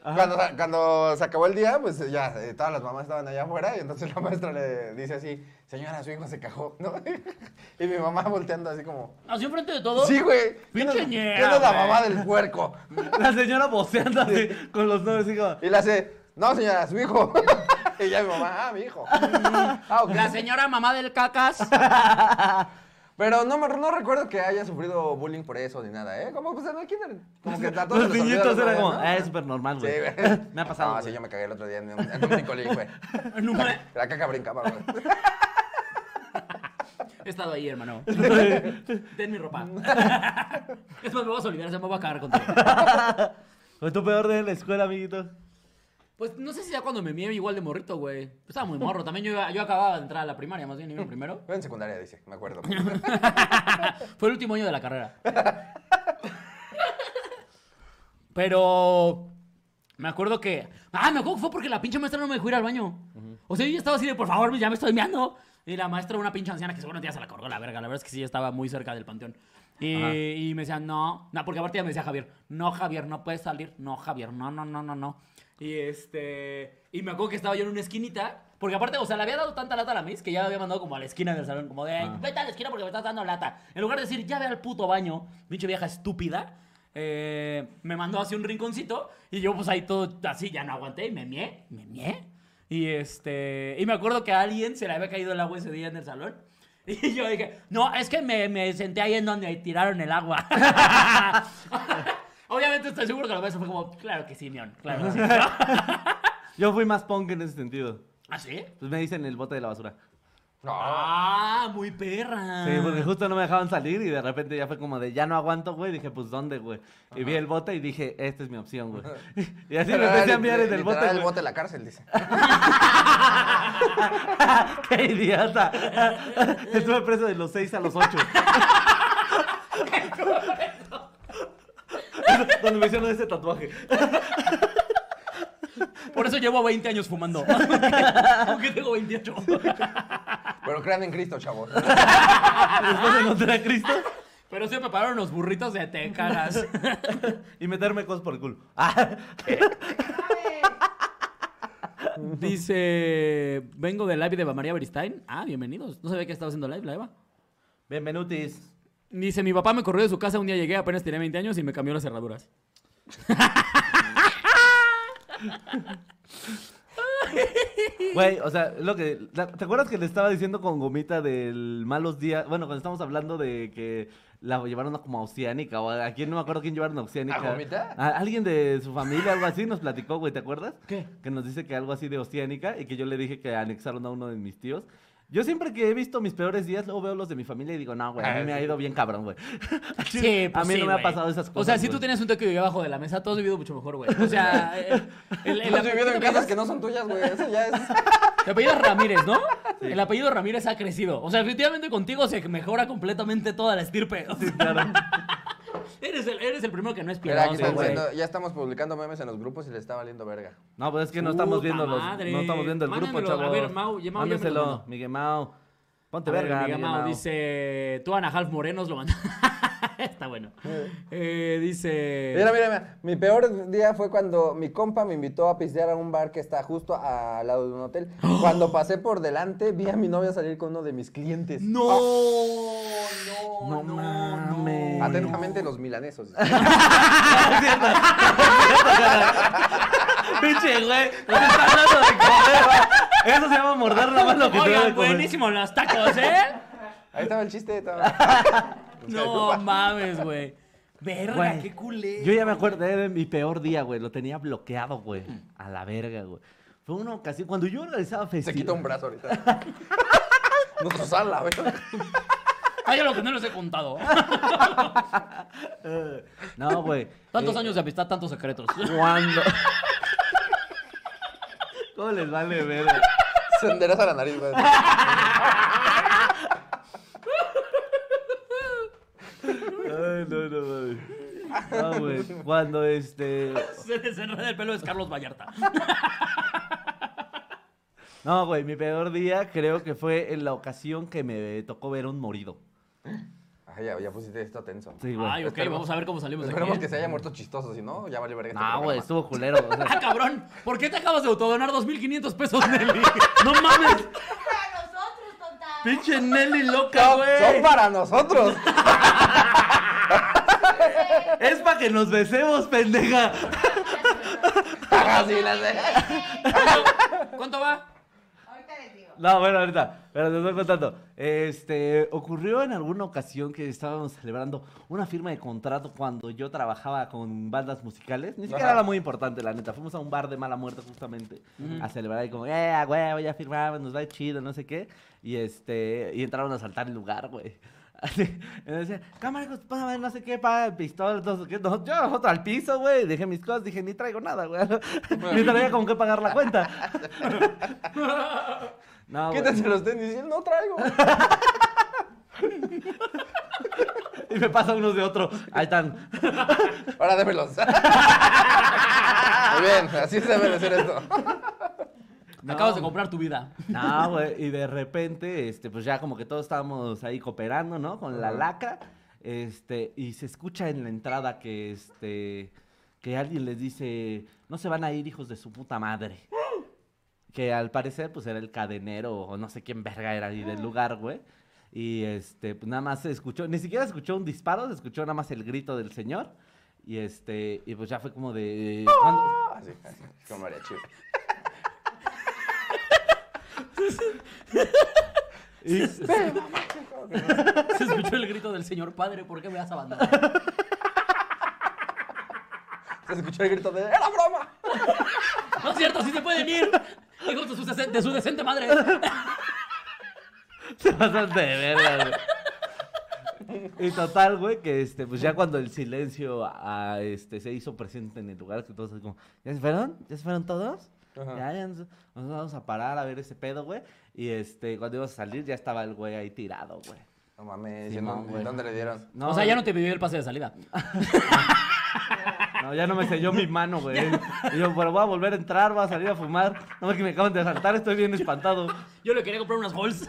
Speaker 5: Ah.
Speaker 1: cuando, sa- cuando se acabó el día, pues ya eh, todas las mamás estaban allá afuera. Y entonces la maestra le dice así: Señora, su hijo se cajó, ¿no? Y mi mamá volteando así como.
Speaker 2: Así enfrente de todo.
Speaker 1: Sí, güey. ¿Quién
Speaker 2: Pinche
Speaker 1: es,
Speaker 2: ñera,
Speaker 1: quién es la
Speaker 2: güey.
Speaker 1: mamá del puerco?
Speaker 5: La señora voceando así con los nombres. Digo,
Speaker 1: Y le hace, no, señora, su hijo. y ya mi mamá, ah, mi hijo. Ah, ok.
Speaker 2: La señora mamá del cacas.
Speaker 1: Pero no, me- no recuerdo que haya sufrido bullying por eso ni nada, ¿eh? Como, pues, en el kinder, como que a todos
Speaker 5: los
Speaker 1: se les olvida
Speaker 5: niñitos
Speaker 1: alguna
Speaker 5: eran
Speaker 1: vez,
Speaker 5: como,
Speaker 1: ¿no?
Speaker 5: ah, es súper normal,
Speaker 1: Sí,
Speaker 5: güey.
Speaker 1: güey.
Speaker 5: Me ha pasado.
Speaker 1: No, sí,
Speaker 5: güey.
Speaker 1: yo me cagué el otro día en un, en un bricolín, güey.
Speaker 2: No, güey.
Speaker 1: La caca brincaba, güey.
Speaker 2: He estado ahí, hermano. Ten mi ropa. Es más, me vas a olvidar, se me va a cagar contigo.
Speaker 5: ¿Fue tu peor de la escuela, amiguito?
Speaker 2: Pues no sé si ya cuando me mié igual de morrito, güey. Estaba muy morro. También yo, iba- yo acababa de entrar a la primaria, más bien, iba en primero.
Speaker 1: Fue en secundaria, dice, me acuerdo.
Speaker 2: Fue el último año de la carrera. Pero me acuerdo que. Ah, me acuerdo que fue porque la pinche maestra no me dejó ir al baño. O sea, yo ya estaba así de, por favor, ya me estoy meando. Y la maestra, una pinche anciana que seguramente ya se la cargó la verga. La verdad es que sí, ya estaba muy cerca del panteón. Y, y me decía, no, no, porque aparte ya me decía Javier, no, Javier, no puedes salir, no, Javier, no, no, no, no, no. Y este. Y me acuerdo que estaba yo en una esquinita. Porque aparte, o sea, le había dado tanta lata a la Miss que ya la había mandado como a la esquina del salón, como de, vete a la esquina porque me estás dando lata. En lugar de decir, ya ve al puto baño, pinche vieja estúpida, eh, me mandó hacia un rinconcito y yo pues ahí todo así, ya no aguanté y me mié, me mié. Y este, y me acuerdo que a alguien se le había caído el agua ese día en el salón. Y yo dije, no, es que me, me senté ahí en donde tiraron el agua. Obviamente estoy seguro que lo ves, fue como, claro que sí, Mion, claro que sí.
Speaker 5: Yo fui más punk en ese sentido.
Speaker 2: ¿Ah, sí?
Speaker 5: Pues me dicen el bote de la basura.
Speaker 1: No.
Speaker 2: Ah, muy perra.
Speaker 5: Sí,
Speaker 1: Ah.
Speaker 5: porque justo no me dejaban salir y de repente ya fue como de ya no aguanto, güey. Dije, pues ¿dónde, güey? Y vi el bote y dije, esta es mi opción, güey. Y así me empecé a enviar en el bote.
Speaker 1: Literal,
Speaker 5: güey.
Speaker 1: el bote a la cárcel, dice.
Speaker 5: ¡Qué idiota! Estuve preso de los 6 a los 8. Donde me hicieron ese tatuaje.
Speaker 2: Por eso llevo 20 años fumando. Aunque tengo 28.
Speaker 1: Pero crean en Cristo, chavos.
Speaker 5: Después de no tener a Cristo
Speaker 2: Pero sí me pagaron unos burritos de te cagas.
Speaker 5: y meterme cosas por el culo. Ah,
Speaker 2: Dice, vengo del live de Eva María Beristain. Ah, bienvenidos. No sabía que estaba haciendo live la Eva.
Speaker 5: Bienvenutis.
Speaker 2: Dice, mi papá me corrió de su casa un día llegué, apenas tenía 20 años y me cambió las cerraduras.
Speaker 5: Güey, o sea, lo que. la- ¿Te acuerdas que le estaba diciendo con gomita del malos días? Bueno, cuando estamos hablando de que la llevaron a como a Oceánica o a, a quién, no me acuerdo quién llevaron a Oceánica.
Speaker 1: ¿A Gomita?
Speaker 5: A alguien de su familia, algo así, nos platicó, güey, ¿te acuerdas?
Speaker 2: ¿Qué?
Speaker 5: Que nos dice que algo así de Oceánica y que yo le dije que anexaron a uno de mis tíos. Yo siempre que he visto mis peores días, luego veo los de mi familia y digo, no, güey, a mí
Speaker 1: Ah,
Speaker 5: me ha
Speaker 1: sí.
Speaker 5: ido bien cabrón, güey.
Speaker 2: Sí, pues
Speaker 5: A mí
Speaker 2: sí,
Speaker 5: no me ha
Speaker 2: güey.
Speaker 5: pasado esas cosas.
Speaker 2: O sea, si tú
Speaker 5: güey.
Speaker 2: tenías un tequio y abajo de la mesa, todo has vivido mucho mejor, güey. O sea, eh, el, el
Speaker 1: Estás viviendo en
Speaker 2: apellido-
Speaker 1: casas que no son tuyas, güey. Eso ya es.
Speaker 2: El apellido Ramírez, ¿no? El apellido Ramírez ha crecido. O sea, efectivamente contigo se mejora completamente toda la estirpe. O sea,
Speaker 5: Claro.
Speaker 2: eres, el, eres el primero que no es
Speaker 1: Mira, aquí
Speaker 2: piadoso,
Speaker 1: están
Speaker 2: güey.
Speaker 1: diciendo, ya estamos publicando memes en los grupos y les está valiendo verga.
Speaker 5: No, pues es que no estamos
Speaker 2: Puta
Speaker 5: viendo los,
Speaker 2: madre.
Speaker 5: no estamos viendo el grupo,
Speaker 2: Mándenmelo.
Speaker 5: chavos.
Speaker 2: A ver, Mau, ya Mau ya me lo
Speaker 5: Mándenselo,
Speaker 2: mandó.
Speaker 5: Miguel Mau. Ponte
Speaker 2: A ver,
Speaker 5: verga,
Speaker 2: Miguel
Speaker 5: Miguel
Speaker 2: Mao
Speaker 5: Mau.
Speaker 2: dice, tú Ana Half Morenos lo mandó. Está bueno. Eh, dice...
Speaker 1: Mira, mira, mira. Mi peor día fue cuando mi compa me invitó a pistear a un bar que está justo al lado de un hotel. Cuando pasé por delante, vi a mi novia salir con uno de mis clientes.
Speaker 2: No, no, no,
Speaker 5: Ah. No
Speaker 2: no.
Speaker 5: mames.
Speaker 1: Atentamente, los milanesos.
Speaker 5: Pinche güey, no te está hablando de comer, va. Eso se llama morder la mano que te da de
Speaker 2: Oigan,
Speaker 5: comer.
Speaker 2: buenísimos los tacos, ¿eh?
Speaker 1: Ahí estaba el chiste. estaba-
Speaker 2: No mames, güey. Verga,
Speaker 5: Güey,
Speaker 2: qué culé.
Speaker 5: Yo ya me acordé de mi peor día, güey. Lo tenía bloqueado, güey. A la verga, güey. Fue una ocasión, cuando yo organizaba
Speaker 1: Se
Speaker 5: festivales.
Speaker 1: quita un brazo ahorita. Nosotros a la verga.
Speaker 2: Ay, yo lo que no les he contado.
Speaker 5: No, güey.
Speaker 2: Tantos
Speaker 5: Eh,
Speaker 2: años de amistad, tantos secretos.
Speaker 5: Cuando. ¿Cómo les vale verga?
Speaker 1: Se endereza la nariz, güey.
Speaker 5: Ay, no, no, mames. No, güey. Cuando este.
Speaker 2: Se les enreda el pelo es Carlos Vallarta.
Speaker 5: No, güey, mi peor día creo que fue en la ocasión que me tocó ver un morido.
Speaker 1: Ay, ya, ya pusiste esto tenso.
Speaker 5: Sí,
Speaker 2: Ay,
Speaker 5: güey.
Speaker 2: ok, vamos a ver cómo salimos de
Speaker 1: Esperemos
Speaker 2: aquí.
Speaker 1: que
Speaker 2: ¿eh?
Speaker 1: se haya muerto chistoso, si no, ya vale verga. este
Speaker 5: No, güey,
Speaker 1: programa.
Speaker 5: estuvo culero. o sea,
Speaker 2: Ah, cabrón, ¿por qué te acabas de autodonar 2.500 pesos, Nelly? ¡No mames!
Speaker 4: Para nosotros, tonta.
Speaker 5: Pinche Nelly loca,
Speaker 1: Son- Son
Speaker 5: güey.
Speaker 1: para nosotros.
Speaker 5: Ah, Es para que nos besemos, pendeja.
Speaker 1: Así las de.
Speaker 2: ¿Cuánto va?
Speaker 4: Ahorita les digo.
Speaker 5: No, bueno, ahorita, pero te estoy contando. Este, ocurrió en alguna ocasión que estábamos celebrando una firma de contrato cuando yo trabajaba con bandas musicales. Ni siquiera
Speaker 1: Ajá.
Speaker 5: era muy importante, la neta. Fuimos a un bar de mala muerte justamente a celebrar y como, eh, a huevo, ya firmamos, nos va chido, no sé qué. Y este, y entraron a saltar el lugar, güey. Y me decía, cámara, pues, pásame no sé qué, para pistola, no sé qué. No, yo otro al piso, güey. Dejé mis cosas, dije, ni traigo nada, güey. ni traía como que pagar la cuenta. no, güey.
Speaker 1: Quítense los tenis. Y él, no traigo.
Speaker 5: Y me pasa unos de otro. Ahí están.
Speaker 1: Ahora démelos. Muy bien, así se debe de hacer esto.
Speaker 5: No.
Speaker 2: Acabas de comprar tu vida.
Speaker 5: No, güey, y de repente, este, pues ya como que todos estábamos ahí cooperando, ¿no? Con la lacra, este, y se escucha en la entrada que, este, que alguien les dice, no se van a ir hijos de su puta madre. Que al parecer, pues era el cadenero o no sé quién verga era ahí del lugar, güey. Y este, pues nada más se escuchó, ni siquiera escuchó un disparo, se escuchó nada más el grito del señor. Y este, y pues ya fue como de... ¿cuándo?
Speaker 1: Así, Ah, así, con mariachi.
Speaker 5: Y-
Speaker 2: Se escuchó el grito del señor padre, ¿por qué me has abandonado?
Speaker 1: Se escuchó el grito de ¡Era broma!
Speaker 2: No es cierto, sí se pueden ir. Hijos de su, dece- de su decente madre.
Speaker 5: Te pasas de verga, güey. Y total, güey, que este, pues ya cuando el silencio ah, este, se hizo presente en el lugar, que todos así como, ¿ya se fueron? ¿Ya se fueron todos?
Speaker 1: Ajá.
Speaker 5: Ya, ya nos, nos vamos a parar a ver ese pedo, güey. Y este, cuando íbamos a salir, ya estaba el güey ahí tirado, güey.
Speaker 1: No mames, ¿y en
Speaker 5: Simón,
Speaker 1: dónde-
Speaker 5: güey.
Speaker 1: ¿dónde le dieron?
Speaker 5: No,
Speaker 2: o sea, ya no te vivió el pase de salida.
Speaker 5: no, ya no me selló mi mano, güey. Y yo, pero voy a volver a entrar, voy a salir a fumar. No, que me acaban de asaltar, estoy bien espantado.
Speaker 2: Yo le quería comprar unas holes.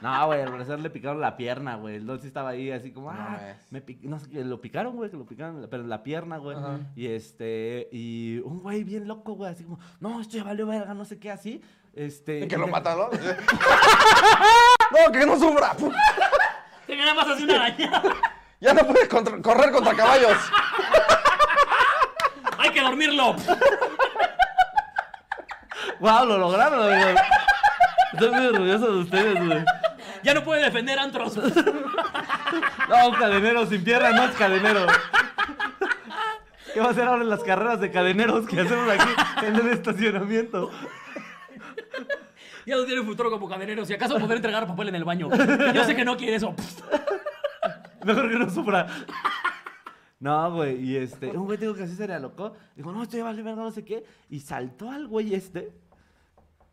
Speaker 5: No, güey, al parecer le picaron la pierna, güey. El don sí estaba ahí así como,
Speaker 1: No
Speaker 5: ah,
Speaker 1: mames.
Speaker 5: me pic- no sé, qué, lo picaron, güey, que lo picaron, pero en la pierna, güey.
Speaker 1: Ajá.
Speaker 5: Y este, y un güey bien loco, güey, así como, no, esto ya valió verga, no sé qué, así. Este.
Speaker 1: ¿Y que lo
Speaker 5: le-
Speaker 1: mataron? ¡No, que no sufra! ¡Pum!
Speaker 2: Tenía nada más así una araña.
Speaker 1: ¡Ya no puede contra- correr contra caballos!
Speaker 2: Hay que dormirlo.
Speaker 5: Guau, lo lograron, güey. Estoy muy orgulloso de ustedes, güey.
Speaker 2: Ya no puede defender antros.
Speaker 5: No, un cadenero sin pierna no es cadenero. ¿Qué va a hacer ahora en las carreras de cadeneros que hacemos aquí en el estacionamiento?
Speaker 2: Ya no tiene futuro como cadenero. Si acaso poder entregar papel en el baño. Yo sé que no quiere eso.
Speaker 5: Mejor que no sufra. No, güey, y este, un güey digo que así se le loco. Dijo, no, estoy vale verga, no sé qué. Y saltó al güey este.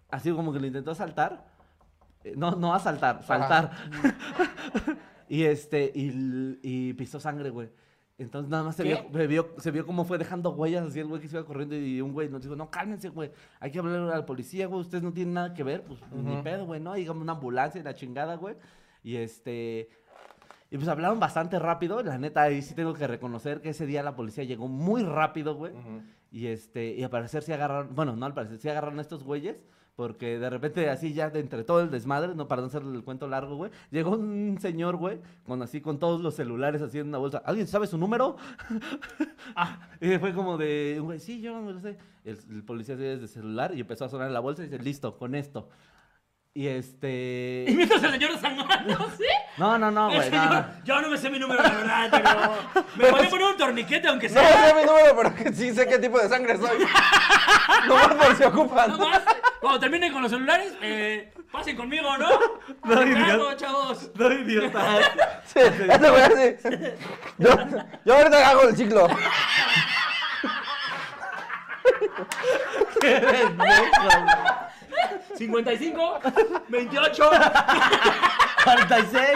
Speaker 5: Así como que lo intentó saltar. Eh, No, no asaltar, saltar. y este, y, l- y pisó sangre, güey. Entonces nada más se
Speaker 2: ¿Qué?
Speaker 5: vio, se, vio, se vio cómo fue dejando huellas así el güey que se iba corriendo y un güey nos dijo, no, cálmense, güey, hay que hablar al policía, güey, ustedes no tienen nada que ver, pues ni pedo, güey, ¿no? Digamos una ambulancia y la chingada, güey. Y este, y pues hablaron bastante rápido, la neta, ahí sí tengo que reconocer que ese día la policía llegó muy rápido, güey. Y este, y al parecer se agarraron, bueno, no al parecer, se agarraron a estos güeyes, porque de repente así ya de entre todo el desmadre, no para no hacerle el cuento largo, güey, llegó un señor, güey, con así con todos los celulares así en una bolsa. ¿Alguien sabe su número? Y fue como de, güey, sí, yo no lo sé. El, el policía así desde el celular y empezó a sonar la bolsa y dice, listo, con esto. Y este...
Speaker 2: Y mientras el señor sangrando, ¿sí?
Speaker 5: No, no, no,
Speaker 2: El
Speaker 5: güey. no,
Speaker 2: señor,
Speaker 5: no.
Speaker 2: yo no me sé mi número, la verdad, pero me voy a poner un torniquete aunque
Speaker 1: No
Speaker 2: sea.
Speaker 1: sé mi número, pero que sí sé qué tipo de sangre soy. No más por si ocupan.
Speaker 2: No más. Cuando terminen con los celulares, eh, pasen conmigo, ¿no?
Speaker 5: No,
Speaker 2: Te
Speaker 5: idiota.
Speaker 2: traigo, chavos.
Speaker 5: No, idiota.
Speaker 1: Sí, este güey así. Yo, yo ahorita hago el ciclo.
Speaker 5: Qué pendejo.
Speaker 2: 55, 28.
Speaker 5: 46.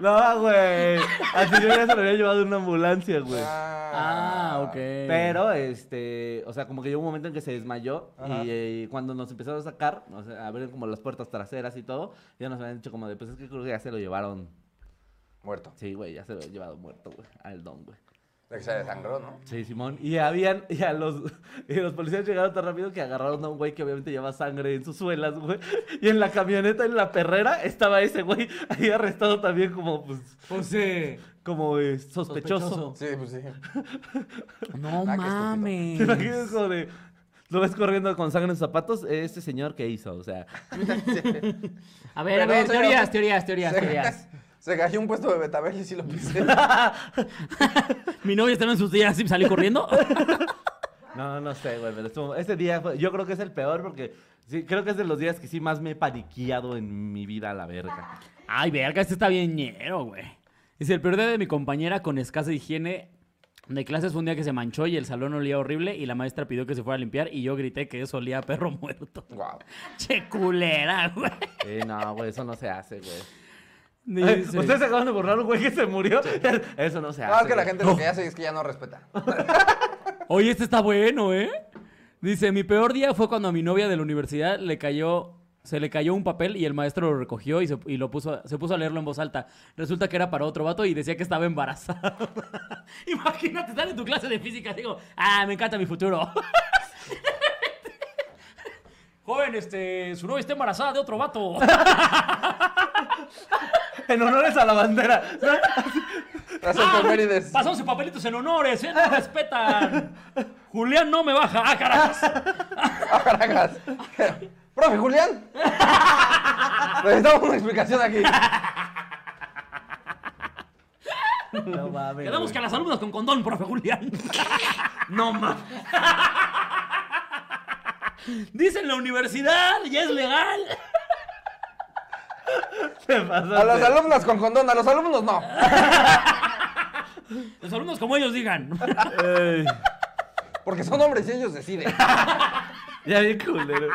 Speaker 5: No, güey. Así yo ya se lo había llevado en una ambulancia, güey.
Speaker 2: Ah, ok.
Speaker 5: Pero, este, o sea, como que llegó un momento en que se desmayó
Speaker 1: Ajá.
Speaker 5: y, eh, cuando nos empezaron a sacar, o sea, abrieron como las puertas traseras y todo, ya nos habían dicho como de, pues es que creo que ya se lo llevaron.
Speaker 1: Muerto.
Speaker 5: Sí, güey, ya se lo habían llevado muerto, güey, al don, güey.
Speaker 1: De que se desangró, ¿no?
Speaker 5: Sí, Simón. Y habían, y a los, y los policías llegaron tan rápido que agarraron a un güey que obviamente lleva sangre en sus suelas, güey. Y en la camioneta, en la perrera, estaba ese güey ahí arrestado también como, pues,
Speaker 2: Pues sí.
Speaker 5: como eh,
Speaker 2: Sospechoso.
Speaker 5: sospechoso.
Speaker 1: Sí, pues sí.
Speaker 2: No
Speaker 1: Ah, qué estúpido.
Speaker 2: mames.
Speaker 5: ¿Te imaginas como de, lo ves corriendo con sangre en sus zapatos? Este señor que hizo, o sea.
Speaker 2: A ver, a
Speaker 1: Perdón,
Speaker 2: ver,
Speaker 1: señor.
Speaker 2: teorías, teorías, teorías,
Speaker 1: Se-
Speaker 2: teorías.
Speaker 1: Se cayó un puesto de Betabel y sí lo pisé.
Speaker 2: Mi novia estaba en sus días y salí corriendo.
Speaker 5: No, no sé, güey, pero estuvo- este día fue- yo creo que es el peor porque sí, creo que es de los días que sí más me he paniqueado en mi vida a la verga.
Speaker 2: Ay, verga, este está bien ñero, güey. Dice, el peor día de mi compañera con escasa higiene de clases fue un día que se manchó y el salón olía horrible y la maestra pidió que se fuera a limpiar y yo grité que eso olía a perro muerto.
Speaker 1: Guau.
Speaker 2: Che culera, güey.
Speaker 5: Sí, Eh, no, güey, eso no se hace, güey. Ay,
Speaker 2: Dice,
Speaker 5: Ustedes se acaban de borrar un güey que se murió. Eso Ah, no se hace.
Speaker 1: No, es Ah, que la
Speaker 5: güey.
Speaker 1: gente lo que hace es que ya no respeta.
Speaker 2: Oye, este está bueno, ¿eh? Dice, mi peor día fue cuando a mi novia de la universidad le cayó, se le cayó un papel y el maestro lo recogió y, se, y lo puso, se puso a leerlo en voz alta. Resulta que era para otro vato y decía que estaba embarazada. Imagínate estar en tu clase de física, digo, ah, me encanta mi futuro. Joven, este, su novia está embarazada de otro vato.
Speaker 5: En honores a la bandera.
Speaker 1: Las efemérides.
Speaker 2: Pasamos Ah, sus papelitos en honores, ¿eh? No respetan. Julián no me baja. Ah, carajos.
Speaker 1: Ah, caracas. Profe Julián. Necesitamos una explicación aquí.
Speaker 5: No mames.
Speaker 2: Quedamos
Speaker 5: güey.
Speaker 2: que a las alumnas con condón, profe Julián.
Speaker 5: No mames.
Speaker 2: Dicen la universidad, ya es legal.
Speaker 5: Te pasaste.
Speaker 1: A las alumnas con condón, a los alumnos no.
Speaker 2: Los alumnos como ellos digan.
Speaker 5: Ey,
Speaker 1: Porque son hombres y ellos deciden.
Speaker 5: Ya vi culero.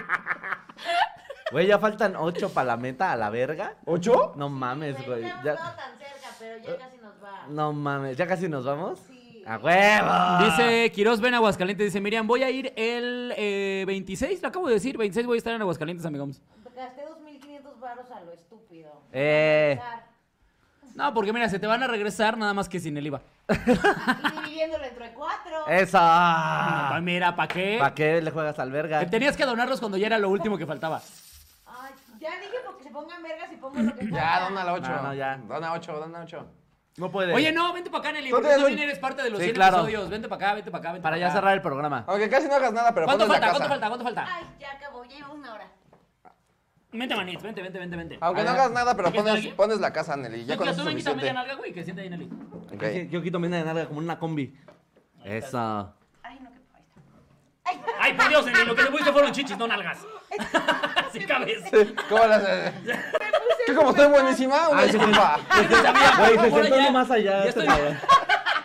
Speaker 5: Güey, ya faltan ocho para la meta a la verga.
Speaker 1: ¿Ocho?
Speaker 5: No mames,
Speaker 4: Güey,
Speaker 5: güey.
Speaker 4: no hemos estado
Speaker 5: Ya-
Speaker 4: tan cerca, pero ya casi nos va.
Speaker 5: no Ah, mames. ¿Ya casi nos vamos?
Speaker 4: Sí.
Speaker 5: ¡A huevo!
Speaker 2: Dice Quiroz, ven a Aguascalientes. Dice Miriam, voy a ir el eh, 26, lo acabo de decir. 26 voy a estar en Aguascalientes, amigos.
Speaker 4: Gasté 2.500 baros a lo estúpido.
Speaker 5: Eh.
Speaker 2: No, porque mira, se te van a regresar nada más que sin el IVA.
Speaker 4: Y dividiéndolo entre cuatro.
Speaker 1: Eh.
Speaker 5: ¡Eso!
Speaker 2: Ah, mira, ¿para qué? Eh,
Speaker 5: ¿Para qué le juegas al verga?
Speaker 2: Tenías que donarlos cuando ya era lo último que faltaba.
Speaker 4: Ay, ya dije porque se pongan vergas y pongo lo que
Speaker 1: Ya,
Speaker 4: falta.
Speaker 1: dona la ocho.
Speaker 5: No, no, ya.
Speaker 1: Dona ocho, dona ocho.
Speaker 5: No puede.
Speaker 2: Oye, no, vente para acá, Nelly,
Speaker 1: Tú
Speaker 2: porque
Speaker 1: tienes
Speaker 2: tú también
Speaker 1: un-
Speaker 2: eres parte de los
Speaker 5: Sí,
Speaker 2: 100
Speaker 5: claro.
Speaker 2: episodios. Vente para acá, vente para acá, vente
Speaker 5: Para ya
Speaker 2: acá.
Speaker 5: cerrar el programa.
Speaker 1: Aunque casi no hagas nada, pero
Speaker 2: ¿Cuánto
Speaker 1: pones la
Speaker 2: falta?
Speaker 1: casa.
Speaker 2: ¿Cuánto falta? ¿Cuánto falta?
Speaker 4: Ay, ya acabó, ya lleva una hora.
Speaker 2: Vente, manito, vente, vente, vente, vente.
Speaker 1: Aunque no
Speaker 5: Ah, ya.
Speaker 1: hagas nada, pero
Speaker 2: ¿Aquí está
Speaker 1: pones,
Speaker 2: alguien?
Speaker 1: pones la casa, Nelly. Ya con eso es
Speaker 2: me quitas media
Speaker 1: suficiente.
Speaker 2: nalga, güey, que siente ahí, Nelly.
Speaker 1: Ok.
Speaker 5: Sí, Yo quito mina de nalga como una combi. Eso.
Speaker 4: Ay, no, que ahí está.
Speaker 2: Ay, por Dios, Nelly, lo que te pusiste fueron chichis, no nalgas. Sin cabeza.
Speaker 1: Sí, ¿Cómo las haces? Que como estoy buenísima, una
Speaker 5: Ay, sí,
Speaker 1: disculpa.
Speaker 5: Güey, se
Speaker 2: Ahora
Speaker 5: sentó
Speaker 2: ya.
Speaker 5: nomás allá.
Speaker 2: Ya
Speaker 5: hazte
Speaker 2: estoy-
Speaker 5: para allá.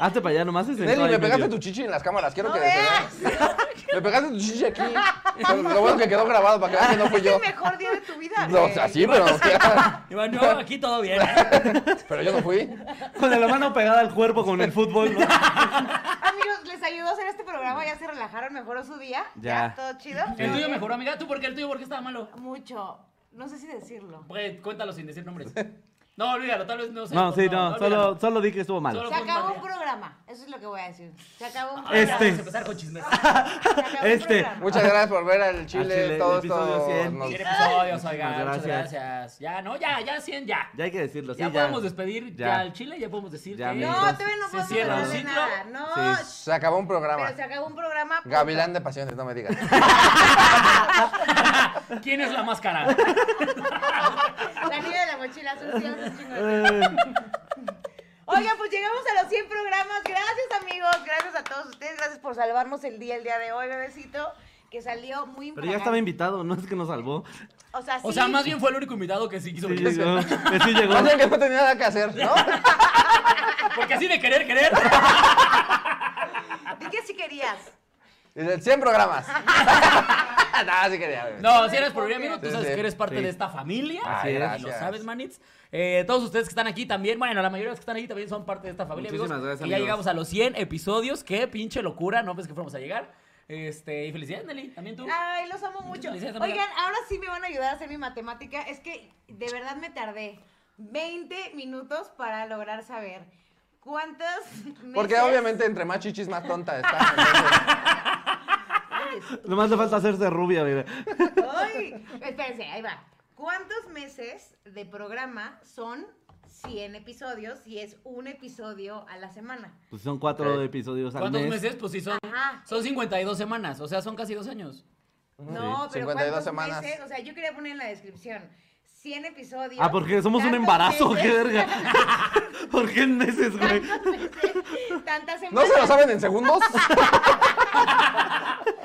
Speaker 5: Hazte para allá, nomás se sentó
Speaker 1: Nelly,
Speaker 5: ahí
Speaker 1: me pegaste
Speaker 5: medio.
Speaker 1: tu chichi en las cámaras, quiero
Speaker 4: No
Speaker 1: que te
Speaker 4: veas.
Speaker 1: veas. Me pegaste tu chichi aquí. Lo bueno que quedó grabado para que veas que no fui yo.
Speaker 4: mejor día de tu vida.
Speaker 1: No,
Speaker 4: güey.
Speaker 1: o sea, sí, pero,
Speaker 2: Iván, no, aquí todo bien. ¿eh?
Speaker 1: pero yo no fui.
Speaker 5: Con la mano pegada al cuerpo con el fútbol, ¿no?
Speaker 4: Amigos, les ayudó a hacer este programa, ya se relajaron, mejoró su día.
Speaker 5: Ya.
Speaker 4: todo chido.
Speaker 2: El tuyo mejoró, amiga. ¿Tú por qué? ¿El tuyo por qué estaba malo?
Speaker 4: Mucho. No sé si decirlo.
Speaker 2: Pues cuéntalo sin decir nombres. No, olvídalo, tal vez no sé.
Speaker 5: No, sí, no. Solo,
Speaker 2: olvídalo.
Speaker 5: solo di que estuvo mal.
Speaker 2: Solo-
Speaker 4: Se acabó
Speaker 2: María.
Speaker 4: un programa, eso es lo que voy a decir. Se acabó un
Speaker 2: Ahora
Speaker 4: programa.
Speaker 2: Ah,
Speaker 5: Este.
Speaker 2: Vamos a empezar con chismes.
Speaker 4: Se acabó un
Speaker 5: este.
Speaker 4: programa.
Speaker 1: Muchas gracias por ver al Chile,
Speaker 5: Chile,
Speaker 1: todo
Speaker 5: episodio
Speaker 1: esto.
Speaker 5: 100.
Speaker 1: nos-
Speaker 2: Cien episodios, oiga.
Speaker 5: Muchas
Speaker 2: Muchas
Speaker 5: gracias.
Speaker 2: gracias. Ya, no, ya, ya, 100, ya.
Speaker 5: Ya hay que decirlo, sí.
Speaker 2: Ya podemos despedir
Speaker 5: Ya.
Speaker 2: ya al Chile, ya podemos decir
Speaker 5: Ya,
Speaker 2: que...
Speaker 5: amigos.
Speaker 4: No, todavía no
Speaker 2: Se
Speaker 4: podemos
Speaker 2: cierra
Speaker 4: hablar
Speaker 2: un
Speaker 4: de
Speaker 2: ciclo.
Speaker 4: nada. No,
Speaker 5: Sí.
Speaker 1: Se acabó un programa.
Speaker 4: pero se acabó un programa. punto.
Speaker 1: Gavilán de pasiones, no me digas.
Speaker 2: Ah, ¿Quién es la máscara?
Speaker 4: La niña de la mochila azul, sí, un chingo de-
Speaker 5: Eh,
Speaker 4: Oigan, pues llegamos a los 100 programas. Gracias, amigos. Gracias a todos ustedes. Gracias por salvarnos el día el día de hoy, bebecito. Que salió muy
Speaker 5: Pero ya estaba invitado, no es que nos salvó.
Speaker 4: O sea, sí.
Speaker 2: O sea, más bien fue el único invitado que sí quiso
Speaker 5: Sí
Speaker 2: venir.
Speaker 5: llegó. que sí llegó.
Speaker 1: Dicen que no tenía nada que hacer, ¿no?
Speaker 2: Porque así de querer, querer.
Speaker 4: Di que sí querías.
Speaker 1: Dice, 100 programas. no, sí quería. ver.
Speaker 2: No, si eres programa, amigo, tú
Speaker 1: Sí,
Speaker 2: sabes
Speaker 1: sí.
Speaker 2: que eres parte
Speaker 5: Sí.
Speaker 2: de esta familia.
Speaker 1: Ay,
Speaker 2: y lo
Speaker 1: gracias.
Speaker 2: sabes, manits. Eh, todos ustedes que están aquí también, bueno, la mayoría de los que están aquí también son parte de esta familia,
Speaker 5: Muchísimas
Speaker 2: amigos.
Speaker 5: gracias,
Speaker 2: y ya
Speaker 5: amigos.
Speaker 2: llegamos a los 100 episodios. Qué pinche locura, no pensé que fuéramos a llegar. Este, y felicidades, Nelly, también tú.
Speaker 4: Ay, los amo mucho.
Speaker 2: Felicidades, amiga.
Speaker 4: Oigan, ahora sí me van a ayudar a hacer mi matemática. Es que de verdad me tardé 20 minutos para lograr saber cuántas.
Speaker 1: Porque
Speaker 4: meses-
Speaker 1: obviamente entre más chichis, más tonta está. entonces,
Speaker 5: Nomás le falta hacerse rubia, mira.
Speaker 4: Ay, espérense, ahí va. ¿Cuántos meses de programa son 100 episodios y es un episodio a la semana?
Speaker 5: Pues son cuatro
Speaker 1: Ok.
Speaker 5: episodios al
Speaker 2: ¿Cuántos
Speaker 5: mes.
Speaker 2: meses? Pues sí, son,
Speaker 4: Ajá.
Speaker 2: son 52 semanas, o sea, son casi dos años.
Speaker 4: No, pero
Speaker 1: 52
Speaker 4: ¿cuántos
Speaker 1: semanas.
Speaker 4: meses? O sea, yo quería poner en la descripción 100 episodios.
Speaker 5: Ah, porque somos un
Speaker 4: tantos
Speaker 5: embarazo,
Speaker 4: meses,
Speaker 5: qué verga. ¿Por qué en meses, güey?
Speaker 4: tantos meses, Tantas
Speaker 1: ¿No
Speaker 4: semanas.
Speaker 1: se lo saben en segundos?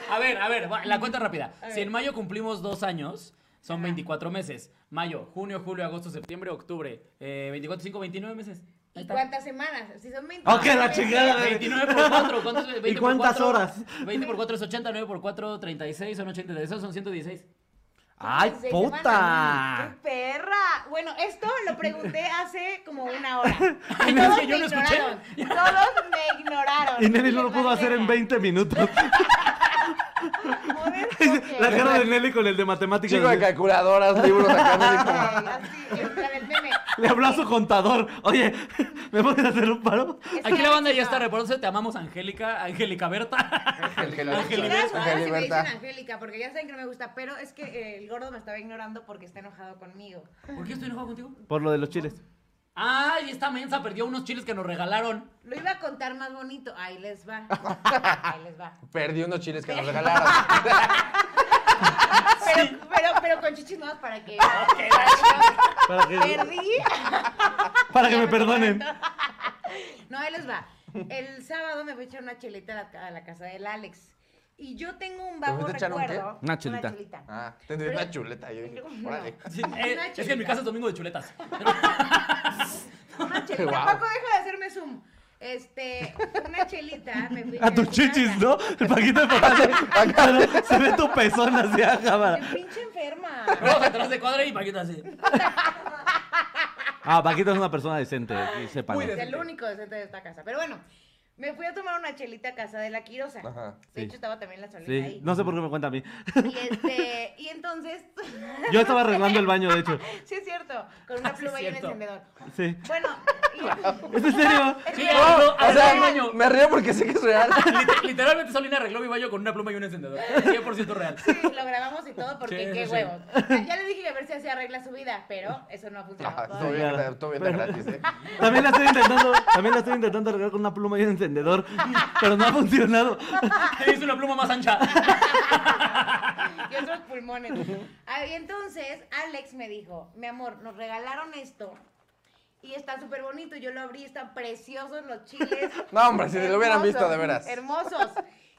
Speaker 2: A ver, a ver, va, la cuenta rápida. Si en mayo cumplimos dos años, son 24 meses. Mayo, junio, julio, agosto, septiembre, octubre. Eh, 24, 5, 29 meses. Ahí
Speaker 4: ¿Y
Speaker 2: está.
Speaker 4: cuántas semanas? Si son 20.
Speaker 3: Ok, la chingada.
Speaker 2: 29 por 4, ¿cuántos, 20 por
Speaker 3: cuántas
Speaker 2: cuatro?
Speaker 3: horas?
Speaker 2: 20 por 4 es 80, 9 por 4, 36, son 86, son 116.
Speaker 5: ¡Ay,
Speaker 4: Son seis semanas.
Speaker 5: puta!
Speaker 4: ¡Qué perra! Bueno, esto lo pregunté hace como una hora.
Speaker 2: Ay,
Speaker 4: Y
Speaker 2: no, es
Speaker 4: todos
Speaker 2: que yo
Speaker 4: me
Speaker 2: no escuché.
Speaker 4: ignoraron. Todos me ignoraron.
Speaker 5: Y Nelly no lo pudo hacer en 20 minutos. La cara de Nelly con el de matemáticas.
Speaker 1: Chico de calculadoras, libros acá. ¿no? Y como-
Speaker 5: Le habló a su contador. Oye, ¿me puedes hacer un paro?
Speaker 2: Aquí la banda ya está reportándose. Te amamos, Angélica, Angélica Berta.
Speaker 1: Angélica.
Speaker 4: Angélica,
Speaker 1: Angélica Berta.
Speaker 4: Angélica, porque ya saben que no me gusta, pero es que eh, el gordo me estaba ignorando porque está enojado conmigo.
Speaker 2: ¿Por qué estoy enojado contigo?
Speaker 5: Por lo de los chiles.
Speaker 2: Ay, esta mensa perdió unos chiles que nos regalaron.
Speaker 4: Lo iba a contar más bonito. Ahí les va. Ahí les va.
Speaker 1: Perdí unos chiles que nos regalaron.
Speaker 4: Pero, pero, pero con chichis nuevas para que.
Speaker 5: Para que,
Speaker 4: Perdí.
Speaker 5: para que me perdonen.
Speaker 4: No, ahí les va. El sábado me voy a echar una chelita a la, a la casa del Alex. Y yo tengo un vago
Speaker 1: fuiste a echar un qué?
Speaker 4: recuerdo.
Speaker 5: Una chelita.
Speaker 1: Ah, te entendí una chuleta. Yo dije,
Speaker 4: No.
Speaker 1: órale.
Speaker 2: Sí,
Speaker 4: Una
Speaker 2: eh, es que en mi
Speaker 4: chelita.
Speaker 2: casa es domingo de chuletas.
Speaker 4: Una chelita.
Speaker 1: Guau.
Speaker 4: Paco, deja de hacerme zoom. Este, una chelita. Me fui
Speaker 5: A tus
Speaker 4: mi
Speaker 5: chichis,
Speaker 4: casa.
Speaker 5: ¿no? El paquito de papá. Se ve tu pezón así a cámara.
Speaker 4: Qué pinche enferma.
Speaker 2: Vamos atrás de cuadra y paquita así.
Speaker 5: Ah, Paquito es una persona decente, y sepan.
Speaker 4: Es el único decente de esta casa. Pero bueno, me fui a tomar una chelita a casa de la Quirosa.
Speaker 1: Ajá,
Speaker 4: De
Speaker 5: sí.
Speaker 4: hecho, estaba también la solita
Speaker 5: Sí,
Speaker 4: ahí.
Speaker 5: no sé por qué me cuenta a mí.
Speaker 4: Y este, y entonces,
Speaker 5: Yo estaba arreglando el baño, de hecho.
Speaker 4: sí es cierto, con una
Speaker 2: Ah, sí
Speaker 4: pluma
Speaker 2: es
Speaker 4: y un
Speaker 2: cierto.
Speaker 4: encendedor.
Speaker 5: Sí.
Speaker 4: Bueno, y-
Speaker 5: ¿Es en serio?
Speaker 2: Sí,
Speaker 4: No,
Speaker 2: arregló- arregló
Speaker 1: O
Speaker 2: mi
Speaker 1: sea,
Speaker 2: baño.
Speaker 1: me río porque sé que es real.
Speaker 2: Lit- Literalmente Solina arregló mi baño con una pluma y un encendedor. 100% real.
Speaker 4: Sí, lo grabamos y todo porque
Speaker 2: Sí,
Speaker 4: qué
Speaker 2: sí, sí.
Speaker 4: huevos. Ya, ya le dije que a ver si así arregla su vida, pero eso no ha
Speaker 1: Ah,
Speaker 4: funcionado.
Speaker 1: Estuvo
Speaker 4: todavía.
Speaker 1: bien,
Speaker 5: claro.
Speaker 1: estuvo bien de gratis, ¿eh?
Speaker 5: También la estoy intentando, también la estoy intentando arreglar con una pluma y un encendedor, pero no ha funcionado.
Speaker 2: Te hice una pluma más ancha.
Speaker 4: Y otros pulmones. Ah, y entonces Alex me dijo, mi amor, nos regalaron esto. Y está súper bonito, yo lo abrí, están preciosos los chiles.
Speaker 1: No, hombre, si lo hubieran visto, de veras.
Speaker 4: Hermosos.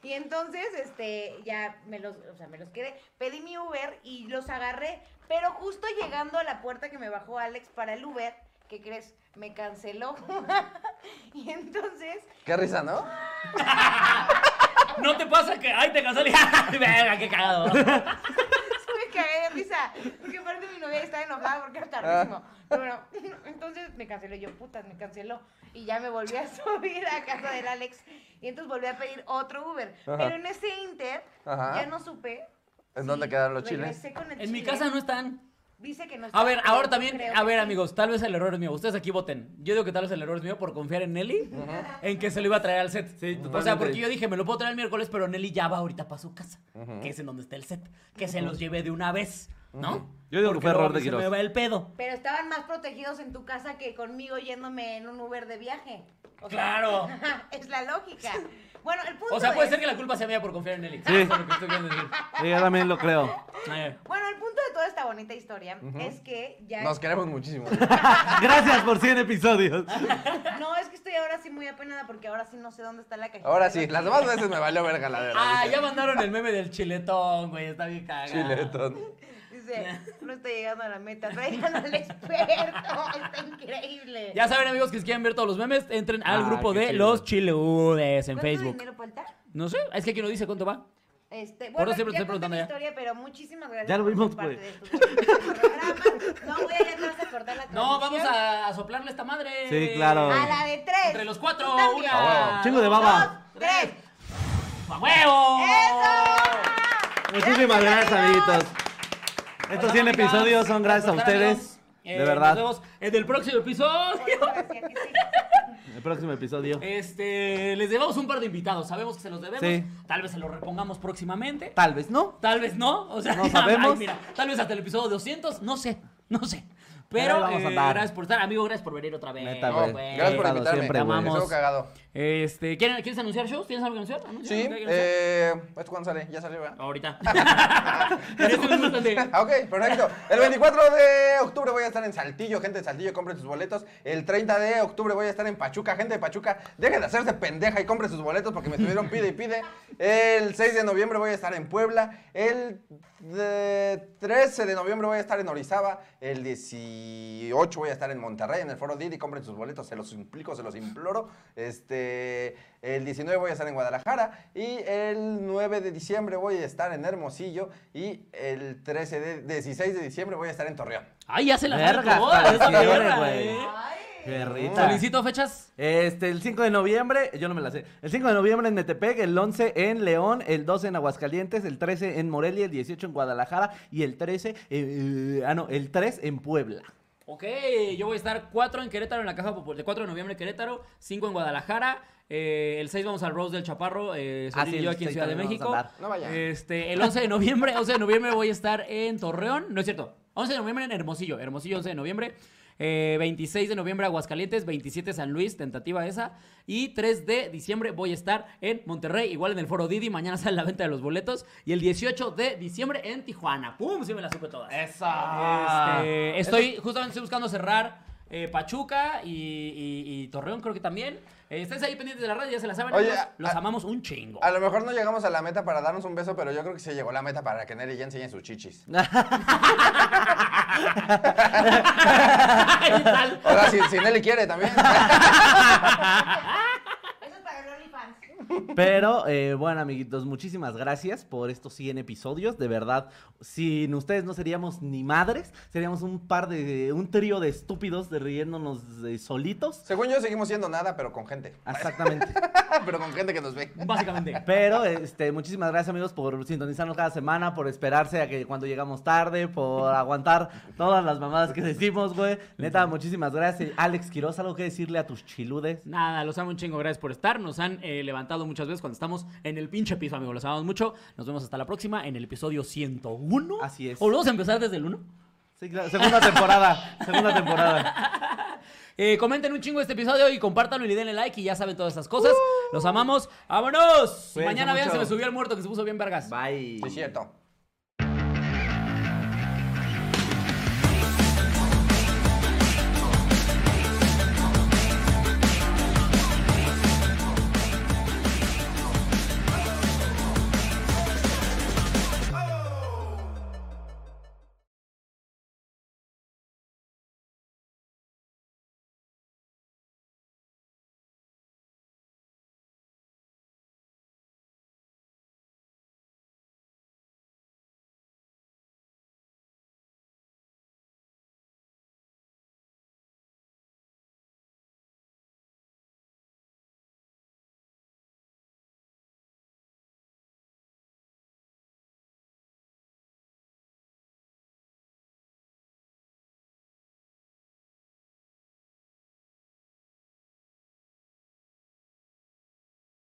Speaker 4: Y entonces, este, ya me los, o sea, me los quedé. Pedí mi Uber y los agarré. Pero justo llegando a la puerta que me bajó Alex para el Uber, ¿qué crees? Me canceló. y entonces,
Speaker 1: Qué risa, ¿no?
Speaker 2: No te pasa que. ¡Ay, te cansé! ¡Venga, qué cagado!
Speaker 4: me cagué de risa. Porque aparte mi novia estaba enojada porque era tardísimo.
Speaker 1: Ah.
Speaker 4: Pero bueno, entonces me canceló. Yo, putas, me canceló. Y ya me volví a subir a casa del Alex. Y entonces volví a pedir otro Uber.
Speaker 1: Ajá.
Speaker 4: Pero en ese inter,
Speaker 1: Ajá.
Speaker 4: ya no supe.
Speaker 1: ¿En
Speaker 4: si
Speaker 1: dónde quedaron los
Speaker 4: regresé
Speaker 1: chiles?
Speaker 4: con el
Speaker 2: En mi
Speaker 4: chile.
Speaker 2: casa no están.
Speaker 4: Dice que no está,
Speaker 2: A ver,
Speaker 4: pero
Speaker 2: ahora
Speaker 4: yo
Speaker 2: también,
Speaker 4: creo
Speaker 2: a
Speaker 4: que
Speaker 2: ver
Speaker 4: sí.
Speaker 2: amigos, tal vez el error es mío. Ustedes aquí voten. Yo digo que tal vez el error es mío por confiar en Nelly, en que se lo iba a traer al set. O sea, porque yo dije, me lo puedo traer el miércoles, pero Nelly ya va ahorita para su casa, que es en donde está el set. Que se los lleve de una vez, ¿no?
Speaker 5: Yo digo que
Speaker 2: Porque
Speaker 5: fue
Speaker 2: luego
Speaker 5: error de
Speaker 2: se
Speaker 5: Quiroz.
Speaker 2: me va el pedo.
Speaker 4: Pero estaban más protegidos en tu casa que conmigo yéndome en un Uber de viaje. O sea,
Speaker 2: Claro.
Speaker 4: es la lógica. Bueno, el punto
Speaker 2: O sea, puede
Speaker 4: es-
Speaker 2: ser que la culpa sea mía por confiar en Nelly.
Speaker 5: Sí.
Speaker 2: Eso es lo que estoy queriendo decir.
Speaker 5: Sí, Yo también lo creo.
Speaker 2: Eh,
Speaker 4: Bueno, el punto de toda esta bonita historia es que ya...
Speaker 1: Nos queremos muchísimo.
Speaker 5: Gracias por 100 episodios.
Speaker 4: No, es que estoy ahora sí muy apenada porque ahora sí no sé dónde está la cajita.
Speaker 1: Ahora
Speaker 4: de
Speaker 1: sí,
Speaker 4: los
Speaker 1: las
Speaker 4: chiles.
Speaker 1: demás veces me valió verga la verdad.
Speaker 2: Ah,
Speaker 1: dije.
Speaker 2: ya mandaron el meme del chiletón, güey. Está bien cagado.
Speaker 1: Chiletón.
Speaker 4: Dice, no estoy llegando a la meta, traigan al experto, está increíble.
Speaker 2: Ya saben, amigos, que si quieren ver todos los memes, entren al
Speaker 5: Ah,
Speaker 2: grupo
Speaker 5: qué
Speaker 2: de
Speaker 5: chido.
Speaker 2: los chileudes en
Speaker 4: ¿Cuánto
Speaker 2: Facebook.
Speaker 4: dinero falta?
Speaker 2: No sé, es que aquí no dice cuánto va.
Speaker 4: Este, bueno,
Speaker 2: siempre te
Speaker 4: ya
Speaker 2: estoy preguntando
Speaker 4: conté mi
Speaker 2: ya.
Speaker 4: historia, pero muchísimas gracias
Speaker 5: Ya lo
Speaker 4: por ser
Speaker 5: vimos,
Speaker 4: parte
Speaker 5: güey.
Speaker 4: de
Speaker 2: pues.
Speaker 4: estos dos programas. No voy a ir atrás a cortar la
Speaker 2: No, vamos
Speaker 4: transmisión.
Speaker 2: a, a soplarle esta madre.
Speaker 5: Sí, claro.
Speaker 4: A la de tres.
Speaker 2: Entre los cuatro,
Speaker 4: Tú también.
Speaker 2: una.
Speaker 1: Ah,
Speaker 5: huevo. Chingo de baba.
Speaker 4: Dos, tres.
Speaker 2: ¡A huevo! Oh.
Speaker 5: Muchísimas gracias, amiguitos. Estos 100
Speaker 2: amigos.
Speaker 5: episodios son gracias a
Speaker 2: Nos vemos,
Speaker 5: ustedes.
Speaker 2: amigos.
Speaker 5: De
Speaker 2: Eh,
Speaker 5: verdad.
Speaker 2: Nos vemos en el próximo episodio.
Speaker 4: Bueno, decía que sí.
Speaker 5: El próximo episodio.
Speaker 2: Este, les debemos un par de invitados. Sabemos que se los debemos.
Speaker 5: Sí.
Speaker 2: Tal vez se los repongamos próximamente.
Speaker 5: Tal vez no.
Speaker 2: Tal vez no. O sea,
Speaker 5: No sabemos.
Speaker 2: ay, mira, tal vez hasta el episodio 200. No sé. No sé. Pero
Speaker 5: Pero vamos a
Speaker 2: eh,
Speaker 5: andar.
Speaker 2: gracias por estar, amigo. Gracias por venir otra vez. Oh,
Speaker 5: Neta,
Speaker 1: No,
Speaker 5: güey.
Speaker 2: güey.
Speaker 1: gracias por
Speaker 5: Invitado
Speaker 1: invitarme.
Speaker 5: siempre,
Speaker 1: Te
Speaker 5: güey.
Speaker 1: amamos. Estuvo cagado.
Speaker 2: Este, ¿quieren- ¿quieres anunciar shows? ¿Tienes algo que anunciar? ¿Anuncia?
Speaker 1: Sí,
Speaker 2: ¿Algo que anunciar?
Speaker 1: eh, ¿es cuándo sale? Ya salió, ¿verdad?
Speaker 2: Ahorita. En este mismo instante.
Speaker 1: Ah, ok, perfecto. El 24 de octubre voy a a estar en Saltillo, gente de Saltillo, compren sus boletos. El 30 de octubre voy a estar en Pachuca, gente de Pachuca, dejen de hacerse pendeja y compren sus boletos porque me estuvieron pide y pide. El 6 de noviembre voy a estar en Puebla. El eh, 13 de noviembre voy a estar en Orizaba. El 18 voy a estar en Monterrey, en el Foro Didi, compren sus boletos, se los implico, se los imploro. Este, el 19 voy a estar en Guadalajara y el 9 de diciembre voy a estar en Hermosillo y el 13 de 16 de diciembre voy a estar en Torreón.
Speaker 2: Ay, ya se la
Speaker 5: Verga,
Speaker 2: sabe todas,
Speaker 5: hasta
Speaker 2: esa
Speaker 5: diciembre,
Speaker 2: perra,
Speaker 5: güey.
Speaker 2: ¿eh?
Speaker 5: Perrita.
Speaker 2: Solicito fechas.
Speaker 5: Este, el 5 de noviembre, yo no me la sé. El 5 de noviembre en Metepec, el 11 en León, el 12 en Aguascalientes, el 13 en Morelia, el 18 en Guadalajara y el 13, eh, eh, ah no, el 3 en Puebla.
Speaker 2: Ok, yo voy a estar 4 en Querétaro en la Caja Popular. De 4 de noviembre en Querétaro, 5 en Guadalajara. eh, el 6 vamos al Rose del Chaparro, eh,
Speaker 5: Ah,
Speaker 2: Solín
Speaker 5: sí,
Speaker 2: y
Speaker 5: el
Speaker 2: yo aquí en
Speaker 5: 6
Speaker 2: Ciudad de
Speaker 5: también
Speaker 2: México.
Speaker 5: vamos a andar.
Speaker 1: No vaya.
Speaker 2: Este, el 11 de noviembre, 11 de noviembre voy a estar en Torreón, no es cierto. 11 de noviembre en Hermosillo, Hermosillo 11 de noviembre. eh, 26 de noviembre Aguascalientes, 27 San Luis, tentativa esa. Y 3 de diciembre voy a estar en Monterrey, igual en el Foro Didi, mañana sale la venta de los boletos. Y el 18 de diciembre en Tijuana. ¡Pum! Sí me la supe todas.
Speaker 5: Ah.
Speaker 3: ¡Esa!
Speaker 2: Este, estoy, justamente estoy buscando cerrar eh, Pachuca y, y- y Torreón, creo que también. Eh, esténse ahí pendientes de la radio, ya se la saben.
Speaker 1: Oye,
Speaker 2: amigos.
Speaker 1: a-
Speaker 2: los
Speaker 1: a-
Speaker 2: amamos un chingo.
Speaker 1: A lo mejor no llegamos a la meta para darnos un beso, pero yo creo que se llegó la meta para que Nelly ya enseñe sus chichis.
Speaker 2: ¿Qué tal?
Speaker 1: Ahora, si, si Nelly quiere también.
Speaker 4: Eso es para el OnlyFans.
Speaker 5: Pero eh, bueno, amiguitos, muchísimas gracias por estos 100 episodios. De verdad, sin ustedes no seríamos ni madres, seríamos un par de, un trío de estúpidos de riéndonos de solitos.
Speaker 1: Según yo, seguimos siendo nada, pero con gente.
Speaker 5: Exactamente.
Speaker 1: pero con gente que nos ve.
Speaker 2: Básicamente.
Speaker 5: Pero este, muchísimas gracias amigos por sintonizarnos cada semana, por esperarse a que cuando llegamos tarde, por aguantar todas las mamadas que decimos, güey. Neta, muchísimas gracias. Alex Quiroz, algo que decirle a tus chiludes.
Speaker 2: Nada, los amo un chingo, gracias por estar. Nos han eh, levantado muchas veces cuando estamos en el pinche piso, amigos. Los amamos mucho. Nos vemos hasta la próxima en el episodio 101.
Speaker 5: Así es.
Speaker 2: ¿O vamos a empezar desde el 1?
Speaker 5: Sí, claro, Segunda temporada, segunda temporada.
Speaker 2: Eh, comenten un chingo este episodio y compártanlo y le denle like y ya saben todas esas cosas. Los amamos. ¡Vámonos!
Speaker 5: Cuídense
Speaker 2: Mañana vean,
Speaker 5: mucho.
Speaker 2: se me subió el muerto que se puso bien vergas.
Speaker 5: Bye.
Speaker 1: Sí, es cierto.